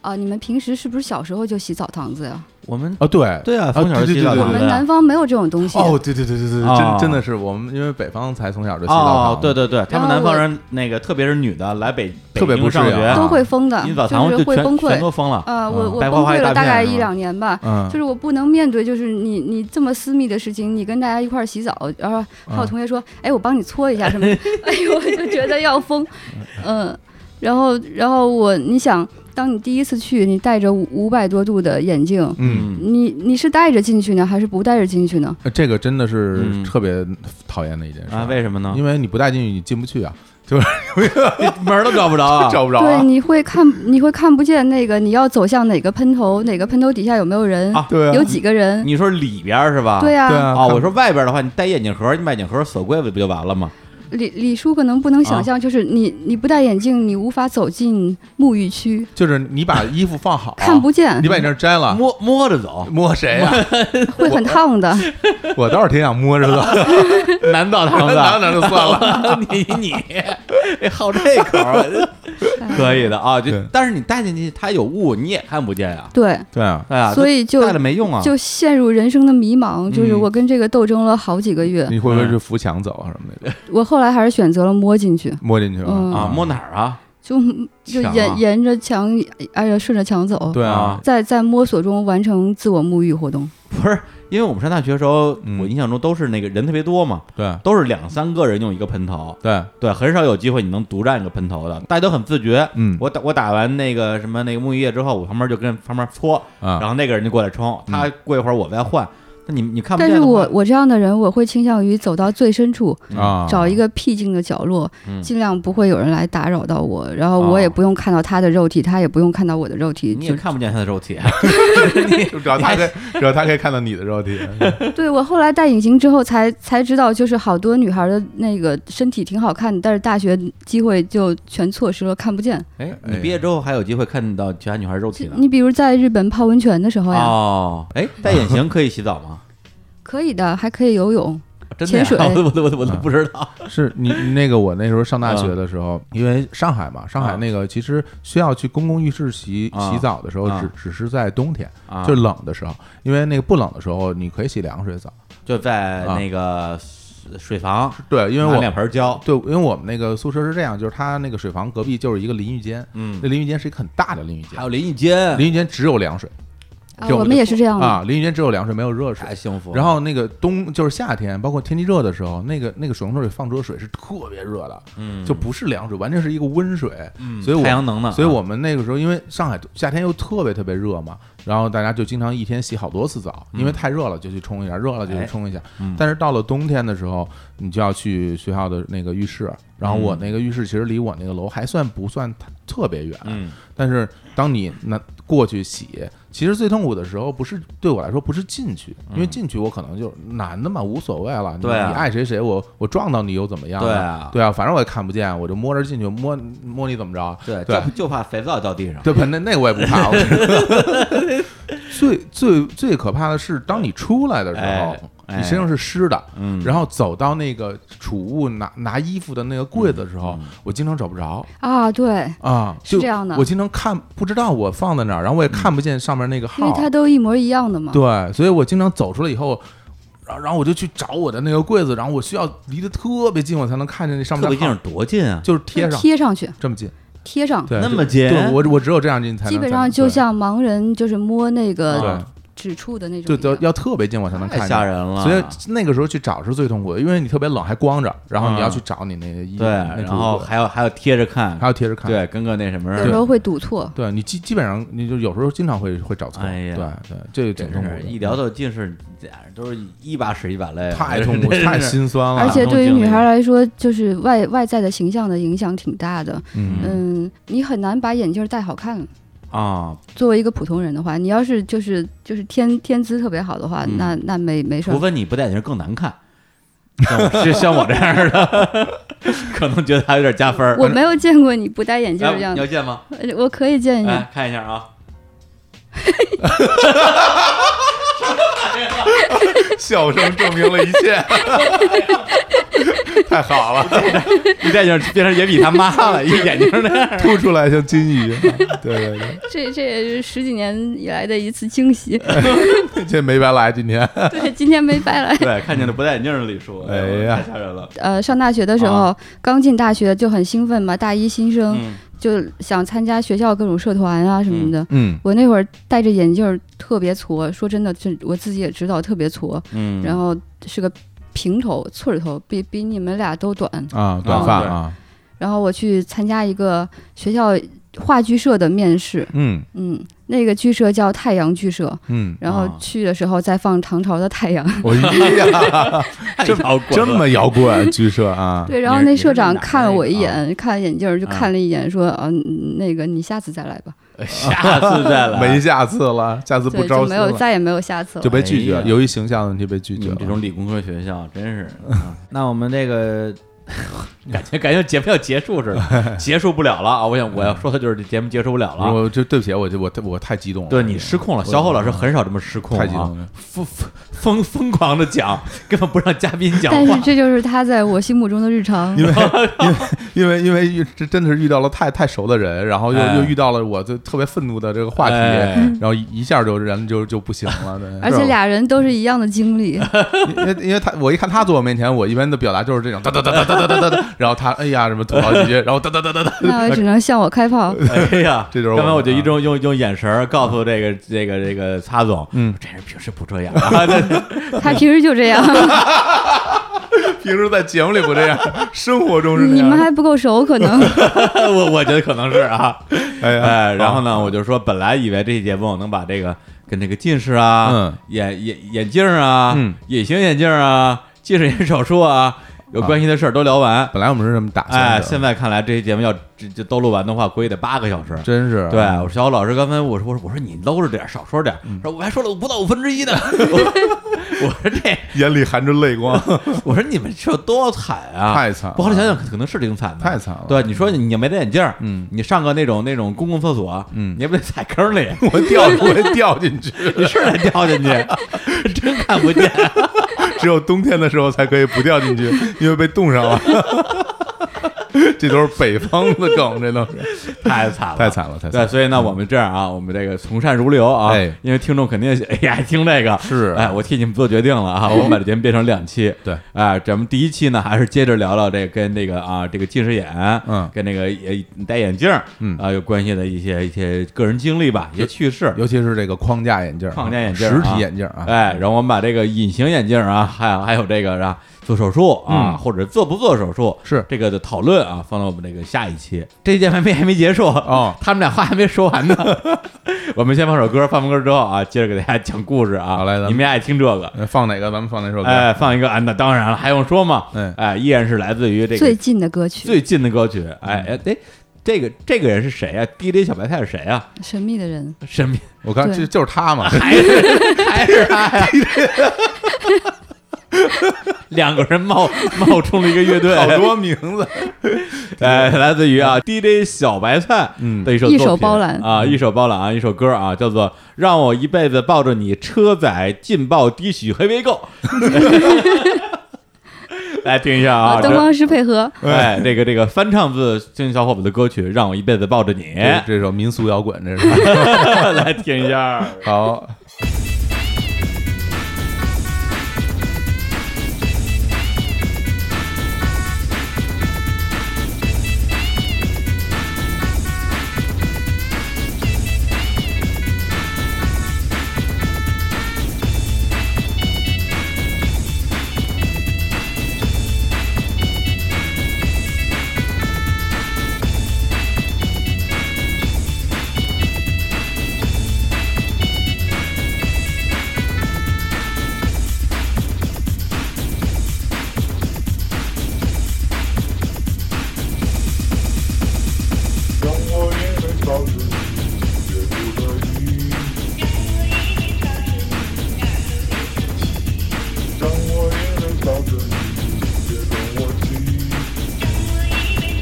[SPEAKER 3] 啊，你们平时是不是小时候就洗澡堂子呀？
[SPEAKER 1] 我们
[SPEAKER 2] 哦对
[SPEAKER 1] 对啊，
[SPEAKER 2] 啊
[SPEAKER 1] 从小洗
[SPEAKER 2] 对对
[SPEAKER 1] 澡
[SPEAKER 2] 对
[SPEAKER 3] 我
[SPEAKER 1] 堂
[SPEAKER 2] 对
[SPEAKER 1] 子
[SPEAKER 3] 们
[SPEAKER 1] 呀
[SPEAKER 3] 南方没有这种东西。
[SPEAKER 2] 哦对对对对对对，
[SPEAKER 1] 哦
[SPEAKER 2] 真真的是我们因为北方才从小就洗澡
[SPEAKER 1] 哦
[SPEAKER 2] 堂，
[SPEAKER 1] 对对对，他们
[SPEAKER 3] 然后
[SPEAKER 1] 南方
[SPEAKER 3] 我
[SPEAKER 1] 人那个，特别是女的来北
[SPEAKER 2] 特别
[SPEAKER 1] 北京
[SPEAKER 2] 不适
[SPEAKER 1] 上
[SPEAKER 2] 应
[SPEAKER 1] 学，
[SPEAKER 3] 都会疯的，
[SPEAKER 1] 一澡堂
[SPEAKER 3] 就是
[SPEAKER 1] 就
[SPEAKER 3] 会
[SPEAKER 1] 全
[SPEAKER 3] 崩
[SPEAKER 1] 全
[SPEAKER 3] 溃。
[SPEAKER 1] 都疯了。
[SPEAKER 3] 呃，我我
[SPEAKER 1] 白
[SPEAKER 3] 崩
[SPEAKER 1] 花花一
[SPEAKER 3] 溃
[SPEAKER 1] 大
[SPEAKER 3] 了大
[SPEAKER 1] 片
[SPEAKER 3] 概
[SPEAKER 1] 是吗
[SPEAKER 3] 一两年吧，
[SPEAKER 2] 嗯，
[SPEAKER 3] 就是我不能面对，就是你你这么私密的事情，你跟大家一块儿洗澡，然后还有
[SPEAKER 2] 嗯
[SPEAKER 3] 同学说，哎，我帮你搓一下什么的， 哎呦，我就觉得要疯，嗯，然后然后我，你想，当你第一次去，你戴着五百多度的眼镜，
[SPEAKER 2] 嗯，呃
[SPEAKER 3] 你你是戴着进去呢，还是不戴着进去呢？
[SPEAKER 2] 这个真的是
[SPEAKER 1] 嗯
[SPEAKER 2] 特别讨厌的一件事
[SPEAKER 1] 啊，为什么呢？
[SPEAKER 2] 因为你不带进去你进不去啊，
[SPEAKER 1] 门儿都 找不着啊！
[SPEAKER 2] 找不着
[SPEAKER 3] 对，
[SPEAKER 2] 啊，
[SPEAKER 3] 你会看你会看不见那个你要走向哪个喷头，哪个喷头底下有没有人，
[SPEAKER 1] 啊
[SPEAKER 2] 对啊
[SPEAKER 3] 有几个人，
[SPEAKER 1] 你说里边儿是吧？
[SPEAKER 3] 对呀、
[SPEAKER 2] 对啊，
[SPEAKER 1] 啊，
[SPEAKER 2] 看
[SPEAKER 1] 我说外边儿的话，你戴眼镜盒，你把眼镜盒锁柜子不就完了吗？
[SPEAKER 3] 李李叔可能不能想象，就是你、你不戴眼镜，你无法走进沐浴区，
[SPEAKER 2] 就是你把衣服放好，
[SPEAKER 3] 看不见
[SPEAKER 2] 啊你，把你这摘了。
[SPEAKER 1] 摸摸着 走，
[SPEAKER 2] 摸谁呀、
[SPEAKER 3] 会很烫的。
[SPEAKER 2] 我倒是挺想摸着 的，
[SPEAKER 1] 男澡堂子，
[SPEAKER 2] 当然就算了。
[SPEAKER 1] 啊你你你好这口儿，啊 可以的啊。就
[SPEAKER 2] 对
[SPEAKER 1] 但是你带进去，它有雾，你也看不见啊。
[SPEAKER 3] 对，
[SPEAKER 2] 对啊，
[SPEAKER 1] 对啊，
[SPEAKER 3] 所以就
[SPEAKER 1] 带了没用啊。
[SPEAKER 3] 就陷入人生的迷茫，就是
[SPEAKER 1] 嗯
[SPEAKER 3] 我跟这个斗争了好几个月，
[SPEAKER 2] 你会不会是扶墙走啊什么的？
[SPEAKER 3] 我后来还是选择了摸进去，
[SPEAKER 2] 摸进去了、
[SPEAKER 3] 嗯
[SPEAKER 1] 啊，摸哪儿啊？
[SPEAKER 3] 就就
[SPEAKER 1] 墙啊
[SPEAKER 3] 沿沿着墙，哎呀，顺着墙走，
[SPEAKER 2] 对啊，
[SPEAKER 3] 在在摸索中完成自我沐浴活动。
[SPEAKER 1] 不是，因为我们上大学的时候，
[SPEAKER 2] 嗯
[SPEAKER 1] 我印象中都是那个人特别多嘛，
[SPEAKER 2] 对
[SPEAKER 1] 都是两三个人用一个喷头，
[SPEAKER 2] 对，
[SPEAKER 1] 对，很少有机会你能独占一个喷头的，大家都很自觉。
[SPEAKER 2] 嗯
[SPEAKER 1] 我打我打完那个什么那个沐浴液之后，我旁边就跟旁边搓，然
[SPEAKER 2] 啊，
[SPEAKER 1] 后那个人就过来冲，他过一会儿我再换。那你你看不
[SPEAKER 3] 但
[SPEAKER 1] 见
[SPEAKER 3] 是
[SPEAKER 1] 的话，
[SPEAKER 3] 我我这样的人，我会倾向于走到最深处，
[SPEAKER 2] 啊，
[SPEAKER 3] 找一个僻静的角落，
[SPEAKER 1] 嗯
[SPEAKER 3] 尽量不会有人来打扰到我，然后
[SPEAKER 1] 哦
[SPEAKER 3] 我也不用看到他的肉体，他也不用看到我的肉体，
[SPEAKER 1] 你
[SPEAKER 3] 就
[SPEAKER 1] 也看不见他的肉体，啊
[SPEAKER 2] 就只要他 可以，只要他可以看到你的肉体，
[SPEAKER 3] 对我后来戴隐形之后才才知道，就是好多女孩的那个身体挺好看的，但是大学机会就全错失了，看不见。
[SPEAKER 1] 哎，
[SPEAKER 2] 哎
[SPEAKER 1] 你毕业之后还有机会看到其他女孩肉体呢。
[SPEAKER 3] 你比如在日本泡温泉的时候呀，
[SPEAKER 1] 哦，哎，戴隐形可以洗澡吗？
[SPEAKER 3] 可以的，还可以游泳，
[SPEAKER 1] 真的呀、啊
[SPEAKER 3] 潜水
[SPEAKER 1] 我都我都我都不知道。
[SPEAKER 2] 是你那个我那时候上大
[SPEAKER 1] 嗯
[SPEAKER 2] 学的时候，因为上海嘛，上海那个其实需要去公共浴室洗
[SPEAKER 1] 啊
[SPEAKER 2] 洗澡的时候，
[SPEAKER 1] 啊
[SPEAKER 2] 只只是在冬天，
[SPEAKER 1] 啊
[SPEAKER 2] 就是冷的时候，因为那个不冷的时候你可以洗凉水澡。
[SPEAKER 1] 就在
[SPEAKER 2] 啊
[SPEAKER 1] 那个水水房，
[SPEAKER 2] 对，因为
[SPEAKER 1] 拿
[SPEAKER 2] 我
[SPEAKER 1] 两盆胶，
[SPEAKER 2] 对，因为我们那个宿舍是这样，就是它那个水房隔壁就是一个淋浴间，
[SPEAKER 1] 嗯，
[SPEAKER 2] 那淋浴间是一个很大的淋浴间
[SPEAKER 1] 还，有淋浴间，
[SPEAKER 2] 淋浴间只有凉水，
[SPEAKER 3] 啊，
[SPEAKER 2] 就
[SPEAKER 3] 我们也是这样的。
[SPEAKER 2] 啊，淋浴间只有凉水没有热水
[SPEAKER 1] 嗯太。幸福了。
[SPEAKER 2] 然后那个冬就是夏天，包括天气热的时候，那个那个水龙头里放出的水是特别热的，
[SPEAKER 1] 嗯，
[SPEAKER 2] 就不是凉水，完全是一个温水。
[SPEAKER 1] 嗯
[SPEAKER 2] 所以我
[SPEAKER 1] 太阳能呢，
[SPEAKER 2] 所以我们那个时候，因为上海夏天又特别特别热嘛，然后大家就经常一天洗好多次澡，因为太热了就去冲一下，热了就去冲一下。
[SPEAKER 1] 嗯
[SPEAKER 2] 但是到了冬天的时候，你就要去学校的那个浴室，然后
[SPEAKER 1] 嗯
[SPEAKER 2] 我那个浴室其实离我那个楼还算不算特别远，
[SPEAKER 1] 嗯
[SPEAKER 2] 但是当你那过去洗，其实最痛苦的时候不是对我来说不是进去，因为进去我可能就男的嘛无所谓了，你
[SPEAKER 1] 嗯对啊
[SPEAKER 2] 你爱谁谁，我我撞到你又怎么样呢？
[SPEAKER 1] 对啊
[SPEAKER 2] 对啊，反正我也看不见，我就摸着进去，摸摸你怎么着？啊
[SPEAKER 1] 对，
[SPEAKER 2] 对
[SPEAKER 1] 就就怕肥皂掉地上。
[SPEAKER 2] 对吧？那那我也不怕。我最最最可怕的是，当你出来的时
[SPEAKER 1] 哎
[SPEAKER 2] 候，
[SPEAKER 1] 哎
[SPEAKER 2] 你身上是湿的，
[SPEAKER 1] 嗯
[SPEAKER 2] 然后走到那个储物拿拿衣服的那个柜子的时
[SPEAKER 1] 嗯
[SPEAKER 2] 候，我经常找不着
[SPEAKER 3] 啊，对，
[SPEAKER 2] 啊，
[SPEAKER 3] 是
[SPEAKER 2] 就是
[SPEAKER 3] 这样的
[SPEAKER 2] 我经常看不知道我放在哪儿，然后我也看不见上面那个
[SPEAKER 3] 因为
[SPEAKER 2] 号，
[SPEAKER 3] 它都一模一样的嘛。
[SPEAKER 2] 对，所以我经常走出来以后。然后，然后我就去找我的那个柜子，然后我需要离得特别近，我才能看见那上
[SPEAKER 1] 特别
[SPEAKER 2] 面的
[SPEAKER 1] 近
[SPEAKER 2] 号
[SPEAKER 1] 是，多近啊？
[SPEAKER 2] 就是贴上
[SPEAKER 3] 贴上去，
[SPEAKER 2] 这么近，
[SPEAKER 3] 贴上，
[SPEAKER 2] 对，
[SPEAKER 1] 那
[SPEAKER 2] 就
[SPEAKER 1] 么近
[SPEAKER 2] 对我我只有这样近才能
[SPEAKER 3] 基本
[SPEAKER 2] 才
[SPEAKER 3] 上
[SPEAKER 2] 能
[SPEAKER 3] 就
[SPEAKER 2] 对
[SPEAKER 3] 像盲人就是摸那
[SPEAKER 2] 对
[SPEAKER 1] 嗯
[SPEAKER 3] 个指触的那种
[SPEAKER 2] 就
[SPEAKER 3] 一样。
[SPEAKER 2] 得要特别近我才能
[SPEAKER 1] 太
[SPEAKER 2] 看见，
[SPEAKER 1] 吓人了。
[SPEAKER 2] 所以那个时候去找是最痛苦的，因为你特别冷还光着，然后你要去找你那个衣服，
[SPEAKER 1] 对，
[SPEAKER 2] 那
[SPEAKER 1] 然
[SPEAKER 2] 储物
[SPEAKER 1] 后
[SPEAKER 2] 柜
[SPEAKER 1] 还要还要贴着看
[SPEAKER 2] 还，要贴着看。
[SPEAKER 1] 对，跟个那什么
[SPEAKER 3] 有
[SPEAKER 1] 似
[SPEAKER 3] 时
[SPEAKER 1] 的。
[SPEAKER 3] 候会堵错，
[SPEAKER 2] 对你基基本上你就有时候经常会会找错，
[SPEAKER 1] 哎呀
[SPEAKER 2] 对对，这个挺
[SPEAKER 1] 真
[SPEAKER 2] 痛苦的
[SPEAKER 1] 是，一聊到近视，这俩人都是一把屎一把泪，
[SPEAKER 2] 太痛 苦
[SPEAKER 1] 真，是
[SPEAKER 2] 太心酸了。
[SPEAKER 3] 而且
[SPEAKER 1] 都
[SPEAKER 3] 对于
[SPEAKER 1] 经
[SPEAKER 3] 女
[SPEAKER 1] 历
[SPEAKER 3] 孩
[SPEAKER 1] 了
[SPEAKER 3] 来说，就是外外在的形象的影响挺大的。
[SPEAKER 2] 嗯，
[SPEAKER 3] 嗯，你很难把眼镜戴好看。
[SPEAKER 1] 啊！
[SPEAKER 3] 作为一个普通人的话，你要是就是就是天天资特别好的话，
[SPEAKER 1] 嗯
[SPEAKER 3] 那那没没事儿
[SPEAKER 1] 除。非你不戴眼镜更难看，像我是像我这样的，可能觉得还有点加分儿。
[SPEAKER 3] 我没有见过你不戴眼镜
[SPEAKER 1] 哎
[SPEAKER 3] 的样
[SPEAKER 1] 你
[SPEAKER 3] 子
[SPEAKER 1] 要，见吗？
[SPEAKER 3] 呃我可以建议。
[SPEAKER 1] 来看一下啊，
[SPEAKER 2] 笑声证明了一 切，太好了，
[SPEAKER 1] 你戴眼镜变成也比他妈了，一眼镜那样。
[SPEAKER 2] 吐出来像金鱼，对对对。
[SPEAKER 3] 这这也是十几年以来的一次惊喜。
[SPEAKER 2] 这没白来，今天
[SPEAKER 3] 对，今天没白来。
[SPEAKER 1] 对，看见了不戴眼镜的李叔，
[SPEAKER 2] 哎
[SPEAKER 1] 呦
[SPEAKER 2] 呀
[SPEAKER 1] 太吓人了。
[SPEAKER 3] 呃，上大学的时候，
[SPEAKER 1] 啊
[SPEAKER 3] 刚进大学就很兴奋嘛，大一新生、
[SPEAKER 1] 嗯
[SPEAKER 3] 就想参加学校各种社团啊什么的。
[SPEAKER 2] 嗯，
[SPEAKER 3] 我那会儿戴着眼镜儿特别矬，说真的，是我自己也知道特别矬，
[SPEAKER 1] 嗯，
[SPEAKER 3] 然后是个平头、寸儿头，比比你们俩都短。
[SPEAKER 2] 啊，短
[SPEAKER 1] 啊
[SPEAKER 2] 发
[SPEAKER 1] 对
[SPEAKER 2] 啊，
[SPEAKER 3] 然后我去参加一个学校话剧社的面试，
[SPEAKER 2] 嗯
[SPEAKER 3] 嗯，那个剧社叫太阳剧社。
[SPEAKER 2] 嗯，
[SPEAKER 3] 然后
[SPEAKER 1] 啊
[SPEAKER 3] 去的时候再放唐朝的太阳，
[SPEAKER 2] 我呀，
[SPEAKER 1] 太
[SPEAKER 2] 这
[SPEAKER 1] 摇滚
[SPEAKER 2] 这
[SPEAKER 1] 了
[SPEAKER 2] 么摇滚， 剧社啊，
[SPEAKER 3] 对，
[SPEAKER 1] 你
[SPEAKER 3] 然后
[SPEAKER 1] 是
[SPEAKER 3] 那
[SPEAKER 1] 你是
[SPEAKER 3] 社
[SPEAKER 1] 哪
[SPEAKER 3] 长
[SPEAKER 1] 儿的
[SPEAKER 3] 看了
[SPEAKER 1] 那
[SPEAKER 3] 我
[SPEAKER 1] 个
[SPEAKER 3] 一
[SPEAKER 1] 啊
[SPEAKER 3] 眼，看了眼镜儿就看了一眼，说啊，嗯那个你下次再来吧，
[SPEAKER 1] 下次再来。
[SPEAKER 2] 没下次了，下次不
[SPEAKER 3] 对，就
[SPEAKER 2] 招
[SPEAKER 3] 没
[SPEAKER 2] 新
[SPEAKER 3] 有
[SPEAKER 2] 了，
[SPEAKER 3] 再也没有下次
[SPEAKER 2] 就
[SPEAKER 3] 了。
[SPEAKER 2] 被拒绝
[SPEAKER 1] 哎
[SPEAKER 2] 了，
[SPEAKER 1] 呀
[SPEAKER 2] 由于形象的问题被拒
[SPEAKER 1] 你
[SPEAKER 2] 绝
[SPEAKER 1] 们嗯
[SPEAKER 2] 了。
[SPEAKER 1] 这种理工科学校真 是，啊那我们这个感觉感觉节目要结束似 的，结束不了了啊！我想我要说的就是这节目结束不了了。
[SPEAKER 2] 我就对不起，我就我我太激动了。
[SPEAKER 1] 对你失控了，小侯老师很少这么失控
[SPEAKER 2] 太激动
[SPEAKER 1] 啊
[SPEAKER 2] 了，
[SPEAKER 1] 疯疯疯疯狂的讲，根本不让嘉宾讲
[SPEAKER 3] 但是
[SPEAKER 1] 话。
[SPEAKER 3] 这就是他在我心目中的日常。
[SPEAKER 2] 因为因为因为因为这真的是遇到了太太熟的人，然后又、
[SPEAKER 1] 哎
[SPEAKER 2] 又遇到了我这特别愤怒的这个话题，
[SPEAKER 1] 哎
[SPEAKER 2] 然后一下就人就就不行了。对，
[SPEAKER 3] 而且俩人都是一样的经历，
[SPEAKER 1] 啊
[SPEAKER 2] 因为因为他我一看他坐我面前，我一般的表达就是这 种哒哒哒哒哒哒哒哒，然后他哎呀什么吐槽几句，然后哒哒哒哒 哒，
[SPEAKER 3] 那我只能向我开炮。
[SPEAKER 1] 哎呀，
[SPEAKER 2] 这就是我
[SPEAKER 1] 刚才我就
[SPEAKER 2] 们啊
[SPEAKER 1] 一种用用眼神儿告诉这个这个这个擦总，
[SPEAKER 2] 嗯，
[SPEAKER 1] 这人平时不这样啊， 对
[SPEAKER 3] 他平时就这样，
[SPEAKER 2] 平时在节目里不这样，生活中是这
[SPEAKER 3] 你
[SPEAKER 2] 样
[SPEAKER 3] 们
[SPEAKER 2] 的。
[SPEAKER 3] 还不够熟，可能
[SPEAKER 1] 我我觉得可能是 啊。
[SPEAKER 2] 哎呀，
[SPEAKER 1] 哎，然
[SPEAKER 2] 好
[SPEAKER 1] 后呢，我就说本来以为这期节目能把这个跟这个近视啊、
[SPEAKER 2] 嗯
[SPEAKER 1] 眼眼眼镜啊、
[SPEAKER 2] 嗯
[SPEAKER 1] 隐形眼镜啊、近视眼手术啊有关系的事儿都聊完。
[SPEAKER 2] 本来我们是这么打算的，
[SPEAKER 1] 哎，现在看来这期节目要这这都录完的话，估计得八个小时。
[SPEAKER 2] 真是啊
[SPEAKER 1] 对，我说小欧老师刚才我说我说我说你搂着点儿，少说点儿，说我还说了不到五分之一呢。我我说这，
[SPEAKER 2] 眼里含着泪光，
[SPEAKER 1] 我说你们这多惨啊！
[SPEAKER 2] 太惨了
[SPEAKER 1] 我后来想想，可能是挺惨的，
[SPEAKER 2] 太惨了
[SPEAKER 1] 对，你说你没戴眼镜儿，
[SPEAKER 2] 嗯
[SPEAKER 1] 你上个那种那种公共厕所，
[SPEAKER 2] 嗯
[SPEAKER 1] 你也不得踩坑里，
[SPEAKER 2] 我掉我会掉进去，
[SPEAKER 1] 你是得掉进去， 真看不见。
[SPEAKER 2] 只有冬天的时候才可以不掉进去，因为被冻上了。 这都是北方的梗，这都是
[SPEAKER 1] 太惨了，
[SPEAKER 2] 太惨了，太惨
[SPEAKER 1] 对，
[SPEAKER 2] 了。
[SPEAKER 1] 所以呢，我们这样啊，我们这个从善如流啊，
[SPEAKER 2] 嗯哎
[SPEAKER 1] 因为听众肯定 哎呀听这个
[SPEAKER 2] 是哎
[SPEAKER 1] 哎，我替你们做决定了啊，我把这节目变成两期，
[SPEAKER 2] 对，
[SPEAKER 1] 哎，咱们第一期呢还是接着聊聊这个跟那个啊这个近视眼，
[SPEAKER 2] 嗯
[SPEAKER 1] 跟那个也戴眼镜，
[SPEAKER 2] 嗯
[SPEAKER 1] 啊有关系的一些一些个人经历吧，一些趣事。
[SPEAKER 2] 尤其是这个框架眼镜儿啊，
[SPEAKER 1] 框架眼镜儿
[SPEAKER 2] 实
[SPEAKER 1] 啊
[SPEAKER 2] 体眼镜儿啊，
[SPEAKER 1] 哎，然后我们把这个隐形眼镜啊，还有还有这个啊，做手术啊，
[SPEAKER 2] 嗯
[SPEAKER 1] 或者做不做手术，
[SPEAKER 2] 是
[SPEAKER 1] 这个的讨论啊，放到我们这个下一期。这一件还没还没结束
[SPEAKER 2] 哦
[SPEAKER 1] 他们俩话还没说完呢。 我们先放首歌，放完歌之后啊，接着给大家讲故事啊。
[SPEAKER 2] 好嘞咱们
[SPEAKER 1] 你们也爱听这个。
[SPEAKER 2] 呃放哪个？咱们放哪首歌？
[SPEAKER 1] 哎，放一个啊，那当然了，还用说吗？
[SPEAKER 2] 哎
[SPEAKER 1] 哎，依然是来自于这
[SPEAKER 3] 最
[SPEAKER 1] 个
[SPEAKER 3] 近的歌曲《
[SPEAKER 1] 最近的歌曲。哎哎哎，这个这个人是谁啊？DJ 小白菜是谁啊？
[SPEAKER 3] 神秘的人
[SPEAKER 1] 身边
[SPEAKER 2] 我看
[SPEAKER 3] 对
[SPEAKER 2] 这就是他嘛，
[SPEAKER 1] 还是还是他呀？ 两个人冒冒充了一个乐队，
[SPEAKER 2] 好多名字。
[SPEAKER 1] 哎，来自于啊 DJ 小白菜的一首作品
[SPEAKER 3] 一手包揽
[SPEAKER 1] 啊，一手包揽啊，一首歌啊，叫做《让我一辈子抱着你》，车载劲爆低曲黑白购。 来听一下啊，
[SPEAKER 3] 灯
[SPEAKER 1] 这
[SPEAKER 3] 光师配合，
[SPEAKER 1] 哎，这个这个翻唱自青年小伙伴的歌曲《让我一辈子抱着你》，
[SPEAKER 2] 这这首民俗摇滚，这是
[SPEAKER 1] 来听一下。
[SPEAKER 2] 好。
[SPEAKER 4] 让我也能抱着你，也不乐意。让我也能抱着你，别跟我急。也能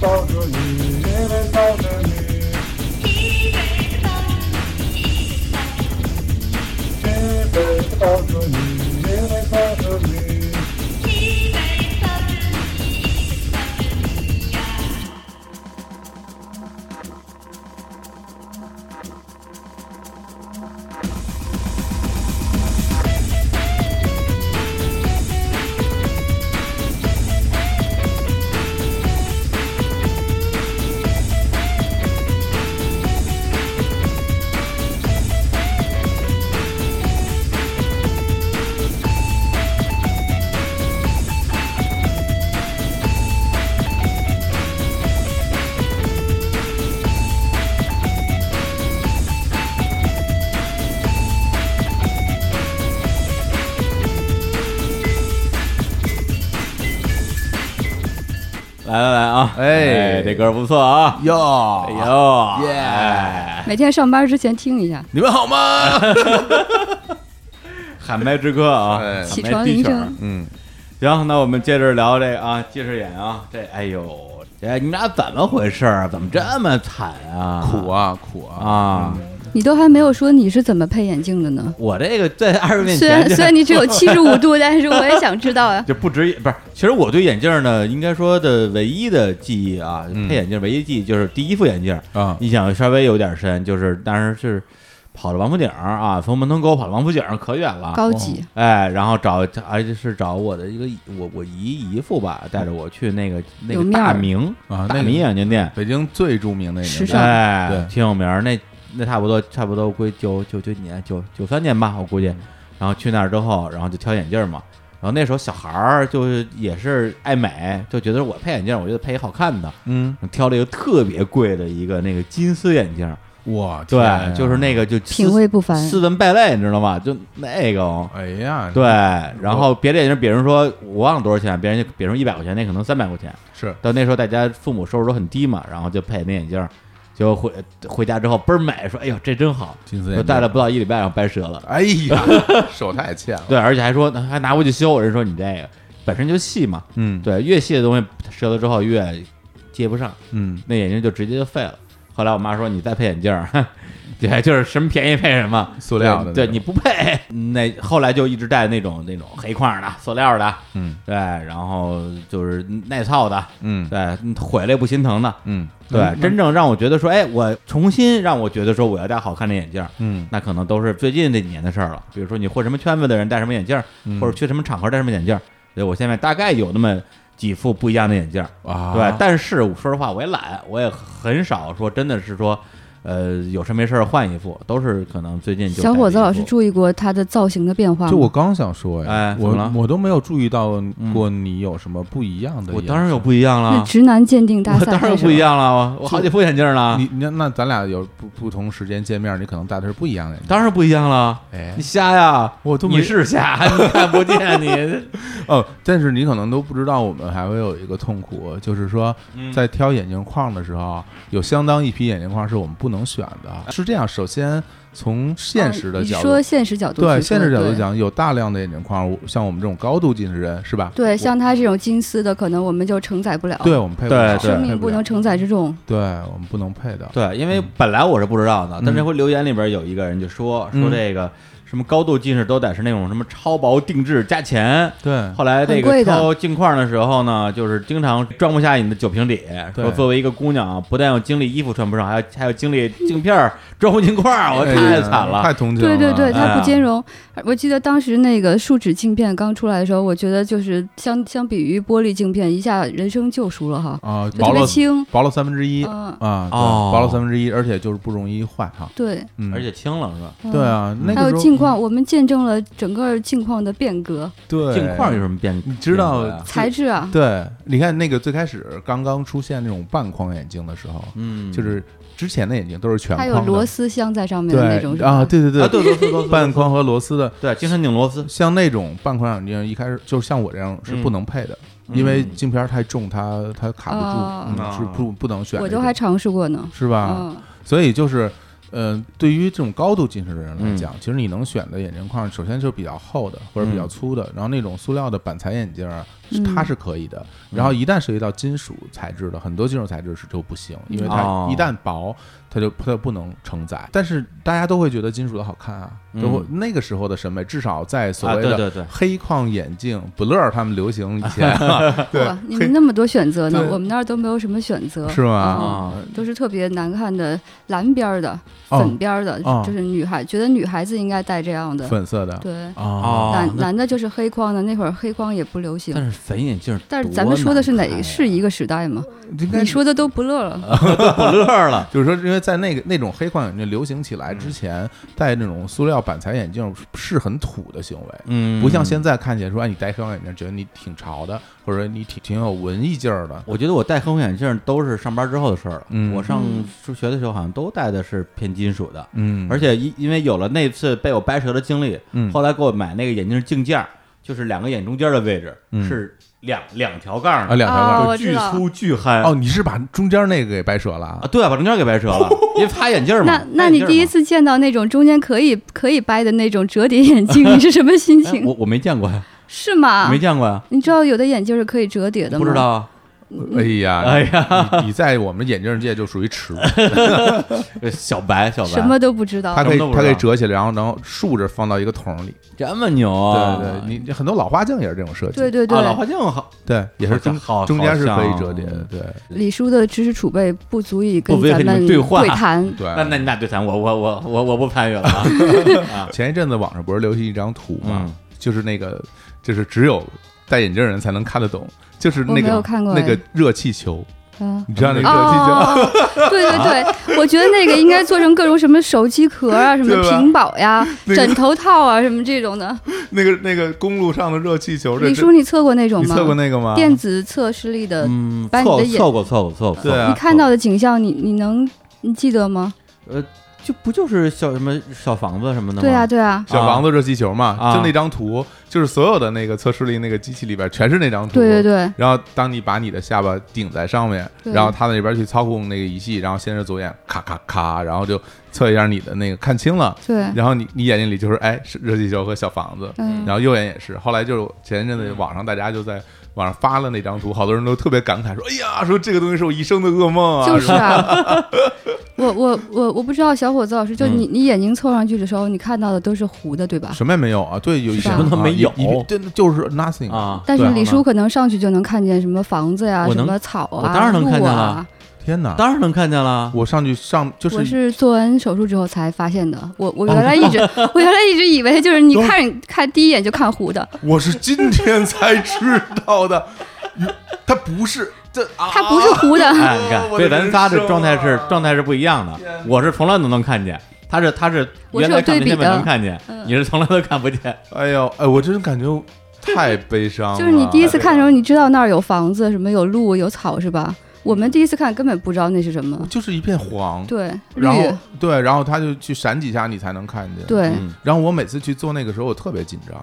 [SPEAKER 4] 抱着你，也能抱着你，也能抱着你，也能抱着你。
[SPEAKER 1] 来来来啊，
[SPEAKER 2] 哎
[SPEAKER 1] 这歌不错啊。
[SPEAKER 2] 哟
[SPEAKER 1] 哎呦，
[SPEAKER 2] 耶
[SPEAKER 1] 哎
[SPEAKER 3] 每天上班之前听一下，
[SPEAKER 2] 你们好 吗？
[SPEAKER 1] 喊麦之歌啊，
[SPEAKER 2] 哎
[SPEAKER 1] 喊
[SPEAKER 3] 起
[SPEAKER 1] 麦
[SPEAKER 3] 床
[SPEAKER 1] 低
[SPEAKER 3] 铃
[SPEAKER 1] 曲儿
[SPEAKER 3] 声。
[SPEAKER 2] 嗯，
[SPEAKER 1] 行，那我们接着聊这个啊，近视眼啊，这哎呦，哎，你们俩怎么回事儿？啊怎么这么惨啊？
[SPEAKER 2] 苦啊苦啊！
[SPEAKER 1] 啊！
[SPEAKER 3] 你都还没有说你是怎么配眼镜的呢？
[SPEAKER 1] 我这个在二十面
[SPEAKER 3] 虽
[SPEAKER 1] 前
[SPEAKER 3] 然
[SPEAKER 1] 就
[SPEAKER 3] 虽然你只有七十五度，但是我也想知道啊。
[SPEAKER 1] 就不止不是，其实我对眼镜呢，应该说的唯一的记忆啊，
[SPEAKER 2] 嗯
[SPEAKER 1] 配眼镜唯一记忆就是第一副眼镜
[SPEAKER 2] 啊
[SPEAKER 1] 印象稍微有点深，就是当时是跑到王府井儿啊，从门头沟跑到王府井儿可远了，
[SPEAKER 3] 高级，
[SPEAKER 2] 哦
[SPEAKER 1] 哎，然后找而且是找我的一个我我姨姨父吧，带着我去那个那
[SPEAKER 3] 有
[SPEAKER 1] 个
[SPEAKER 3] 面
[SPEAKER 1] 大
[SPEAKER 3] 儿
[SPEAKER 1] 明
[SPEAKER 2] 啊那
[SPEAKER 1] 大
[SPEAKER 2] 个
[SPEAKER 1] 明眼镜店，
[SPEAKER 2] 北京最著名的一个
[SPEAKER 3] 时尚
[SPEAKER 1] 哎
[SPEAKER 2] 对，
[SPEAKER 1] 挺有名儿。那那差不多差不多归九九九几年九九三年吧，我估
[SPEAKER 2] 嗯
[SPEAKER 1] 计。然后去那儿之后，然后就挑眼镜儿嘛。然后那时候小孩儿就是也是爱美，就觉得我配眼镜儿，我就配一好看的，
[SPEAKER 2] 嗯，
[SPEAKER 1] 挑了一个特别贵的一个那个金丝眼镜儿，
[SPEAKER 2] 哇，
[SPEAKER 1] 对，
[SPEAKER 2] 天啊
[SPEAKER 1] 就是那个就
[SPEAKER 3] 品味不凡。
[SPEAKER 1] 斯文败类，你知道吗？就那个哦。
[SPEAKER 2] 哎呀，
[SPEAKER 1] 对，然后别的眼镜儿，别人说我忘了多少钱，别人就别人说一百块钱，那可能三百块钱，
[SPEAKER 2] 是
[SPEAKER 1] 到那时候大家父母收入都很低嘛，然后就配那眼镜儿，就回回家之后倍儿美，说哎呦这真好，
[SPEAKER 2] 金丝眼
[SPEAKER 1] 就
[SPEAKER 2] 镜
[SPEAKER 1] 戴了不到一礼拜，然后掰折了。
[SPEAKER 2] 哎呀， 手太欠了。
[SPEAKER 1] 对，而且还说还拿回去修，人说你这个本身就细嘛，
[SPEAKER 2] 嗯，
[SPEAKER 1] 对，越细的东西折了之后越接不上，
[SPEAKER 2] 嗯，
[SPEAKER 1] 那眼镜就直接就废了。后来我妈说你再配眼镜儿， 对，就是什么便宜配什么，
[SPEAKER 2] 塑料的那种
[SPEAKER 1] 对，对你不配。那后来就一直戴那种那种黑框的、塑料的，
[SPEAKER 2] 嗯
[SPEAKER 1] 对，然后就是耐操的，
[SPEAKER 2] 嗯
[SPEAKER 1] 对，毁了也不心疼的，
[SPEAKER 2] 嗯
[SPEAKER 1] 对，真正让我觉得说，哎，我重新让我觉得说我要戴好看的眼镜儿，
[SPEAKER 2] 嗯
[SPEAKER 1] 那可能都是最近这几年的事儿了。比如说你混什么圈子的人戴什么眼镜儿，
[SPEAKER 2] 嗯
[SPEAKER 1] 或者去什么场合戴什么眼镜儿，对我现在大概有那么几副不一样的眼镜儿，
[SPEAKER 2] 啊，
[SPEAKER 1] 对。但是我说实话，我也懒，我也很少说真的是说，呃，有事没事儿换一副，都是可能最近就
[SPEAKER 3] 小伙子
[SPEAKER 1] 戴这一
[SPEAKER 3] 老师
[SPEAKER 1] 副
[SPEAKER 3] 注意过他的造型的变化吗？
[SPEAKER 2] 就我刚想说
[SPEAKER 1] 哎
[SPEAKER 2] 呀，
[SPEAKER 1] 怎么了嗯
[SPEAKER 2] 我我都没有注意到过你有什么不一样的。
[SPEAKER 1] 我当然有，不一样
[SPEAKER 3] 那
[SPEAKER 1] 了，
[SPEAKER 3] 直男鉴定大
[SPEAKER 1] 我
[SPEAKER 3] 赛
[SPEAKER 1] 当然
[SPEAKER 3] 开始
[SPEAKER 1] 不一
[SPEAKER 3] 了。
[SPEAKER 1] 样了，我我好几副眼镜儿了，
[SPEAKER 2] 你那那咱俩有不不同时间见面，你可能戴的是不一样的。
[SPEAKER 1] 当然不一样了。
[SPEAKER 2] 哎
[SPEAKER 1] 你，瞎呀！
[SPEAKER 2] 我都没
[SPEAKER 1] 你是 瞎，你看不见你。
[SPEAKER 2] 哦，但是你可能都不知道，我们还会有一个痛苦，就是说
[SPEAKER 1] 嗯
[SPEAKER 2] 在挑眼镜框的时候，有相当一批眼镜框是我们不能选的。是这样，首先从现实
[SPEAKER 1] 啊
[SPEAKER 2] 的
[SPEAKER 3] 啊你
[SPEAKER 2] 角
[SPEAKER 3] 说
[SPEAKER 2] 度，
[SPEAKER 3] 现实角度去
[SPEAKER 2] 对
[SPEAKER 3] 说，
[SPEAKER 2] 现实角度
[SPEAKER 3] 对，
[SPEAKER 2] 讲，有大量的眼镜框，我像我们这种高度近视人是吧？
[SPEAKER 3] 对，像他这种金丝的，可能我们就承载不了，
[SPEAKER 2] 我对我们配不
[SPEAKER 1] 对
[SPEAKER 2] 了，
[SPEAKER 1] 对
[SPEAKER 3] 生
[SPEAKER 2] 配
[SPEAKER 3] 命不
[SPEAKER 2] 了
[SPEAKER 3] 能承载之重。
[SPEAKER 2] 对我们不能配的。
[SPEAKER 1] 对，因为本来我是不知道的，但
[SPEAKER 2] 嗯
[SPEAKER 1] 这回留言里边有一个人就说说
[SPEAKER 2] 嗯
[SPEAKER 1] 这个什么高度近视都得是那种什么超薄定制加钱。
[SPEAKER 2] 对，
[SPEAKER 1] 后来这
[SPEAKER 3] 很
[SPEAKER 1] 个
[SPEAKER 3] 贵的
[SPEAKER 1] 挑镜框的时候呢，就是经常装不下你的酒瓶底。
[SPEAKER 2] 对
[SPEAKER 1] 说作为一个姑娘，不但要经历衣服穿不上，还要还要经历镜片儿装不进框儿， 我
[SPEAKER 2] 哎
[SPEAKER 1] 太
[SPEAKER 2] 呀
[SPEAKER 1] 惨了。
[SPEAKER 2] 太同情
[SPEAKER 3] 对对对，
[SPEAKER 1] 哎
[SPEAKER 3] 它
[SPEAKER 1] 呀
[SPEAKER 3] 不兼容。我记得当时那个树脂镜片刚出来的时候，我觉得就是相相比于玻璃镜片，一下人生救赎了哈，
[SPEAKER 2] 啊，
[SPEAKER 3] 就
[SPEAKER 2] 薄
[SPEAKER 3] 特别
[SPEAKER 2] 了
[SPEAKER 3] 轻，
[SPEAKER 2] 薄了三分之一啊，
[SPEAKER 3] 嗯，
[SPEAKER 2] 对
[SPEAKER 1] 哦
[SPEAKER 2] 薄了三分之一，而且就是不容易坏哈。
[SPEAKER 3] 对，
[SPEAKER 2] 嗯，
[SPEAKER 1] 而且轻了是吧？
[SPEAKER 3] 嗯
[SPEAKER 2] 对。啊，那
[SPEAKER 3] 还有
[SPEAKER 2] 个时
[SPEAKER 3] 镜
[SPEAKER 2] 候
[SPEAKER 3] 框，我们见证了整个镜框的变革
[SPEAKER 2] 对
[SPEAKER 1] 镜框有什么变？
[SPEAKER 2] 你知道
[SPEAKER 1] 变革呀
[SPEAKER 3] 材质啊，
[SPEAKER 2] 对，你看那个最开始刚刚出现那种半框眼镜的时候，
[SPEAKER 1] 嗯，
[SPEAKER 2] 就是之前的眼镜都是全
[SPEAKER 3] 它
[SPEAKER 2] 框的，
[SPEAKER 3] 有螺丝镶在上面的那种
[SPEAKER 2] 对啊，，对对对，
[SPEAKER 1] 啊，对对对对，
[SPEAKER 2] 半框和螺丝的，
[SPEAKER 1] 对，经常拧螺丝，
[SPEAKER 2] 像那种半框眼镜，一开始就像我这样是不能配的，因为
[SPEAKER 1] 嗯
[SPEAKER 2] 镜片太重，它它卡不
[SPEAKER 3] 哦
[SPEAKER 2] 住，嗯
[SPEAKER 1] 啊
[SPEAKER 2] 是不不能选这种，
[SPEAKER 3] 我都还尝试过呢。
[SPEAKER 2] 是吧？
[SPEAKER 3] 嗯，
[SPEAKER 2] 所以就是，呃，对于这种高度近视的人来讲，
[SPEAKER 1] 嗯
[SPEAKER 2] 其实你能选的眼镜框，首先就是比较厚的或者比较粗
[SPEAKER 1] 嗯
[SPEAKER 2] 的，然后那种塑料的板材眼镜儿，是
[SPEAKER 3] 嗯
[SPEAKER 2] 它是可以的。
[SPEAKER 1] 嗯
[SPEAKER 2] 然后一旦涉及到金属材质的，很多金属材质是就不行，因为它
[SPEAKER 1] 哦
[SPEAKER 2] 一旦薄，它就它就不能承载。但是大家都会觉得金属的好看啊，都会那个时候的审美，至少在
[SPEAKER 1] 嗯
[SPEAKER 2] 所
[SPEAKER 1] 啊，
[SPEAKER 2] 谓
[SPEAKER 1] 对
[SPEAKER 2] 的
[SPEAKER 1] 对对，
[SPEAKER 2] 黑框眼镜，不乐儿他们流行以前，啊 对
[SPEAKER 3] 哇，你们那么多选择呢
[SPEAKER 2] 对，
[SPEAKER 3] 我们那儿都没有什么选择，
[SPEAKER 2] 是吗？
[SPEAKER 1] 啊，
[SPEAKER 3] 都是特别难看的蓝边儿的、
[SPEAKER 2] 哦
[SPEAKER 3] 粉边儿的
[SPEAKER 2] 哦，
[SPEAKER 3] 就是女孩觉得女孩子应该戴这样的，
[SPEAKER 2] 粉色的
[SPEAKER 3] 对。
[SPEAKER 1] 哦
[SPEAKER 2] 啊，
[SPEAKER 1] 那
[SPEAKER 3] 男男的就是黑框的，那会儿黑框也不流
[SPEAKER 1] 但
[SPEAKER 3] 行。
[SPEAKER 1] 是粉眼镜儿多难看呀，
[SPEAKER 3] 但是咱们说的是哪是 一个时代吗？
[SPEAKER 2] 应该
[SPEAKER 3] 你说的都不乐了，
[SPEAKER 1] 不乐了？
[SPEAKER 2] 就是说，因为在那个那种黑框眼镜流行起来之前，戴那种塑料板材眼镜是很土的行为，
[SPEAKER 1] 嗯
[SPEAKER 2] 不像现在看起来说，哎，你戴黑框眼镜，觉得你挺潮的，或者你挺挺有文艺劲儿的。
[SPEAKER 1] 我觉得我戴黑框眼镜都是上班之后的事儿了。
[SPEAKER 2] 嗯
[SPEAKER 1] 我上
[SPEAKER 3] 嗯
[SPEAKER 1] 中学的时候好像都戴的是偏金属的，
[SPEAKER 2] 嗯
[SPEAKER 1] 而且因因为有了那次被我掰折的经历，
[SPEAKER 2] 嗯
[SPEAKER 1] 后来给我买那个眼镜镜架，就是两个眼中间的位置、
[SPEAKER 2] 嗯
[SPEAKER 1] 是两两条杠
[SPEAKER 2] 啊，
[SPEAKER 1] 的，
[SPEAKER 2] 两条
[SPEAKER 3] 啊
[SPEAKER 2] 杠。
[SPEAKER 3] 我
[SPEAKER 1] 巨
[SPEAKER 3] 知道
[SPEAKER 1] 粗巨憨。
[SPEAKER 2] 哦，你是把中间那个给掰折了
[SPEAKER 1] 啊，
[SPEAKER 2] 啊？
[SPEAKER 1] 对啊，把中间给掰折 了，因为擦眼镜嘛
[SPEAKER 3] 那。那
[SPEAKER 1] 擦眼镜
[SPEAKER 3] 你
[SPEAKER 1] 嘛
[SPEAKER 3] 第一次见到那种中间可以可以掰的那种折叠眼镜，你是什么心
[SPEAKER 1] 哎
[SPEAKER 3] 情
[SPEAKER 1] 我？我没见过呀，
[SPEAKER 3] 是吗
[SPEAKER 1] 没？见过呀，
[SPEAKER 3] 你知道有的眼镜是可以折叠的吗？
[SPEAKER 1] 不知道。啊。
[SPEAKER 2] 哎呀，
[SPEAKER 1] 哎
[SPEAKER 2] 呀，你在我们眼镜界就属于 耻辱，
[SPEAKER 1] 呃小白，小白，
[SPEAKER 3] 什么都不知
[SPEAKER 2] 它
[SPEAKER 3] 道。
[SPEAKER 2] 可
[SPEAKER 1] 什么
[SPEAKER 2] 以
[SPEAKER 1] 都不知道
[SPEAKER 2] 它可以折起来，然后然后竖着放到一个桶里。哦
[SPEAKER 1] 这么牛啊？
[SPEAKER 2] 对对，你你很多老花镜也是这种设计，
[SPEAKER 3] 对对
[SPEAKER 1] 啊，老
[SPEAKER 3] 对，
[SPEAKER 1] 花镜好，
[SPEAKER 2] 对，也是中
[SPEAKER 1] 好好
[SPEAKER 2] 中间是可以
[SPEAKER 1] 哦好像
[SPEAKER 2] 折叠的，对
[SPEAKER 3] 李叔的知识储备不足以跟
[SPEAKER 1] 不足以
[SPEAKER 3] 咱
[SPEAKER 1] 跟你们
[SPEAKER 3] 们
[SPEAKER 1] 对话
[SPEAKER 3] 谈。
[SPEAKER 2] 对。
[SPEAKER 1] 那那那对咱我我我我我不参与了啊！啊
[SPEAKER 2] 前一阵子网上不是流行一张图吗？
[SPEAKER 1] 嗯
[SPEAKER 2] 就是那个，就是只有戴眼镜人才能看得懂，就是
[SPEAKER 3] 我
[SPEAKER 2] 那
[SPEAKER 3] 没有
[SPEAKER 2] 个
[SPEAKER 3] 看过
[SPEAKER 2] 那
[SPEAKER 3] 哎
[SPEAKER 2] 个热气球，
[SPEAKER 3] 嗯，
[SPEAKER 2] 你知道那个
[SPEAKER 3] 哦
[SPEAKER 2] 热气球？
[SPEAKER 3] 哦，哦哦对对对，我觉得那个应该做成各种什么手机壳啊、什么
[SPEAKER 2] 对吧
[SPEAKER 3] 屏保呀、
[SPEAKER 2] 那个
[SPEAKER 3] 枕头套啊、什么这种的。
[SPEAKER 2] 那个那个公路上的热气球，这
[SPEAKER 3] 李
[SPEAKER 2] 这
[SPEAKER 3] 叔，你测过那种
[SPEAKER 2] 你
[SPEAKER 3] 吗？
[SPEAKER 2] 测过那个吗？
[SPEAKER 3] 电子测视力的，
[SPEAKER 1] 嗯，
[SPEAKER 3] 呃把你
[SPEAKER 1] 凑
[SPEAKER 3] 的眼
[SPEAKER 1] 凑过凑过凑过，
[SPEAKER 2] 对啊
[SPEAKER 3] 你看到的景象，你你能你记得吗？
[SPEAKER 1] 呃，就不就是小什么小房子什么的吗？
[SPEAKER 3] 对啊，对啊，
[SPEAKER 2] 小房子热气球嘛，
[SPEAKER 1] 啊
[SPEAKER 2] 就那张图，就是所有的那个测视力那个机器里边全是那张图。
[SPEAKER 3] 对对。对
[SPEAKER 2] 然后当你把你的下巴顶在上面，
[SPEAKER 3] 对
[SPEAKER 2] 然后他那边去操控那个仪器，然后先是左眼咔咔咔，然后就测一下你的那个看清了，
[SPEAKER 3] 对，
[SPEAKER 2] 然后你你眼睛里就是哎是热气球和小房子，
[SPEAKER 3] 嗯
[SPEAKER 2] 嗯然，后右眼也是。后来就是前一阵子网上大家就在网上发了那张图，好多人都特别感慨说：“哎呀，说这个东西是我一生的噩梦啊！”
[SPEAKER 3] 就是
[SPEAKER 2] 吧
[SPEAKER 3] 啊，我我我我不知道，小伙子老师，就你、你眼睛凑上去的时候，你看到的都是糊的，对吧？
[SPEAKER 2] 什么也没有啊，对，有
[SPEAKER 3] 什么
[SPEAKER 1] 都没有
[SPEAKER 2] 对，就是 nothing
[SPEAKER 1] 啊，
[SPEAKER 3] 但是
[SPEAKER 2] 对
[SPEAKER 3] 李叔可能上去就能看见什么房子呀、
[SPEAKER 1] 我
[SPEAKER 3] 什
[SPEAKER 1] 能
[SPEAKER 3] 么草
[SPEAKER 1] 我
[SPEAKER 3] 啊、
[SPEAKER 1] 当然能
[SPEAKER 3] 路
[SPEAKER 1] 看见
[SPEAKER 3] 啊。
[SPEAKER 2] 天哪！
[SPEAKER 1] 当然能看见了。
[SPEAKER 2] 我上去上就
[SPEAKER 3] 我
[SPEAKER 2] 是
[SPEAKER 3] 是做完手术之后才发现的。我我原 来一直、我原来一直以为就是你看看第一眼就看糊的，
[SPEAKER 2] 我是今天才知道的， 他不是这啊，
[SPEAKER 3] 它不是糊 的。
[SPEAKER 1] 哎，你看，
[SPEAKER 2] 我
[SPEAKER 1] 所以
[SPEAKER 2] 的
[SPEAKER 1] 咱仨这
[SPEAKER 2] 人生
[SPEAKER 1] 状态是
[SPEAKER 2] 啊
[SPEAKER 1] 状态是不一样的。我是从来都能看见，他是他是
[SPEAKER 3] 我是
[SPEAKER 1] 原
[SPEAKER 3] 有
[SPEAKER 1] 来看
[SPEAKER 3] 对
[SPEAKER 1] 不
[SPEAKER 3] 比
[SPEAKER 1] 见
[SPEAKER 3] 的嗯
[SPEAKER 1] 能看见，你是从来都看不见。
[SPEAKER 2] 哎呦哎，我真感觉太悲伤了。
[SPEAKER 3] 就是你第一次看的时候，你知道那儿有房子、什么有路、有草是吧？我们第一次看根本不知道那是什么。
[SPEAKER 2] 就是一片黄，
[SPEAKER 3] 对，绿
[SPEAKER 2] 哦然，后对，然后他就去闪几下，你才能看见。，
[SPEAKER 3] 对，
[SPEAKER 1] 嗯
[SPEAKER 2] 然后我每次去做那个时候，我特别紧张，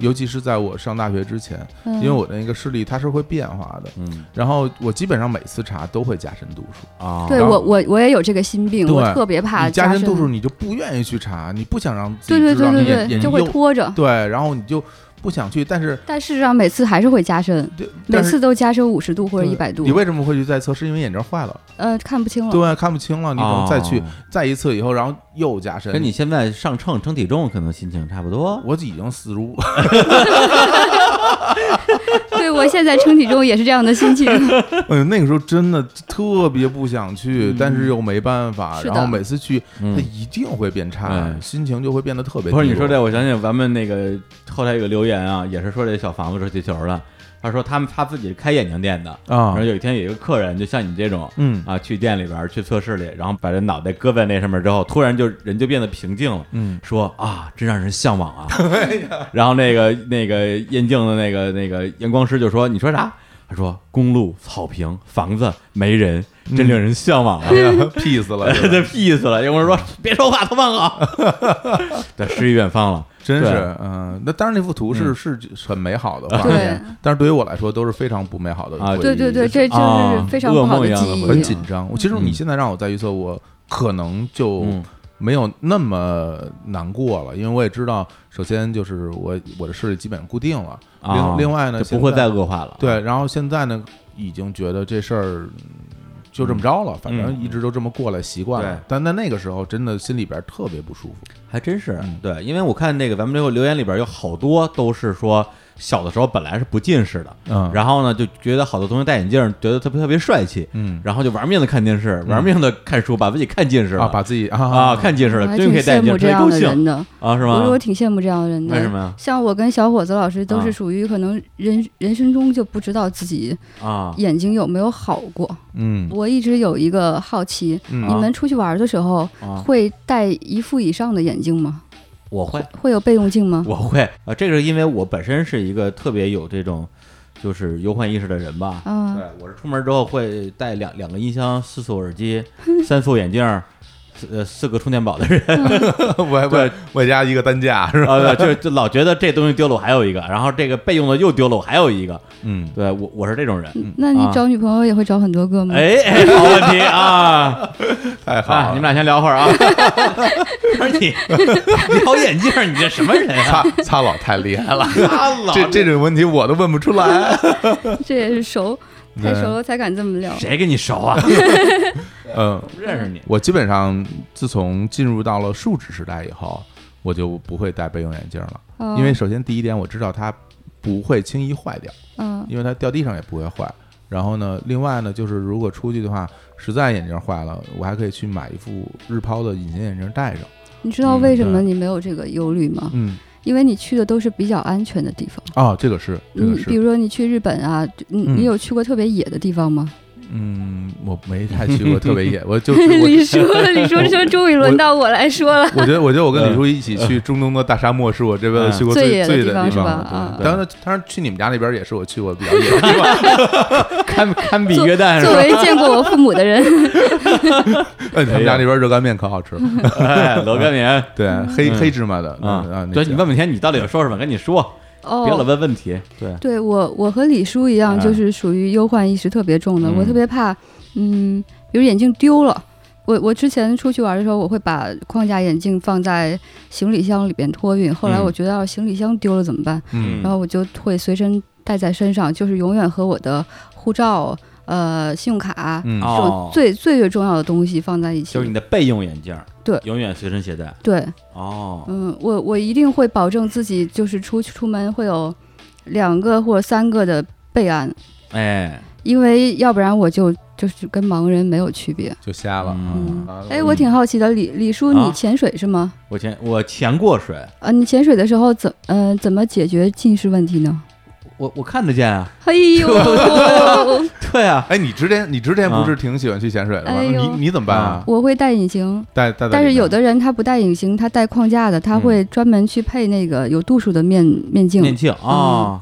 [SPEAKER 2] 尤其是在我上大学之前，
[SPEAKER 3] 嗯
[SPEAKER 2] 因为我的那个视力它是会变化的。
[SPEAKER 1] 嗯
[SPEAKER 2] 然后我基本上每次查都会加深度数，
[SPEAKER 1] 啊，
[SPEAKER 3] 对
[SPEAKER 2] 然后
[SPEAKER 3] 我我我也有这个心病，
[SPEAKER 2] 对
[SPEAKER 3] 我特别怕
[SPEAKER 2] 你加
[SPEAKER 3] 深
[SPEAKER 2] 深度数，你就不愿意去查，你不想让自
[SPEAKER 3] 对
[SPEAKER 2] 己
[SPEAKER 3] 对
[SPEAKER 2] 知道
[SPEAKER 3] 对
[SPEAKER 2] 你
[SPEAKER 3] 对
[SPEAKER 2] 眼
[SPEAKER 3] 对，
[SPEAKER 2] 眼
[SPEAKER 3] 就
[SPEAKER 2] 睛
[SPEAKER 3] 会
[SPEAKER 2] 又
[SPEAKER 3] 拖着。
[SPEAKER 2] 对，然后你就不想去，但是
[SPEAKER 3] 但事实上每次还是会加深，
[SPEAKER 2] 对
[SPEAKER 3] 每
[SPEAKER 2] 但是
[SPEAKER 3] 次都加深五十度或者
[SPEAKER 2] 对
[SPEAKER 3] 一百度
[SPEAKER 2] 你，为什么会去再测？是因为眼睛坏了，
[SPEAKER 3] 呃，看不清了。
[SPEAKER 2] 对，看不清了，你可能再去
[SPEAKER 1] 哦
[SPEAKER 2] 再一次以后，然后又加深。
[SPEAKER 1] 跟你现在上秤称体重，可能心情差不多。
[SPEAKER 2] 我已经四十五，
[SPEAKER 3] 对我现在称体重也是这样的 心情。
[SPEAKER 2] 哎呦，那个时候真的特别不想去，
[SPEAKER 1] 嗯
[SPEAKER 2] 但是又没办法。
[SPEAKER 3] 是的
[SPEAKER 2] 然后每次去，它
[SPEAKER 1] 嗯，
[SPEAKER 2] 一定会变差，
[SPEAKER 1] 哎
[SPEAKER 2] 心情就会变得特别低落。
[SPEAKER 1] 不是你说这，我想起咱们那个后台有个留言啊，也是说这小房子说地球的，他说他们他自己是开眼镜店的，然
[SPEAKER 2] 啊
[SPEAKER 1] 后？有一天有一个客人就像你这种。
[SPEAKER 2] 嗯
[SPEAKER 1] 啊，去店里边儿去测试里，然后把这脑袋搁在那上面之后，突然就人就变得平静了，
[SPEAKER 2] 嗯，
[SPEAKER 1] 说啊，真让人向往 啊。然后那个那个验镜的那个那个验光师就说：“你说啥？”他说：“公路、草坪、房子、没人，真令人向往啊。
[SPEAKER 2] 嗯 哎呀屁死了，
[SPEAKER 1] 这屁死了！验光师说：“别说话，头放好。” 对，诗与远方了。
[SPEAKER 2] 真
[SPEAKER 1] 对
[SPEAKER 2] 是，嗯，那当然那幅图是
[SPEAKER 1] 嗯
[SPEAKER 2] 是很美好的画
[SPEAKER 3] 对
[SPEAKER 2] 面，但是对于我来说都是非常不美好的
[SPEAKER 1] 啊
[SPEAKER 2] 回忆
[SPEAKER 3] 对对对，
[SPEAKER 2] 就是
[SPEAKER 3] 这就是非常不好记
[SPEAKER 1] 啊噩梦一样的
[SPEAKER 3] 忆。
[SPEAKER 1] 回
[SPEAKER 2] 很
[SPEAKER 1] 忆
[SPEAKER 2] 紧张。我其实
[SPEAKER 1] 嗯
[SPEAKER 2] 你现在让我再预测，我可能就
[SPEAKER 1] 嗯
[SPEAKER 2] 没有那么难过了，因为我也知道，首先就是我我的视力基本固定了，
[SPEAKER 1] 啊
[SPEAKER 2] 另另外呢
[SPEAKER 1] 就不会
[SPEAKER 2] 现在
[SPEAKER 1] 再恶化了。
[SPEAKER 2] 对，然后现在呢，已经觉得这事儿嗯就这么着了，反正一直都这么过来，习惯了
[SPEAKER 1] 嗯对。
[SPEAKER 2] 但在那个时候，真的心里边特别不舒服。
[SPEAKER 1] 还真是对，因为我看那个咱们这个留言里边有好多都是说小的时候本来是不近视的，
[SPEAKER 2] 嗯
[SPEAKER 1] 然后呢就觉得好多同学戴眼镜儿觉得特别特别帅气，
[SPEAKER 2] 嗯
[SPEAKER 1] 然后就玩命的看电视，玩命的看书，把自己看近视了
[SPEAKER 2] 啊，把自己啊
[SPEAKER 1] 啊看近视
[SPEAKER 3] 我
[SPEAKER 1] 了，
[SPEAKER 3] 还
[SPEAKER 1] 终于
[SPEAKER 3] 挺
[SPEAKER 1] 可以戴眼
[SPEAKER 3] 羡
[SPEAKER 1] 镜
[SPEAKER 3] 慕
[SPEAKER 1] 儿，特
[SPEAKER 3] 这
[SPEAKER 1] 别
[SPEAKER 3] 样
[SPEAKER 1] 高
[SPEAKER 3] 的人
[SPEAKER 1] 兴
[SPEAKER 3] 的，
[SPEAKER 1] 啊，是
[SPEAKER 3] 我说
[SPEAKER 1] 吗
[SPEAKER 3] 我？挺羡慕这样的人的。
[SPEAKER 1] 为什么呀？
[SPEAKER 3] 像我跟小伙子老师都
[SPEAKER 1] 啊
[SPEAKER 3] 是属于可能人人生中就不知道自己
[SPEAKER 1] 啊，
[SPEAKER 3] 眼睛有没有好过。
[SPEAKER 2] 嗯
[SPEAKER 3] 我一直有一个好奇，
[SPEAKER 2] 嗯
[SPEAKER 3] 你们出去玩的时候
[SPEAKER 1] 啊
[SPEAKER 3] 会戴一副以上的眼镜吗？
[SPEAKER 1] 我会，
[SPEAKER 3] 会有备用镜吗？
[SPEAKER 1] 我会啊，这个是因为我本身是一个特别有这种就是忧患意识的人吧，
[SPEAKER 3] 啊，
[SPEAKER 1] 对，我是出门之后会带两两个音箱、四副耳机、 三副眼镜儿。四呃，四个充电宝的人
[SPEAKER 3] 嗯
[SPEAKER 2] 我
[SPEAKER 1] 对
[SPEAKER 2] 我我加一个担架是吧？
[SPEAKER 1] 啊，对就就老觉得这东西丢了我还有一个，然后这个备用的又丢了我还有一个，
[SPEAKER 2] 嗯，
[SPEAKER 1] 对我我是这种人，
[SPEAKER 3] 那你
[SPEAKER 1] 啊
[SPEAKER 3] 找女朋友也会找很多个吗？
[SPEAKER 1] 哎，哎好问题啊！
[SPEAKER 2] 太好
[SPEAKER 1] 啊，你
[SPEAKER 2] 了，
[SPEAKER 1] 们俩先聊会儿啊。 不是你聊眼镜儿，你这什么人啊？
[SPEAKER 2] 擦擦老太厉 害了，
[SPEAKER 1] 他老
[SPEAKER 2] 这这种问题我都问不出来。
[SPEAKER 3] 这也是熟， 太
[SPEAKER 2] 对
[SPEAKER 3] 熟了才敢这么聊。
[SPEAKER 1] 谁跟你熟啊？
[SPEAKER 2] 嗯，
[SPEAKER 1] 不认 识你
[SPEAKER 2] 我基本上自从进入到了树脂时代以后，我就不会戴备用眼镜了，
[SPEAKER 3] 啊
[SPEAKER 2] 因为首先第一点我知道它不会轻易坏掉。
[SPEAKER 3] 嗯，
[SPEAKER 2] 因为它掉地上也不会坏。然后呢，另外呢，就是如果出去的话，实在眼镜坏了，我还可以去买一副日抛的隐形眼镜戴上。
[SPEAKER 3] 你知
[SPEAKER 1] 嗯
[SPEAKER 3] 道为什么你没有这个忧虑吗？
[SPEAKER 2] 嗯，
[SPEAKER 3] 因为你去的都是比较安全的地方。
[SPEAKER 2] 哦，这个是，这
[SPEAKER 3] 嗯
[SPEAKER 2] 个，
[SPEAKER 3] 比
[SPEAKER 2] 是，
[SPEAKER 3] 如说你去日本啊，就你
[SPEAKER 2] 嗯
[SPEAKER 3] 你有去过特别野的地方吗？
[SPEAKER 2] 嗯，我没太去过特别野，我就是 我。
[SPEAKER 3] 李叔，李叔，这终于轮到我来说了。
[SPEAKER 2] 我觉得，我觉得我跟李叔一起去中东的大沙漠，是我这辈子去过
[SPEAKER 3] 最
[SPEAKER 2] 最
[SPEAKER 3] 野的
[SPEAKER 2] 最
[SPEAKER 3] 地方
[SPEAKER 2] 地
[SPEAKER 3] 是吧
[SPEAKER 2] 方了。
[SPEAKER 3] 啊
[SPEAKER 2] 对当然，当然去你们家那边也是我去过比较野的地方。
[SPEAKER 1] 堪堪比约旦是
[SPEAKER 3] 作
[SPEAKER 1] 吧？
[SPEAKER 3] 为 见过我父母的人，
[SPEAKER 2] 哎，他们家那边热干面可好吃，
[SPEAKER 1] 哎，罗根民啊
[SPEAKER 2] 对，黑
[SPEAKER 1] 嗯
[SPEAKER 2] 黑芝麻的啊，
[SPEAKER 1] 啊，
[SPEAKER 2] 那
[SPEAKER 1] 对
[SPEAKER 2] 家
[SPEAKER 1] 你问半天，你到底有说什么？跟你说，别老
[SPEAKER 3] 哦，
[SPEAKER 1] 问问题。对，
[SPEAKER 3] 对我，我和李叔一样，
[SPEAKER 1] 哎
[SPEAKER 3] 就是属于忧患意识特别重的。
[SPEAKER 1] 嗯
[SPEAKER 3] 我特别怕，嗯，比如眼镜丢了。我我之前出去玩的时候，我会把框架眼镜放在行李箱里边托运。后来
[SPEAKER 1] 嗯
[SPEAKER 3] 我觉得，要是行李箱丢了怎么办？
[SPEAKER 2] 嗯
[SPEAKER 3] 然后我就会随身带在身上，就是永远和我的护照、呃信用卡、
[SPEAKER 2] 嗯
[SPEAKER 1] 哦
[SPEAKER 3] 这种最最最重要的东西放在一起
[SPEAKER 1] 就是。你的备用眼镜儿，
[SPEAKER 3] 对
[SPEAKER 1] 永远随身携带。
[SPEAKER 3] 对，
[SPEAKER 1] 哦，
[SPEAKER 3] 嗯，我我一定会保证自己就是出去出门会有两个或者三个的备案，
[SPEAKER 1] 哎，
[SPEAKER 3] 因为要不然我就就是跟盲人没有区别。
[SPEAKER 2] 就瞎了。
[SPEAKER 1] 嗯
[SPEAKER 3] 嗯，
[SPEAKER 2] 啊
[SPEAKER 3] 哎，我挺好奇的，李李叔，
[SPEAKER 1] 啊
[SPEAKER 3] 你潜水是吗？
[SPEAKER 1] 我潜我潜过水，
[SPEAKER 3] 啊，你潜水的时候怎呃怎么解决近视问题呢？
[SPEAKER 1] 我我看得见啊。
[SPEAKER 3] 哎呦，
[SPEAKER 1] 对啊，
[SPEAKER 2] 哎，你之前你之前不是挺喜欢去潜水的吗？
[SPEAKER 3] 哎呦
[SPEAKER 2] 你你怎么办啊？
[SPEAKER 3] 我会戴隐形，
[SPEAKER 2] 带带在
[SPEAKER 3] 但
[SPEAKER 2] 里
[SPEAKER 3] 是
[SPEAKER 2] 面
[SPEAKER 3] 有的人他不戴隐形，他戴框架的，他会专门去配那个有度数的面面镜，
[SPEAKER 1] 面镜啊，
[SPEAKER 3] 嗯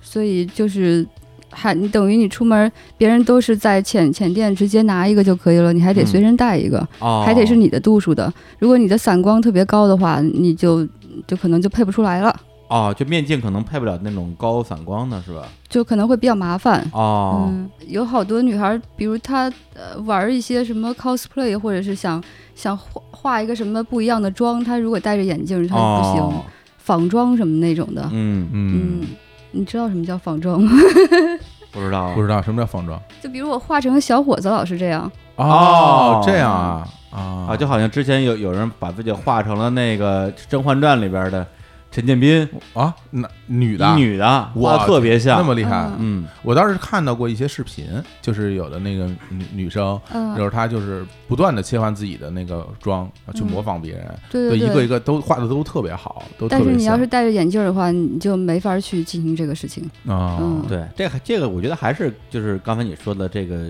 [SPEAKER 3] 所以就是还你等于你出门，别人都是在浅浅店直接拿一个就可以了，你还得
[SPEAKER 1] 嗯
[SPEAKER 3] 随身带一个，
[SPEAKER 1] 哦，
[SPEAKER 3] 还得是你的度数的。如果你的散光特别高的话，你就就可能就配不出来了，
[SPEAKER 1] 哦，就面镜可能配不了那种高散光的，是吧？
[SPEAKER 3] 就可能会比较麻烦。
[SPEAKER 1] 哦，
[SPEAKER 3] 嗯，有好多女孩儿，比如她呃玩儿一些什么 cosplay，或者是想想画画一个什么不一样的妆，她如果戴着眼镜儿，她就嗯不行，
[SPEAKER 1] 哦，
[SPEAKER 3] 仿妆什么那种的。
[SPEAKER 1] 嗯，
[SPEAKER 2] 嗯，
[SPEAKER 3] 你知道什么叫仿妆吗？
[SPEAKER 1] 不知道啊，
[SPEAKER 2] 不知道什么叫仿妆
[SPEAKER 3] 就比如我画成小伙子老是这样，
[SPEAKER 1] 哦
[SPEAKER 2] 这样啊啊
[SPEAKER 1] 啊，就好像之前有有人把自己画成了那个《甄嬛传》里边的陈建斌，
[SPEAKER 2] 啊，那女
[SPEAKER 1] 一
[SPEAKER 2] 的啊
[SPEAKER 1] 女的，
[SPEAKER 2] 哇
[SPEAKER 1] 画得特别像，
[SPEAKER 2] 那么厉害
[SPEAKER 3] 嗯。
[SPEAKER 1] 嗯，
[SPEAKER 2] 我倒是看到过一些视频，就是有的那个女女生，
[SPEAKER 3] 嗯、
[SPEAKER 2] 就是她就是不断的切换自己的那个妆，啊去模仿别人，
[SPEAKER 3] 嗯对对
[SPEAKER 2] 一个一个都画的都特别好，都特
[SPEAKER 3] 但是
[SPEAKER 2] 别
[SPEAKER 3] 你要
[SPEAKER 2] 像
[SPEAKER 3] 是戴着眼镜儿的话，你就没法去进行这个事情。
[SPEAKER 2] 啊，
[SPEAKER 3] 嗯
[SPEAKER 1] 对，这个这个我觉得还是就是刚才你说的这个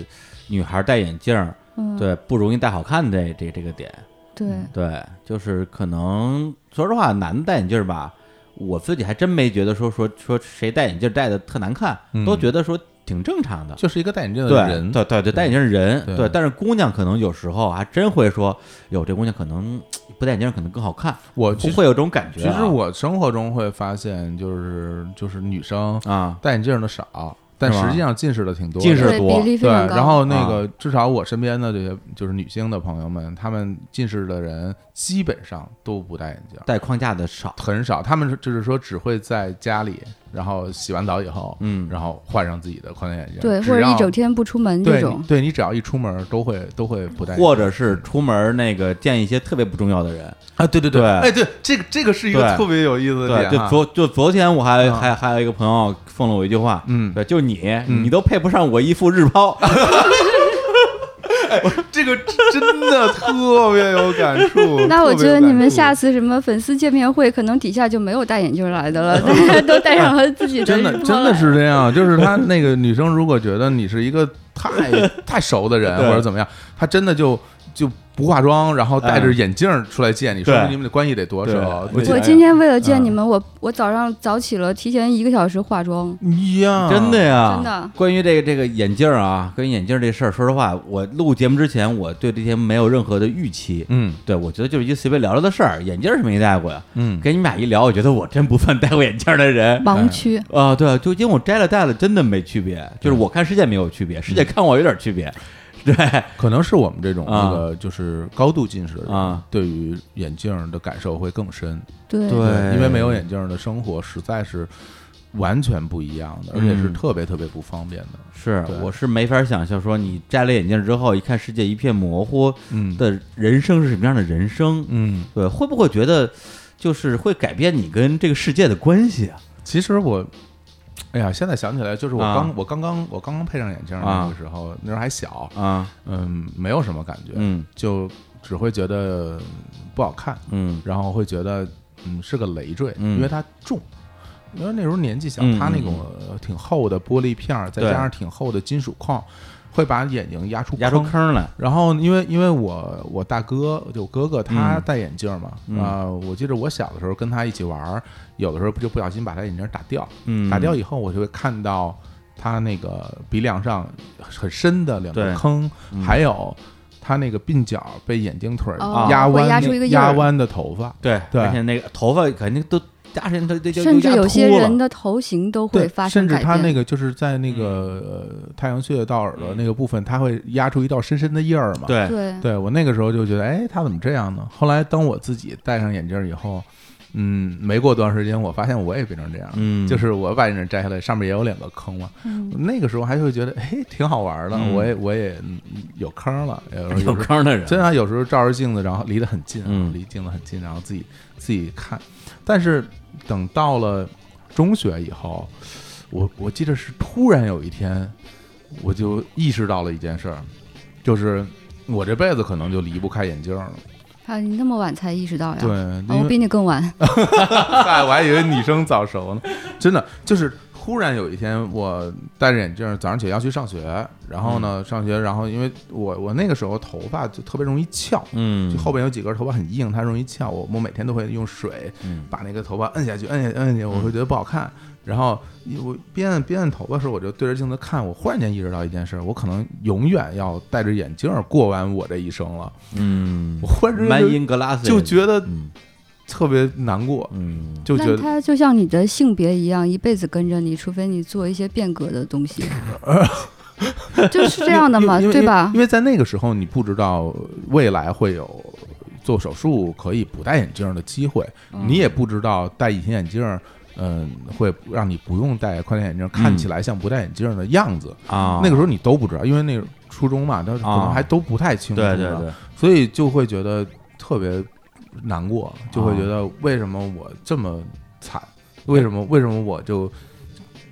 [SPEAKER 1] 女孩戴眼镜儿，
[SPEAKER 3] 嗯，
[SPEAKER 1] 对，不容易戴好看这这这个点，
[SPEAKER 3] 对
[SPEAKER 2] 嗯
[SPEAKER 1] 对，就是可能说实话，男的戴眼镜儿吧，我自己还真没觉得说说说谁戴眼镜儿戴的特难看，
[SPEAKER 2] 嗯
[SPEAKER 1] 都觉得说挺正常的。
[SPEAKER 2] 就是一个戴眼镜的
[SPEAKER 1] 对
[SPEAKER 2] 人，
[SPEAKER 1] 对对对，戴眼镜儿人
[SPEAKER 2] 对
[SPEAKER 1] 但是姑娘可能有时候还真会说，哟，这姑娘可能不戴眼镜儿可能更好看，
[SPEAKER 2] 我其
[SPEAKER 1] 会
[SPEAKER 2] 实
[SPEAKER 1] 会有这种感觉
[SPEAKER 2] 其
[SPEAKER 1] 啊、
[SPEAKER 2] 实我生活中会发现，就是就是女生
[SPEAKER 1] 啊，
[SPEAKER 2] 戴眼镜的少，但
[SPEAKER 1] 是吗
[SPEAKER 2] 实际上近视的挺多的，
[SPEAKER 1] 近视啊
[SPEAKER 3] 对，
[SPEAKER 1] 多
[SPEAKER 3] 比例非
[SPEAKER 2] 对，
[SPEAKER 3] 常高。
[SPEAKER 2] 然后那个至少我身边的这些就是女性的朋友们，她们近视的人基本上都不戴眼镜，
[SPEAKER 1] 戴框架的少，
[SPEAKER 2] 很少，她们是就是说只会在家里，然后洗完澡以后，
[SPEAKER 1] 嗯
[SPEAKER 2] 然后换上自己的框架眼镜，
[SPEAKER 3] 对，或
[SPEAKER 2] 只
[SPEAKER 3] 者
[SPEAKER 2] 要
[SPEAKER 3] 一整天不出门这
[SPEAKER 2] 对
[SPEAKER 3] 种。
[SPEAKER 2] 你，对你只要一出门都会都会不戴眼镜，
[SPEAKER 1] 或者是出门儿那个见一些特别不重要的人，
[SPEAKER 2] 啊，对对
[SPEAKER 1] 对
[SPEAKER 2] 哎对，这个这个是一个
[SPEAKER 1] 对
[SPEAKER 2] 特别有意思的
[SPEAKER 1] 对，
[SPEAKER 2] 点
[SPEAKER 1] 就
[SPEAKER 2] 哈，
[SPEAKER 1] 昨就昨天我还、
[SPEAKER 2] 啊
[SPEAKER 1] 还还有一个朋友奉了我一句话，
[SPEAKER 2] 嗯
[SPEAKER 1] 对，就你、你都配不上我一副日抛，
[SPEAKER 2] 这个真的特别有感触
[SPEAKER 3] 那我觉得你们下
[SPEAKER 2] 次
[SPEAKER 3] 次什么粉丝见面会，可能底下就没有戴眼镜来的了，大家 都戴上了自 己
[SPEAKER 2] 嗯真的
[SPEAKER 3] 日抛
[SPEAKER 2] 真的
[SPEAKER 3] 来
[SPEAKER 2] 是这样，就是他那个女生如果觉得你是一个太 太熟的人
[SPEAKER 1] 对
[SPEAKER 2] 或者怎么样，她真的就就不化妆，然后戴着眼镜出来见你，说明你们的关系得多
[SPEAKER 1] 哎对
[SPEAKER 2] 熟。
[SPEAKER 1] 对
[SPEAKER 2] 记得
[SPEAKER 3] 我
[SPEAKER 1] 哎
[SPEAKER 3] 今天为了
[SPEAKER 2] 嗯
[SPEAKER 3] 见你们，我我早上早起了，提前一个小时化妆。
[SPEAKER 2] 你呀，
[SPEAKER 1] 真的呀，
[SPEAKER 3] 真的
[SPEAKER 1] 嗯关于这个这个眼镜儿啊，关于眼镜儿这事儿，说实话，我录节目之前，我对这些没有任何的预期。
[SPEAKER 2] 嗯
[SPEAKER 1] 对，我觉得就是一随便聊聊的事儿，眼镜儿是没戴过呀。
[SPEAKER 2] 嗯，
[SPEAKER 1] 跟你们俩一聊，我觉得我真不算戴过眼镜儿的人
[SPEAKER 3] 盲
[SPEAKER 2] 哎
[SPEAKER 3] 区，
[SPEAKER 1] 啊、对，就因为我摘了戴了，真的没区别。就是我看世界没有区别，世界看我有点区别。 对，
[SPEAKER 2] 可能是我们这种
[SPEAKER 1] 啊
[SPEAKER 2] 那个就是高度近视的人
[SPEAKER 1] 啊，
[SPEAKER 2] 对于眼镜的感受会更深。
[SPEAKER 3] 对
[SPEAKER 1] 对
[SPEAKER 2] 因为没有眼镜的生活实在是完全不一样的，而且是
[SPEAKER 1] 嗯
[SPEAKER 2] 特别特别不方便的。
[SPEAKER 1] 是
[SPEAKER 2] 对，
[SPEAKER 1] 我是没法想象说你摘了眼镜之后，一看世界一片模糊
[SPEAKER 2] 嗯
[SPEAKER 1] 的人生是什么样的人生。
[SPEAKER 2] 嗯，
[SPEAKER 1] 对，会不会觉得就是会改变你跟这个世界的关系啊？
[SPEAKER 2] 其实我，哎呀，现在想起来，就是我
[SPEAKER 1] 啊
[SPEAKER 2] 刚、我刚刚我刚刚配上眼镜儿
[SPEAKER 1] 啊
[SPEAKER 2] 那个时候，那时候还小，
[SPEAKER 1] 啊，
[SPEAKER 2] 嗯，没有什么感觉，
[SPEAKER 1] 嗯
[SPEAKER 2] 就只会觉得不好看，
[SPEAKER 1] 嗯
[SPEAKER 2] 然后会觉得嗯是个累赘，
[SPEAKER 1] 嗯
[SPEAKER 2] 因为它重。因为那时候年纪小
[SPEAKER 1] 嗯，
[SPEAKER 2] 它那
[SPEAKER 1] 嗯
[SPEAKER 2] 种挺厚的玻璃片儿，再
[SPEAKER 1] 对
[SPEAKER 2] 加上挺厚的金属框，会把眼睛压出
[SPEAKER 1] 压出坑来。
[SPEAKER 2] 然后因为因为我我大哥就我哥哥他
[SPEAKER 1] 嗯
[SPEAKER 2] 戴眼镜嘛，
[SPEAKER 1] 嗯
[SPEAKER 2] 啊、我记得我小的时候跟他一起玩儿，有的时候就不小心把他眼镜打掉，
[SPEAKER 1] 嗯，
[SPEAKER 2] 打掉以后我就会看到他那个鼻梁上很深的两
[SPEAKER 1] 对
[SPEAKER 2] 个坑，
[SPEAKER 1] 嗯
[SPEAKER 2] 还有他那个鬓角被眼镜腿儿
[SPEAKER 3] 哦
[SPEAKER 2] 压
[SPEAKER 3] 会
[SPEAKER 2] 弯、
[SPEAKER 3] 压出一个印儿
[SPEAKER 2] 压弯的头发。
[SPEAKER 1] 对
[SPEAKER 2] 对
[SPEAKER 1] 而且那个头发肯定都加上都都
[SPEAKER 3] 甚至有些人
[SPEAKER 1] 的
[SPEAKER 3] 的头型都会
[SPEAKER 2] 对
[SPEAKER 3] 发，生
[SPEAKER 2] 甚至
[SPEAKER 3] 改
[SPEAKER 2] 他那
[SPEAKER 3] 变。
[SPEAKER 2] 个就是在那个、呃太阳穴到耳朵那个部分，他会压出一道深深的印儿嘛。
[SPEAKER 1] 对
[SPEAKER 3] 对，
[SPEAKER 2] 对我那个时候就觉得，哎，他怎么这样呢？后来当我自己戴上眼镜以后，嗯，没过多长时间，我发现我也变成这样了，
[SPEAKER 1] 嗯
[SPEAKER 2] 就是我把那摘下来，上面也有两个坑嘛。那个时候还会觉得，哎，挺好玩的，
[SPEAKER 1] 嗯
[SPEAKER 2] 我也我也嗯有坑了，有时
[SPEAKER 1] 有
[SPEAKER 2] 候
[SPEAKER 1] 坑的人，
[SPEAKER 2] 真啊，有时候照着镜子，然后离得很近啊，
[SPEAKER 1] 嗯
[SPEAKER 2] 离镜子很近，然后自己自己看。但是等到了中学以后，我我记得是突然有一天，我就意识到了一件事儿，就是我这辈子可能就离不开眼镜了。
[SPEAKER 3] 啊，你那么晚才意识到呀？
[SPEAKER 2] 对，
[SPEAKER 3] 啊
[SPEAKER 2] 因
[SPEAKER 3] 我
[SPEAKER 2] 为
[SPEAKER 3] 比你更晚。
[SPEAKER 2] 嗨，我还以为女生早熟呢，真的就是忽然有一天，我戴着眼镜，早上起来要去上学，然后呢，上学，然后因为我我那个时候头发就特别容易翘，
[SPEAKER 1] 嗯，
[SPEAKER 2] 就后边有几根头发很硬，它容易翘，我我每天都会用水
[SPEAKER 1] 嗯
[SPEAKER 2] 把那个头发摁下去，摁下去，摁下去，我会觉得不好看。然后我边摁边摁头发的时候，我就对着镜子看，我忽然间意识到一件事，我可能永远要戴着眼镜过完我这一生了。
[SPEAKER 1] 嗯
[SPEAKER 2] 我忽然之
[SPEAKER 1] ，Man
[SPEAKER 2] 间
[SPEAKER 1] in Glass
[SPEAKER 2] 就就觉得
[SPEAKER 1] 嗯
[SPEAKER 2] 特别难过，
[SPEAKER 1] 嗯
[SPEAKER 2] 就觉
[SPEAKER 3] 那
[SPEAKER 2] 得
[SPEAKER 3] 它就像你的性别一样，一辈子跟着你，除非你做一些变革的 东西，就是这样的嘛，
[SPEAKER 2] 因为
[SPEAKER 3] 对吧
[SPEAKER 2] 因为？因为在那个时候，你不知道未来会有做手术可以不戴眼镜的机会，
[SPEAKER 3] 嗯
[SPEAKER 2] 你也不知道戴隐形眼镜，嗯、会让你不用戴宽带眼镜，看起来像不戴眼镜的样子。
[SPEAKER 1] 嗯啊，
[SPEAKER 2] 那个时候你都不知道，因为那个初中嘛，但是可能
[SPEAKER 1] 啊
[SPEAKER 2] 还都不太清楚、
[SPEAKER 1] 对对，对，
[SPEAKER 2] 所以就会觉得特别难过，就
[SPEAKER 1] 啊
[SPEAKER 2] 会觉得为什么我这么惨，为什么为什么我就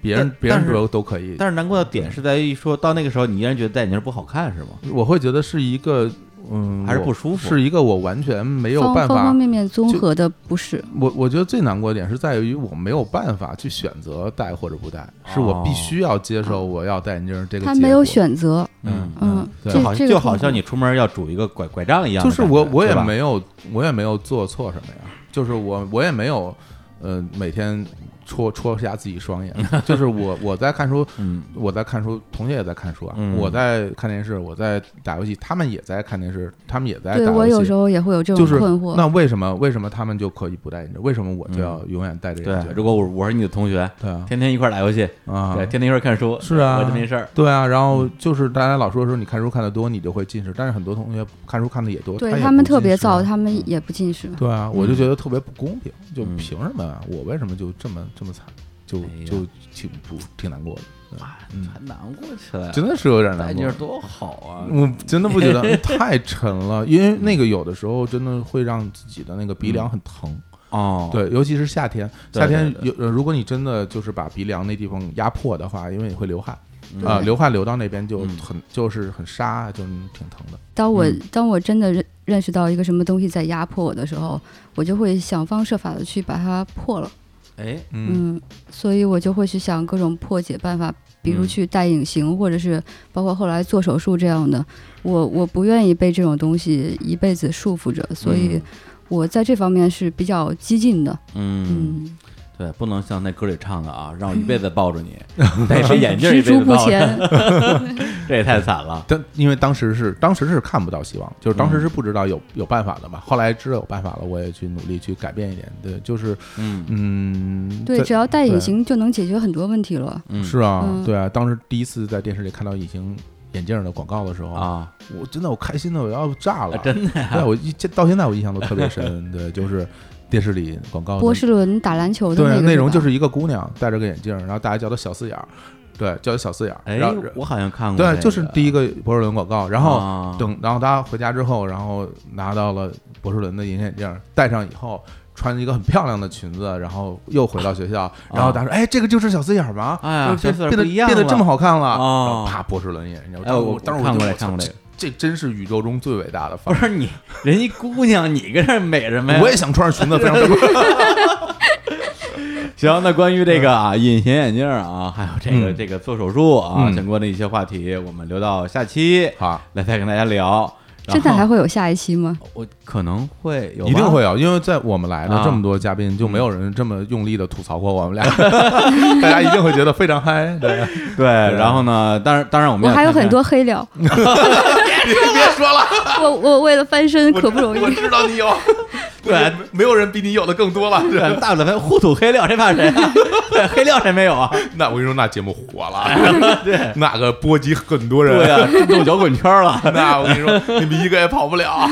[SPEAKER 2] 别人
[SPEAKER 1] 但
[SPEAKER 2] 别人
[SPEAKER 1] 但是
[SPEAKER 2] 都都可以，
[SPEAKER 1] 但是难过的点是在于说到那个时候，你依然觉得戴眼镜不好看是吗？
[SPEAKER 2] 我会觉得是一个，嗯，
[SPEAKER 1] 还是
[SPEAKER 2] 我
[SPEAKER 1] 不舒服
[SPEAKER 2] 是一个我完全没有
[SPEAKER 3] 方
[SPEAKER 2] 办
[SPEAKER 3] 方
[SPEAKER 2] 法
[SPEAKER 3] 方。面面综合的不是，
[SPEAKER 2] 我我觉得最难过的点是在于我没有办法去选择戴或者不戴，是我必须要接受我要戴眼镜这个。
[SPEAKER 3] 哦他没有，选择，
[SPEAKER 2] 嗯
[SPEAKER 3] 嗯，
[SPEAKER 2] 对
[SPEAKER 1] 就
[SPEAKER 3] 这
[SPEAKER 1] 好
[SPEAKER 3] 这
[SPEAKER 1] 像
[SPEAKER 3] 个
[SPEAKER 1] 就好
[SPEAKER 3] 痛
[SPEAKER 1] 像
[SPEAKER 3] 苦
[SPEAKER 1] 你出门要拄一个拐拐杖一样的
[SPEAKER 2] 就
[SPEAKER 1] 感觉，
[SPEAKER 2] 是我我也
[SPEAKER 1] 对吧
[SPEAKER 2] 没有我也没有做错什么呀，就是我我也没有，呃，每天戳戳瞎自己双眼， 就是我我在看书，
[SPEAKER 1] 嗯
[SPEAKER 2] 我在看书，同学也在看书啊，
[SPEAKER 1] 嗯
[SPEAKER 2] 我在看电视，我在打游戏，他们也在看电视，他们也在打游戏。
[SPEAKER 3] 对我有时候也会有这
[SPEAKER 2] 就
[SPEAKER 3] 种
[SPEAKER 2] 是
[SPEAKER 3] 困惑。
[SPEAKER 2] 那为什么为什么他们就可以不戴眼镜？为什么我就要永远戴着眼
[SPEAKER 1] 对
[SPEAKER 2] 镜？，
[SPEAKER 1] 如果我我是你的同学，
[SPEAKER 2] 对啊，
[SPEAKER 1] 天天一块儿打游戏，
[SPEAKER 2] 啊，
[SPEAKER 1] 对，天天一块儿看书，
[SPEAKER 2] 是啊
[SPEAKER 1] 我就没事儿。
[SPEAKER 2] 对啊。然后就是大家老说说你看书看的多，你就会近视，但是很多同学看书看的也多，
[SPEAKER 3] 对
[SPEAKER 2] 也
[SPEAKER 3] 他
[SPEAKER 2] 不
[SPEAKER 3] 们特
[SPEAKER 2] 近
[SPEAKER 3] 别
[SPEAKER 2] 视啊
[SPEAKER 3] 燥，。他嗯们也不近视。
[SPEAKER 2] 对啊，我就觉得特别不公平，就
[SPEAKER 1] 嗯
[SPEAKER 2] 凭什么啊我为什么就这么这么惨？就
[SPEAKER 1] 哎呀
[SPEAKER 2] 就挺不挺难过的，
[SPEAKER 1] 啊
[SPEAKER 2] 嗯
[SPEAKER 1] 还难过起来了，
[SPEAKER 2] 真的是有点
[SPEAKER 1] 戴眼
[SPEAKER 2] 难过
[SPEAKER 1] 镜。多好啊！
[SPEAKER 2] 我真的不觉得嗯太沉了，因为那个有的时候真的会让自己的那个鼻梁很疼。
[SPEAKER 1] 哦，
[SPEAKER 2] 对，尤其是夏天，
[SPEAKER 1] 对
[SPEAKER 2] 夏天
[SPEAKER 1] 对
[SPEAKER 2] 有，呃如果你真的就是把鼻梁那地方压迫的话，因为你会流汗
[SPEAKER 1] 嗯
[SPEAKER 2] 啊、
[SPEAKER 3] 对
[SPEAKER 2] 流汗流到那边就
[SPEAKER 1] 嗯
[SPEAKER 2] 很、就是很沙，就挺疼的。
[SPEAKER 3] 当我、
[SPEAKER 1] 嗯
[SPEAKER 3] 当我真的认认识到一个什么东西在压迫我的时候，我就会想方设法的去把它破了。
[SPEAKER 1] 哎，
[SPEAKER 3] 嗯，所以我就会去想各种破解办法，比如
[SPEAKER 1] 嗯
[SPEAKER 3] 去戴隐形，或者是包括后来做手术这样的。我我不愿意被这种东西一辈子束缚着，所以我在这方面是比较激进的。
[SPEAKER 1] 嗯，
[SPEAKER 3] 嗯，
[SPEAKER 1] 对，不能像那歌里唱的啊，让我一辈子抱着你，戴谁眼 镜儿一
[SPEAKER 3] 知
[SPEAKER 1] 辈
[SPEAKER 3] 足
[SPEAKER 1] 子
[SPEAKER 3] 不
[SPEAKER 1] 抱着，
[SPEAKER 3] 前，
[SPEAKER 1] 这也太惨了。
[SPEAKER 2] 但因为当时是当时是看不到希望，就是
[SPEAKER 1] 嗯
[SPEAKER 2] 当时是不知道有有办法的嘛。后来知道有办法了，我也去努力去改变一点。对，就是
[SPEAKER 1] 嗯
[SPEAKER 2] 嗯，
[SPEAKER 3] 对，
[SPEAKER 2] 在
[SPEAKER 3] 只要戴
[SPEAKER 2] 对
[SPEAKER 3] 隐形就能解决很多问题了。
[SPEAKER 1] 嗯
[SPEAKER 2] 是啊，
[SPEAKER 3] 嗯
[SPEAKER 2] 对啊。当时第一次在电视里看到隐形眼镜的广告的时候，
[SPEAKER 1] 啊，
[SPEAKER 2] 我真的我开心的我要炸了，
[SPEAKER 1] 真的呀
[SPEAKER 2] 对，我一这到现在我印象都特别深，对，就是电视里广告的
[SPEAKER 3] 波士伦打篮球的那
[SPEAKER 2] 对
[SPEAKER 3] 个
[SPEAKER 2] 内容
[SPEAKER 3] 吧
[SPEAKER 2] 就是一个姑娘戴着个眼镜，然后大家叫她小四眼儿，对，叫她小四眼儿，
[SPEAKER 1] 哎
[SPEAKER 2] 然后，
[SPEAKER 1] 我好像看过那个，
[SPEAKER 2] 对，就是第一个博士伦广告，然后
[SPEAKER 1] 啊
[SPEAKER 2] 等然后大家回家之后，然后拿到了博士伦的隐形眼镜，戴上以后。穿一个很漂亮的裙子，然后又回到学
[SPEAKER 1] 啊
[SPEAKER 2] 校，然后大家说：“哎，这个就是小四眼儿吗？
[SPEAKER 1] 哎呀小
[SPEAKER 2] 就是
[SPEAKER 1] 四眼
[SPEAKER 2] 变得
[SPEAKER 1] 不一样
[SPEAKER 2] 变得这
[SPEAKER 1] 了
[SPEAKER 2] 么好看了。”
[SPEAKER 1] 哦
[SPEAKER 2] 然后啪，博士伦眼镜，
[SPEAKER 1] 哎我
[SPEAKER 2] 当时
[SPEAKER 1] 看
[SPEAKER 2] 我
[SPEAKER 1] 过
[SPEAKER 2] 就
[SPEAKER 1] 来
[SPEAKER 2] 我操
[SPEAKER 1] 看过来
[SPEAKER 2] 这这真是宇宙中最伟大的 发
[SPEAKER 1] 不
[SPEAKER 2] 明。
[SPEAKER 1] 是你，人家姑娘，你跟这儿美什么呀？
[SPEAKER 2] 我也想穿上裙子，非常漂亮。
[SPEAKER 1] 行，那关于这个啊，隐形眼镜啊，还有这个、
[SPEAKER 2] 嗯
[SPEAKER 1] 这个做手术啊，
[SPEAKER 2] 嗯
[SPEAKER 1] 相关的一些话题，我们留到下期
[SPEAKER 2] 好，
[SPEAKER 1] 来再跟大家聊。然
[SPEAKER 3] 真的
[SPEAKER 1] 后
[SPEAKER 3] 还会有下一期吗？
[SPEAKER 1] 我可能会有吧，
[SPEAKER 2] 一定会有，因为在我们来的
[SPEAKER 1] 啊嗯
[SPEAKER 2] 这么多嘉宾，就没有人这么用力的吐槽过我 们俩，大家一定会觉得非常嗨。对，
[SPEAKER 1] 对。然后呢，当然当然我们
[SPEAKER 3] 我
[SPEAKER 1] 也
[SPEAKER 3] 还有
[SPEAKER 1] 看看
[SPEAKER 3] 很多黑料，
[SPEAKER 2] 别说了，
[SPEAKER 3] 我我为了翻身 可不容易
[SPEAKER 2] 我。知道 你有，
[SPEAKER 1] 对，
[SPEAKER 2] 没有人比你有的更多了。
[SPEAKER 1] 对大不了糊土黑料，谁怕谁啊？ 对，黑料谁没有啊？
[SPEAKER 2] 那我跟你说，那节目火 了，对，那个波及很多
[SPEAKER 1] 对啊
[SPEAKER 2] 人。
[SPEAKER 1] 啊，震动摇滚圈了。
[SPEAKER 2] 那我跟你说，你们一个也跑不了。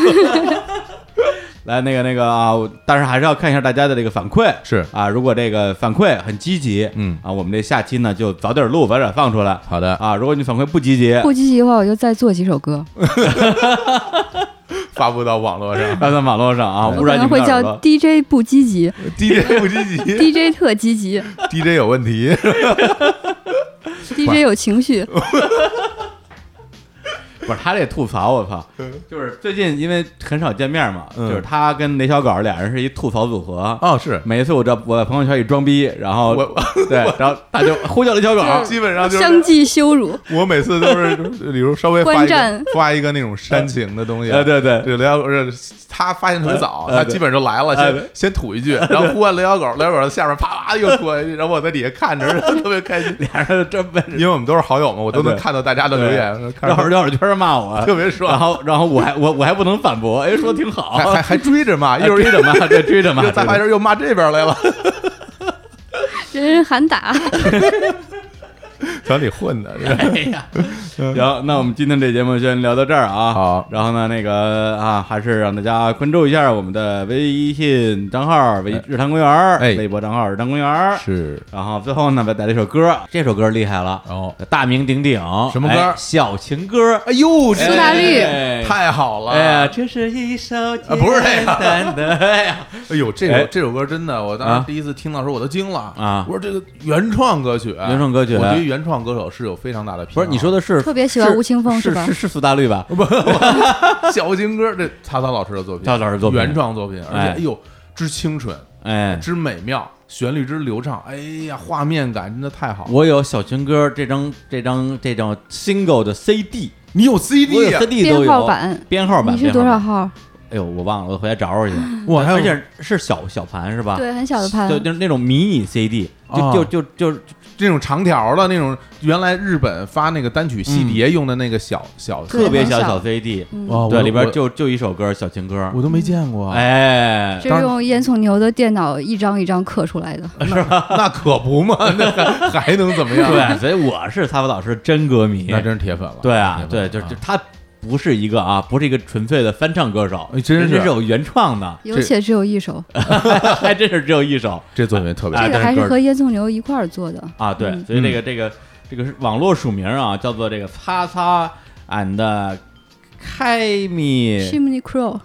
[SPEAKER 1] 来那个那个啊，我但是还是要看一下大家的这个反馈
[SPEAKER 2] 是，
[SPEAKER 1] 啊，如果这个反馈很积极，
[SPEAKER 2] 嗯，
[SPEAKER 1] 啊，我们这下期呢就早点录，早点放出来
[SPEAKER 2] 好的，
[SPEAKER 1] 啊。如果你反馈不积极，
[SPEAKER 3] 不积极的话，我就再做几首歌，
[SPEAKER 2] 发布到网 络上
[SPEAKER 1] 发在网络上啊，
[SPEAKER 3] 我
[SPEAKER 1] 污
[SPEAKER 3] 可
[SPEAKER 1] 染
[SPEAKER 3] 能
[SPEAKER 1] 你
[SPEAKER 3] 会
[SPEAKER 1] 们的耳
[SPEAKER 3] 叫
[SPEAKER 1] 朵。
[SPEAKER 3] DJ 不积极
[SPEAKER 2] ，DJ 不积极
[SPEAKER 3] ，DJ 特积极
[SPEAKER 2] ，DJ 有问题，
[SPEAKER 3] ，DJ 有情绪，
[SPEAKER 1] 不是他这吐槽，我操！ 就是最近因为很少见面嘛，
[SPEAKER 2] 嗯
[SPEAKER 1] 就是他跟雷小狗俩人是一吐槽组合。
[SPEAKER 2] 哦， 是
[SPEAKER 1] 每一次我这我在朋友圈一装逼，然后
[SPEAKER 2] 我
[SPEAKER 1] 对，然后 他就呼叫雷小狗，
[SPEAKER 2] 基本上就
[SPEAKER 3] 相
[SPEAKER 2] 是。
[SPEAKER 3] 继羞辱。
[SPEAKER 2] 我每次都是，比如稍微发一
[SPEAKER 3] 观
[SPEAKER 2] 个
[SPEAKER 3] 战
[SPEAKER 2] 发一个那种煽情的 东西，
[SPEAKER 1] 呃，对对，
[SPEAKER 2] 对，雷小狗是他发现很早，
[SPEAKER 1] 哎哎
[SPEAKER 2] 他基本上就来
[SPEAKER 1] 哎
[SPEAKER 2] 了，先
[SPEAKER 1] 对
[SPEAKER 2] 先吐一句，然后呼完雷小狗，雷小狗在下面啪啪又吐完一句，然后我在底下看着， 特别开心，哎
[SPEAKER 1] 俩人真笨，
[SPEAKER 2] 因为我们都是好友嘛，我都能
[SPEAKER 1] 对
[SPEAKER 2] 看到大家的留言，看
[SPEAKER 1] 绕
[SPEAKER 2] 着
[SPEAKER 1] 着绕着圈儿骂我，
[SPEAKER 2] 特别爽
[SPEAKER 1] 然后然后我还我我还不能反驳，哎，说得挺 好，
[SPEAKER 2] 还还还哎追着 骂，一
[SPEAKER 1] 哎又
[SPEAKER 2] 会儿
[SPEAKER 1] 追着骂，这追着骂，
[SPEAKER 2] 又再发一阵又骂这边 来了，
[SPEAKER 3] 人人喊打，
[SPEAKER 2] 瞧你混的，
[SPEAKER 1] 哎呀，行，那我们今天这节目先聊到这儿啊。
[SPEAKER 2] 好
[SPEAKER 1] 然后呢，那个啊，还是让大家关注一下我们的微信账号“微日坛公园”，
[SPEAKER 2] 哎
[SPEAKER 1] 微博账号“日坛公园”。
[SPEAKER 2] 是
[SPEAKER 1] 然后最后呢，再带来一首歌，这首歌厉害了，
[SPEAKER 2] 哦
[SPEAKER 1] 大名鼎鼎，
[SPEAKER 2] 什么歌
[SPEAKER 1] 哎小情歌，
[SPEAKER 2] 哎呦，这
[SPEAKER 3] 苏打绿
[SPEAKER 1] 哎
[SPEAKER 2] 太好了，
[SPEAKER 1] 哎呀，这是一首
[SPEAKER 2] 啊不是这
[SPEAKER 1] 简
[SPEAKER 2] 个
[SPEAKER 1] 单的，哎呀，
[SPEAKER 2] 哎呦，这
[SPEAKER 1] 哎
[SPEAKER 2] 首这首歌真的，我当
[SPEAKER 1] 啊
[SPEAKER 2] 时第一次听到时候我都惊了
[SPEAKER 1] 啊
[SPEAKER 2] 我说这个原创歌曲，
[SPEAKER 1] 原创歌曲
[SPEAKER 2] 我对于原创歌手是有非常大的批
[SPEAKER 1] 不是你说
[SPEAKER 2] 的
[SPEAKER 1] 的是
[SPEAKER 3] 特别喜欢
[SPEAKER 1] 是
[SPEAKER 3] 吴青峰
[SPEAKER 1] 是
[SPEAKER 3] 是吧
[SPEAKER 1] 是是苏打绿吧？
[SPEAKER 2] 小情歌，这曹操老师的作品，
[SPEAKER 1] 曹操老师作品
[SPEAKER 2] 原创作品，而且
[SPEAKER 1] 哎
[SPEAKER 2] 哎呦之清纯，
[SPEAKER 1] 哎，
[SPEAKER 2] 之美妙，旋律之流畅，哎呀，画面感真的太好了。
[SPEAKER 1] 我有小情歌这张这张这张 single 的 CD，
[SPEAKER 2] 你有
[SPEAKER 1] 我
[SPEAKER 2] CD
[SPEAKER 1] 有
[SPEAKER 2] 呀？
[SPEAKER 1] CD 都有
[SPEAKER 3] 编号版
[SPEAKER 1] 编号版
[SPEAKER 3] 你是多？
[SPEAKER 1] 编
[SPEAKER 3] 少
[SPEAKER 1] 号版
[SPEAKER 3] 号？
[SPEAKER 1] 哎呦，我忘了，我回家找找去。
[SPEAKER 2] 我还有
[SPEAKER 1] 而且是小小盘是吧？
[SPEAKER 3] 对，很小的盘
[SPEAKER 1] 就，就是那种迷你 CD，
[SPEAKER 2] 啊
[SPEAKER 1] 就就就就
[SPEAKER 2] 这种长条的那种，原来日本发那个单曲细碟用的那个小小
[SPEAKER 1] 特别小
[SPEAKER 3] 很小
[SPEAKER 1] 小 CD，
[SPEAKER 3] 嗯
[SPEAKER 2] 哇，
[SPEAKER 1] 对，
[SPEAKER 2] 哦我
[SPEAKER 1] 里边
[SPEAKER 2] 我
[SPEAKER 1] 就就一首歌小情歌，
[SPEAKER 2] 我都啊没见过，，
[SPEAKER 1] 哎，
[SPEAKER 3] 这是用烟囱牛的电脑一张一张刻出来的。，
[SPEAKER 1] 呃
[SPEAKER 2] 那可不 嘛，那还还能怎么样？
[SPEAKER 1] 对，所以我是擦佛老师真歌迷，
[SPEAKER 2] 那真是铁粉了。
[SPEAKER 1] 对啊，
[SPEAKER 2] 铁粉
[SPEAKER 1] 对，
[SPEAKER 2] 了
[SPEAKER 1] 就就
[SPEAKER 2] 啊
[SPEAKER 1] 他不是一个啊，不是一个纯粹的翻唱歌手，
[SPEAKER 2] 哎真
[SPEAKER 1] 人
[SPEAKER 2] 是
[SPEAKER 1] 家是有原创的
[SPEAKER 3] 有且只有一首，
[SPEAKER 1] 还真是只有一首。
[SPEAKER 2] 这作品特别
[SPEAKER 1] 哎啊
[SPEAKER 3] 这
[SPEAKER 1] 但
[SPEAKER 3] 个
[SPEAKER 1] 是
[SPEAKER 3] 还是
[SPEAKER 1] 歌
[SPEAKER 3] 和烟囱牛一块儿做的。
[SPEAKER 1] 啊，对，
[SPEAKER 3] 嗯
[SPEAKER 1] 所以这个这个这个是网络署名啊，叫做这个擦擦 and 开米，
[SPEAKER 3] Chimney Crow，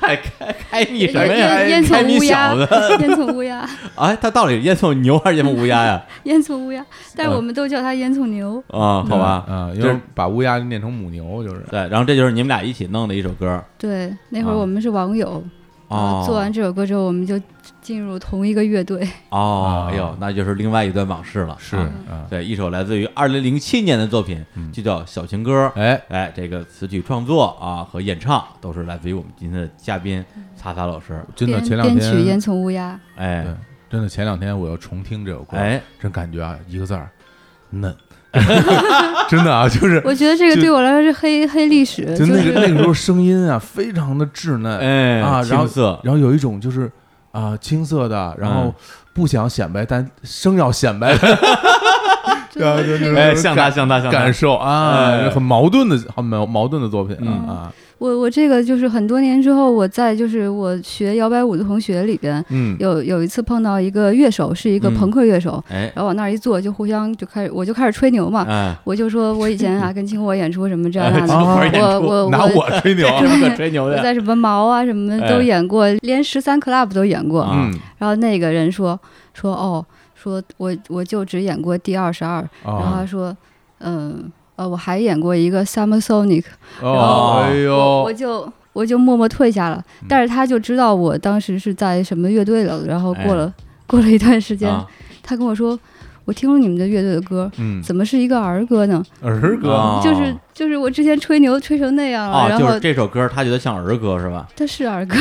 [SPEAKER 1] 哎开开米什么呀？哎
[SPEAKER 3] 烟烟
[SPEAKER 1] 开
[SPEAKER 3] 囱
[SPEAKER 1] 米
[SPEAKER 3] 乌鸦，
[SPEAKER 1] 小
[SPEAKER 3] 烟
[SPEAKER 1] 子，
[SPEAKER 3] 囱乌鸦，
[SPEAKER 1] 哎，他到底是烟囱牛还是烟囱乌鸦 呀？
[SPEAKER 3] 烟囱乌鸦，但是我们都叫它烟囱牛。
[SPEAKER 1] 啊，好吧，
[SPEAKER 2] 啊，因
[SPEAKER 1] 就
[SPEAKER 2] 为
[SPEAKER 1] 是
[SPEAKER 2] 把乌鸦念成母牛就是。
[SPEAKER 1] 对，然后这就是你们俩一起弄的一首歌
[SPEAKER 3] 对，那会儿
[SPEAKER 1] 啊
[SPEAKER 3] 我们是网友，
[SPEAKER 1] 哦
[SPEAKER 3] 啊，做完这首歌之后，我们就进入同一个乐队。
[SPEAKER 1] 哦
[SPEAKER 2] 啊，
[SPEAKER 1] 哎呦，那就是另外一段往事了，
[SPEAKER 2] 是嗯
[SPEAKER 1] 啊
[SPEAKER 2] 啊，
[SPEAKER 1] 对，一首来自于二零零七年的作品，就叫《小情歌》。
[SPEAKER 2] 哎，
[SPEAKER 1] 哎，这个词曲创作啊和演唱都是来自于我们今天的嘉宾
[SPEAKER 3] 嗯
[SPEAKER 1] 擦擦老师。
[SPEAKER 2] 真的
[SPEAKER 3] 编
[SPEAKER 2] 前两
[SPEAKER 3] 编曲
[SPEAKER 2] 天，
[SPEAKER 3] 烟囱乌鸦，
[SPEAKER 1] 哎
[SPEAKER 2] 对，真的前两天我又重听这首歌，
[SPEAKER 1] 哎，
[SPEAKER 2] 真感觉啊，一个字儿嫩，真的啊， 就是
[SPEAKER 3] 我觉得这个
[SPEAKER 2] 就
[SPEAKER 3] 对我来说是黑黑历史，
[SPEAKER 2] 就
[SPEAKER 3] 就
[SPEAKER 2] 那个那
[SPEAKER 3] 是
[SPEAKER 2] 个时候声音啊，非常的稚嫩
[SPEAKER 1] 哎
[SPEAKER 2] 啊，然
[SPEAKER 1] 青
[SPEAKER 2] 后
[SPEAKER 1] 涩，
[SPEAKER 2] 然后有一种就是啊青涩的，然后
[SPEAKER 1] 嗯
[SPEAKER 2] 不想显摆，但生要显摆的然后就那种
[SPEAKER 1] 哎，像他，像他，像
[SPEAKER 2] 呃感
[SPEAKER 1] 他，
[SPEAKER 2] 受啊
[SPEAKER 1] 哎，
[SPEAKER 2] 很矛盾的，很矛矛盾的作品
[SPEAKER 1] 嗯
[SPEAKER 2] 啊，
[SPEAKER 3] 我我这个就是很多年之后，我在就是我学摇摆舞的同学里边，
[SPEAKER 2] 嗯，
[SPEAKER 3] 有有一次碰到一个乐手，是一个
[SPEAKER 1] 嗯
[SPEAKER 3] 朋克乐手，
[SPEAKER 1] 哎，
[SPEAKER 3] 然后往那儿一坐，就互相就开始，我就开始吹牛
[SPEAKER 2] 啊
[SPEAKER 3] 嘛，
[SPEAKER 1] 哎，
[SPEAKER 3] 我就说我以前啊跟清火演出什么 这
[SPEAKER 1] 哎
[SPEAKER 3] 那
[SPEAKER 1] 清
[SPEAKER 3] 的，
[SPEAKER 1] 火
[SPEAKER 2] 啊
[SPEAKER 1] 演
[SPEAKER 3] 我
[SPEAKER 1] 出，
[SPEAKER 3] 我
[SPEAKER 2] 拿
[SPEAKER 3] 我
[SPEAKER 2] 我吹牛，
[SPEAKER 1] 这么个吹牛
[SPEAKER 3] 我
[SPEAKER 1] 的，
[SPEAKER 3] 在什么毛啊什么都
[SPEAKER 1] 哎
[SPEAKER 3] 演过，连十三 club 都演过
[SPEAKER 1] 啊，
[SPEAKER 2] 嗯，
[SPEAKER 3] 然后那个人说说哦，说我我就只演过第二十二，然后
[SPEAKER 1] 哦
[SPEAKER 2] 啊
[SPEAKER 3] 他说嗯呃我还演过一个 Summer Sonic，
[SPEAKER 1] 后
[SPEAKER 2] 哎
[SPEAKER 3] 我我
[SPEAKER 2] 呦，
[SPEAKER 3] 就我就默默退下了，
[SPEAKER 1] 嗯
[SPEAKER 3] 但是他就知道我当时是在什么乐队了，然后过了、过了一段时间，
[SPEAKER 1] 哎啊
[SPEAKER 3] 他跟我说，我听了你们的乐队的歌，
[SPEAKER 2] 嗯，
[SPEAKER 3] 怎么是一个儿歌呢？
[SPEAKER 2] 儿
[SPEAKER 1] 啊
[SPEAKER 2] 歌，
[SPEAKER 3] 嗯就是就是我之前吹牛吹成那样了，
[SPEAKER 1] 哦，
[SPEAKER 3] 然
[SPEAKER 1] 就
[SPEAKER 3] 后
[SPEAKER 1] 是这首歌，他觉得像儿歌是吧？
[SPEAKER 3] 它是儿歌，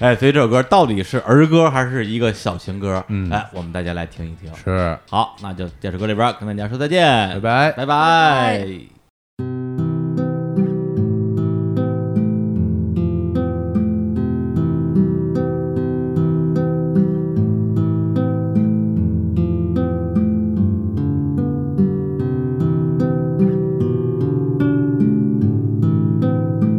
[SPEAKER 1] 哎，所以这首歌到底是儿歌还是一个小情歌？
[SPEAKER 2] 嗯
[SPEAKER 1] 哎，我们大家来听一听。
[SPEAKER 2] 是，
[SPEAKER 1] 好，那就这首歌里边跟大家说再
[SPEAKER 2] 拜
[SPEAKER 1] 见，
[SPEAKER 2] 拜。
[SPEAKER 1] 拜拜。
[SPEAKER 4] Thank